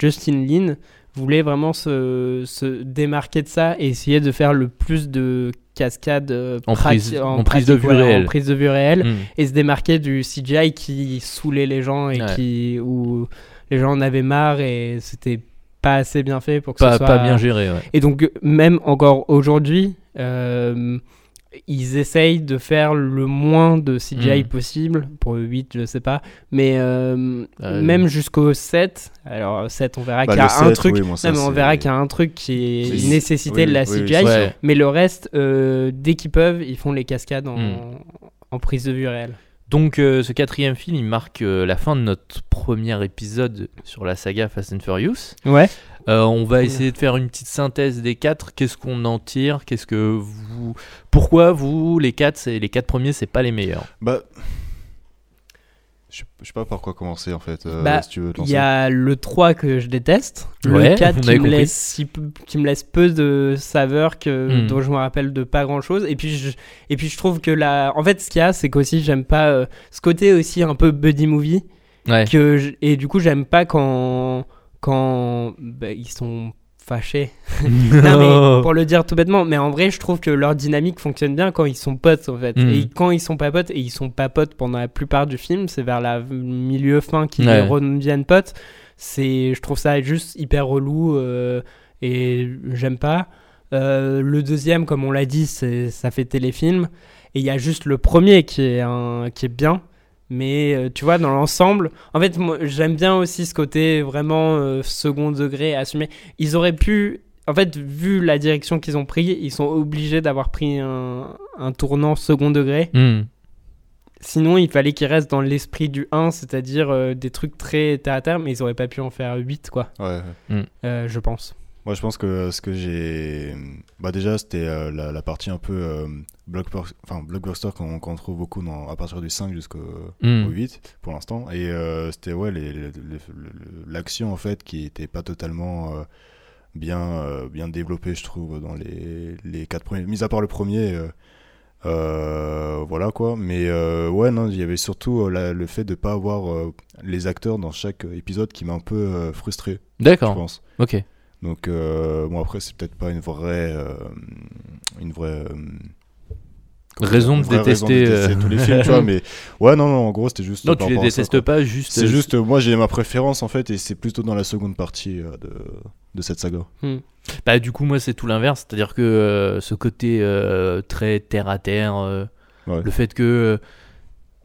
Justin Lin voulait vraiment se, se démarquer de ça et essayer de faire le plus de cascades euh,
En
prati-
prise- en prise
pratique,
de vue
voilà, en
réelle.
prise de vue réelle
Mm.
et se démarquer du CGI qui saoulait les gens et
Ouais.
qui où les gens en avaient marre et c'était pas assez bien fait pour que
Pas,
ce soit
pas bien géré, ouais.
et donc, même encore aujourd'hui, euh, ils essayent de faire le moins de CGI
Hmm.
Mm.
possible. Pour le 8, je sais pas. Mais euh,
Euh,
même jusqu'au 7, alors 7, on verra
Bah,
qu'il y a
le
un
sept,
trucc.
oui, bon, ça,
non, mais on
c'est-
verra qu'il y a un truc qui est
c'est-
une nécessité
oui,
de la
oui, oui,
CGI.
c'est
Ouais.
Mais le reste, euh, dès qu'ils peuvent, ils font les cascades en,
Hmm.
Mm.
en prise de vue réelle.
Donc euh, ce quatrième film, il marque euh, la fin de notre premier épisode sur la saga Fast and Furious.
Ouais.
Euh, on va essayer de faire une petite synthèse des quatre. Qu'est-ce qu'on en tire Qu'est-ce que vous Pourquoi vous les quatre, c'est les quatre premiers, c'est pas les meilleurs
Bah, je sais- je sais pas par quoi commencer en fait. euh,
Bah,
si tu veux te
Il
lancer.
y a le 3 que je déteste,
Ouais,
le 4
on
qui
avait
me,
compris.
laisse si peu- qui me laisse peu de saveur que,
Hmm.
dont je me rappelle de pas grand chose. Et puis je, et puis je trouve que là, en fait, ce qu'il y a, c'est qu'aussi j'aime pas euh, ce côté aussi un peu buddy movie.
Ouais.
Que je- et du coup, j'aime pas quand, quand bah, ils sont fâchés. Non, mais
Oh.
pour le dire tout bêtement, mais en vrai, je trouve que leur dynamique fonctionne bien quand ils sont potes en fait.
Mm.
Et quand ils sont pas potes, et ils sont pas potes pendant la plupart du film, c'est vers la milieu fin qu'ils
Ouais.
redeviennent potes. C'est, je trouve ça juste hyper relou euh, et j'aime pas. Euh, le deuxième, comme on l'a dit, c'est ça fait téléfilm. Et il y a juste le premier qui est un, qui est bien. Mais euh, tu vois, dans l'ensemble, en fait, moi, j'aime bien aussi ce côté vraiment euh, second degré assumé. Ils auraient pu, en fait, vu la direction qu'ils ont pris, ils sont obligés d'avoir pris un, un tournant second degré.
Hmm.
Sinon, il fallait qu'ils restent dans l'esprit du 1, c'est-à-dire euh, des trucs très terre à terre, mais ils auraient pas pu en faire 8, quoi,
Ouais, ouais.
euh, je pense.
Moi, je pense que ce que j'ai. Bah, déjà, c'était euh, la, la partie un peu euh, blockbur- enfin, blockbuster qu'on qu'on trouve beaucoup dans, à partir du 5 jusqu'au
Hmm.
au 8 pour l'instant. Et euh, c'était, ouais, les- les- les- l'action en fait qui était pas totalement euh, bien, euh, bien développée, je trouve, dans les, les 4 premiers. Mis à part le premier. euh, euh, voilà quoi, mais euh, ouais, non, il y avait surtout euh, la- le fait de pas avoir euh, les acteurs dans chaque épisode qui m'a un peu euh, frustré, je
D'accord.
pense.
Ok.
Donc euh, bon après c'est peut-être pas une vraie euh, une vraie euh, comment
Raison
dire,
de
une vraie raison
détester, euh.
tous les films tu vois mais ouais non non en gros c'était juste
Non,
par
tu les
rapport à ça,
détestes
quoi.
pas, juste.
c'est juste euh, moi j'ai ma préférence en fait et c'est plutôt dans la seconde partie euh, de, de cette saga
Bah du coup moi c'est tout l'inverse, c'est-à-dire que euh, ce côté euh, très terre à terre, euh,
Ouais.
le fait que euh,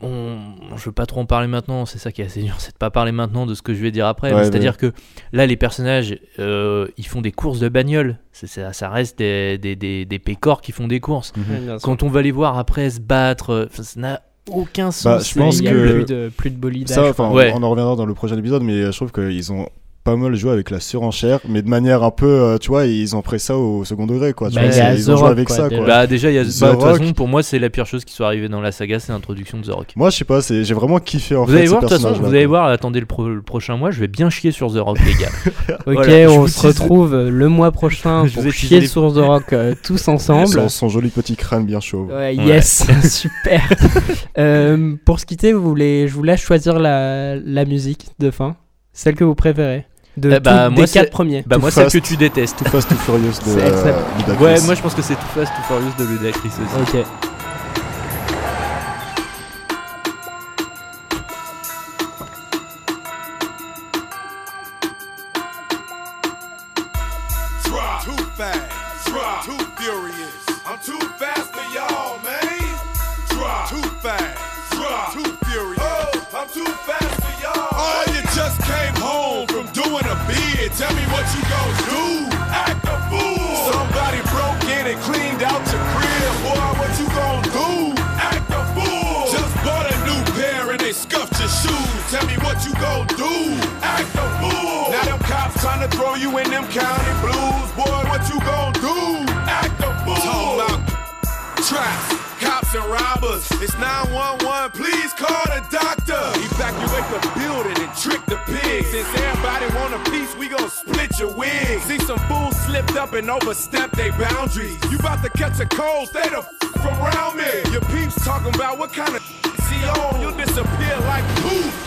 on, je veux pas trop en parler maintenant, c'est ça qui est assez dur, c'est de pas parler maintenant de ce que je vais dire après.
Ouais,
mais c'est-à-dire que là les personnages euh, ils font des courses de bagnole, C'est- ça, ça reste des des, des, des pécores qui font des courses.
Mhm.
Quand on va les voir après se battre, euh, ça ça n'a aucun sens.
Bah, je
c'est-
pense
il y a
que-
plus de, plus de bolidage.
ça enfin
Ouais.
on en reviendra dans le prochain épisode mais euh, je trouve qu'ils ont pas mal joué avec la surenchère mais de manière un peu euh, tu vois ils ont pris ça au second degré quoi tu
Bah,
vois,
il y
c'est-
a
ils
The
ont joué
Rock,
avec
quoi,
ça
déjà.
quoi
Bah déjà il y a
The
bah, de toute
Rock.
façon, pour moi c'est la pire chose qui soit arrivée dans la saga, c'est l'introduction de The Rock.
moi je sais pas c'est- j'ai vraiment kiffé en
Vous
fait
allez
ce
voir, de toute façon,
personnage-là,
vous allez
quoi.
voir, attendez le, pro- le prochain mois, je vais bien chier sur The Rock, les gars.
Ok,
Voilà, je
on
vous
se
dis-
retrouve euh, le mois prochain
Je vous ai
pour
teasé
chier
les-
sur The Rock euh, tous ensemble.
son, son joli petit crâne bien chauve
Ouais, yes, super. Euh, pour se quitter, vous voulez, je vous laisse choisir la, la musique de fin, celle que vous préférez, de
Eh
toutes-
bah, moi,
des quatre
c'est-
premiers.
Bah
Tout
moi celle
fast.
que tu détestes.
Too Fast Too Furious de
C'est excellent.
euh, Ludacris.
Ouais, moi je pense que c'est Too Fast, Too Furious de Ludacris aussi.
Ok.
Thank Drop too fast. Drop too furious. I'm too fast for y'all, man. Drop too fast. Drop too furious. Oh, I'm too fast for y'all. Oh, you just came home from doing a bid. Tell me what you gonna do. Act a fool. Somebody broke in and cleaned out your crib. Boy, what you gonna do? Act a fool. Just bought a new pair and they scuffed your shoes. Tell me what you gonna do. Act a fool. Now them cops trying to throw you in them county blues. Boy, what you gonna do? Act a fool. Talk about traps, cops and robbers. It's 911. Please call the doctor. Evacuate the building and trick the pigs. Since everybody want a piece, we gon' split your wig. See some fools slipped up and overstepped their boundaries. You about to catch a cold? Stay the f- around me. Your peeps talking about what kind of see on. You'll disappear like poof.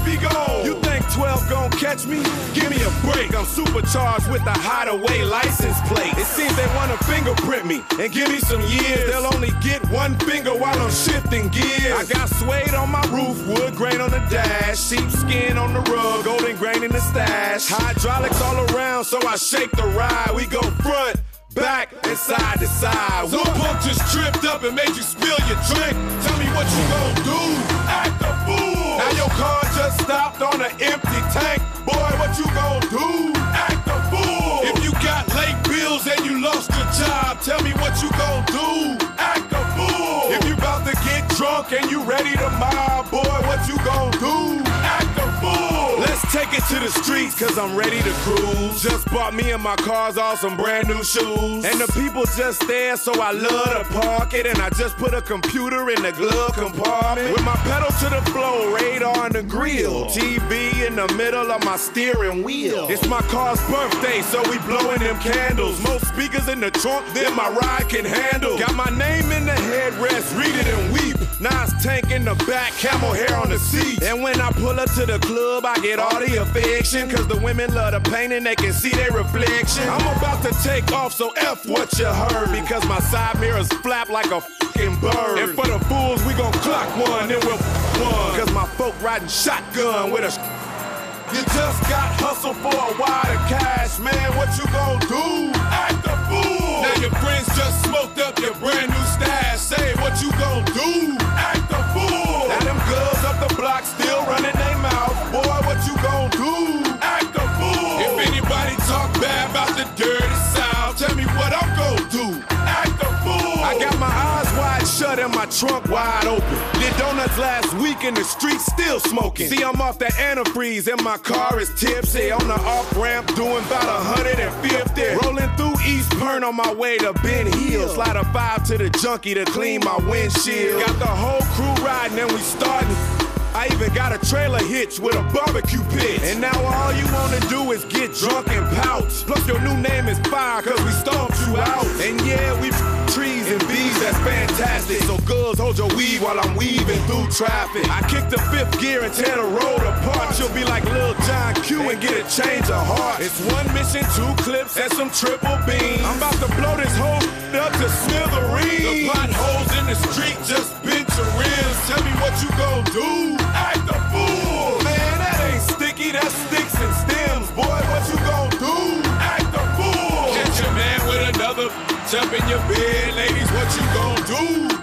Speak on. You think 12 gon' catch me? Give me a break. I'm supercharged with a hideaway license plate. It seems they wanna fingerprint me and give me some years. They'll only get one finger while I'm shifting gears. I got suede on my roof, wood grain on the dash, sheepskin on the rug, golden grain in the stash. Hydraulics all around, so I shake the ride. We go front. Back and side to side. Some punk just tripped up and made you spill your drink. Tell me what you gonna do. Act a fool. Now your car just stopped on an empty tank. Boy, what you gonna do? Act a fool. If you got late bills and you lost your job, tell me what you gonna do. Act a fool. If you about to get drunk and you ready to mob, boy, what you gonna do? Act a fool. Let's take it to the streets, cause I'm ready to cruise. Just bought me and my cars all some brand new shoes. And the people just there, so I love to park it. And I just put a computer in the glove compartment. With my pedal to the floor, radar in the grill. TV in the middle of my steering wheel. It's my car's birthday, so we blowing them candles. Most speakers in the trunk, then my ride can handle. Got my name in the headrest, read it and weep. Nas tank in the back, camel hair on the seat. And when I pull up to the club, I get all the affection. Cause the women love the pain and they can see their reflection. I'm about to take off, so F what you heard. Because my side mirrors flap like a fucking bird. And for the fools, we gon' clock one, then we'll f- one. Cause my folk riding shotgun with a you just got hustled for a wad of cash, man. What you gonna do? Act a fool. Now your friends just smoked up your brand new stash. Say what you gonna do? Act a fool. Now them girls up the block still running their mouth. Boy, what you gonna do? Act a fool. If anybody talk bad about the dirty south, tell me what I'm gonna do. Act a fool. I got my eyes wide shut and my trunk wide open. Did donuts last week in the street, still smoking. See, I'm off that antifreeze and my car is tipsy. On the off ramp, doing about 150. Rolling through East Pern on my way to Ben Hill. Slide a five to the junkie to clean my windshield. Got the whole crew riding and we starting. I even got a trailer hitch with a barbecue pit. And now all you wanna do is get drunk and pout. Plus your new name is fire, cause we stomped you out. And yeah, we f- trees and bees, that's fantastic. So girls, hold your weed while I'm weaving through traffic. I kick the fifth gear and tear the road apart. You'll be like Lil John Q and get a change of heart. It's one mission, two clips, and some triple beans. I'm about to blow this whole up to smithereens. The potholes in the street just bent your rims. Tell me what you gon' do. Act a fool. Man, that ain't sticky, that's sticks and stems. Boy, what you gon' do? Act a fool. Catch your man with another jump in your bed. Ladies, what you gon' do?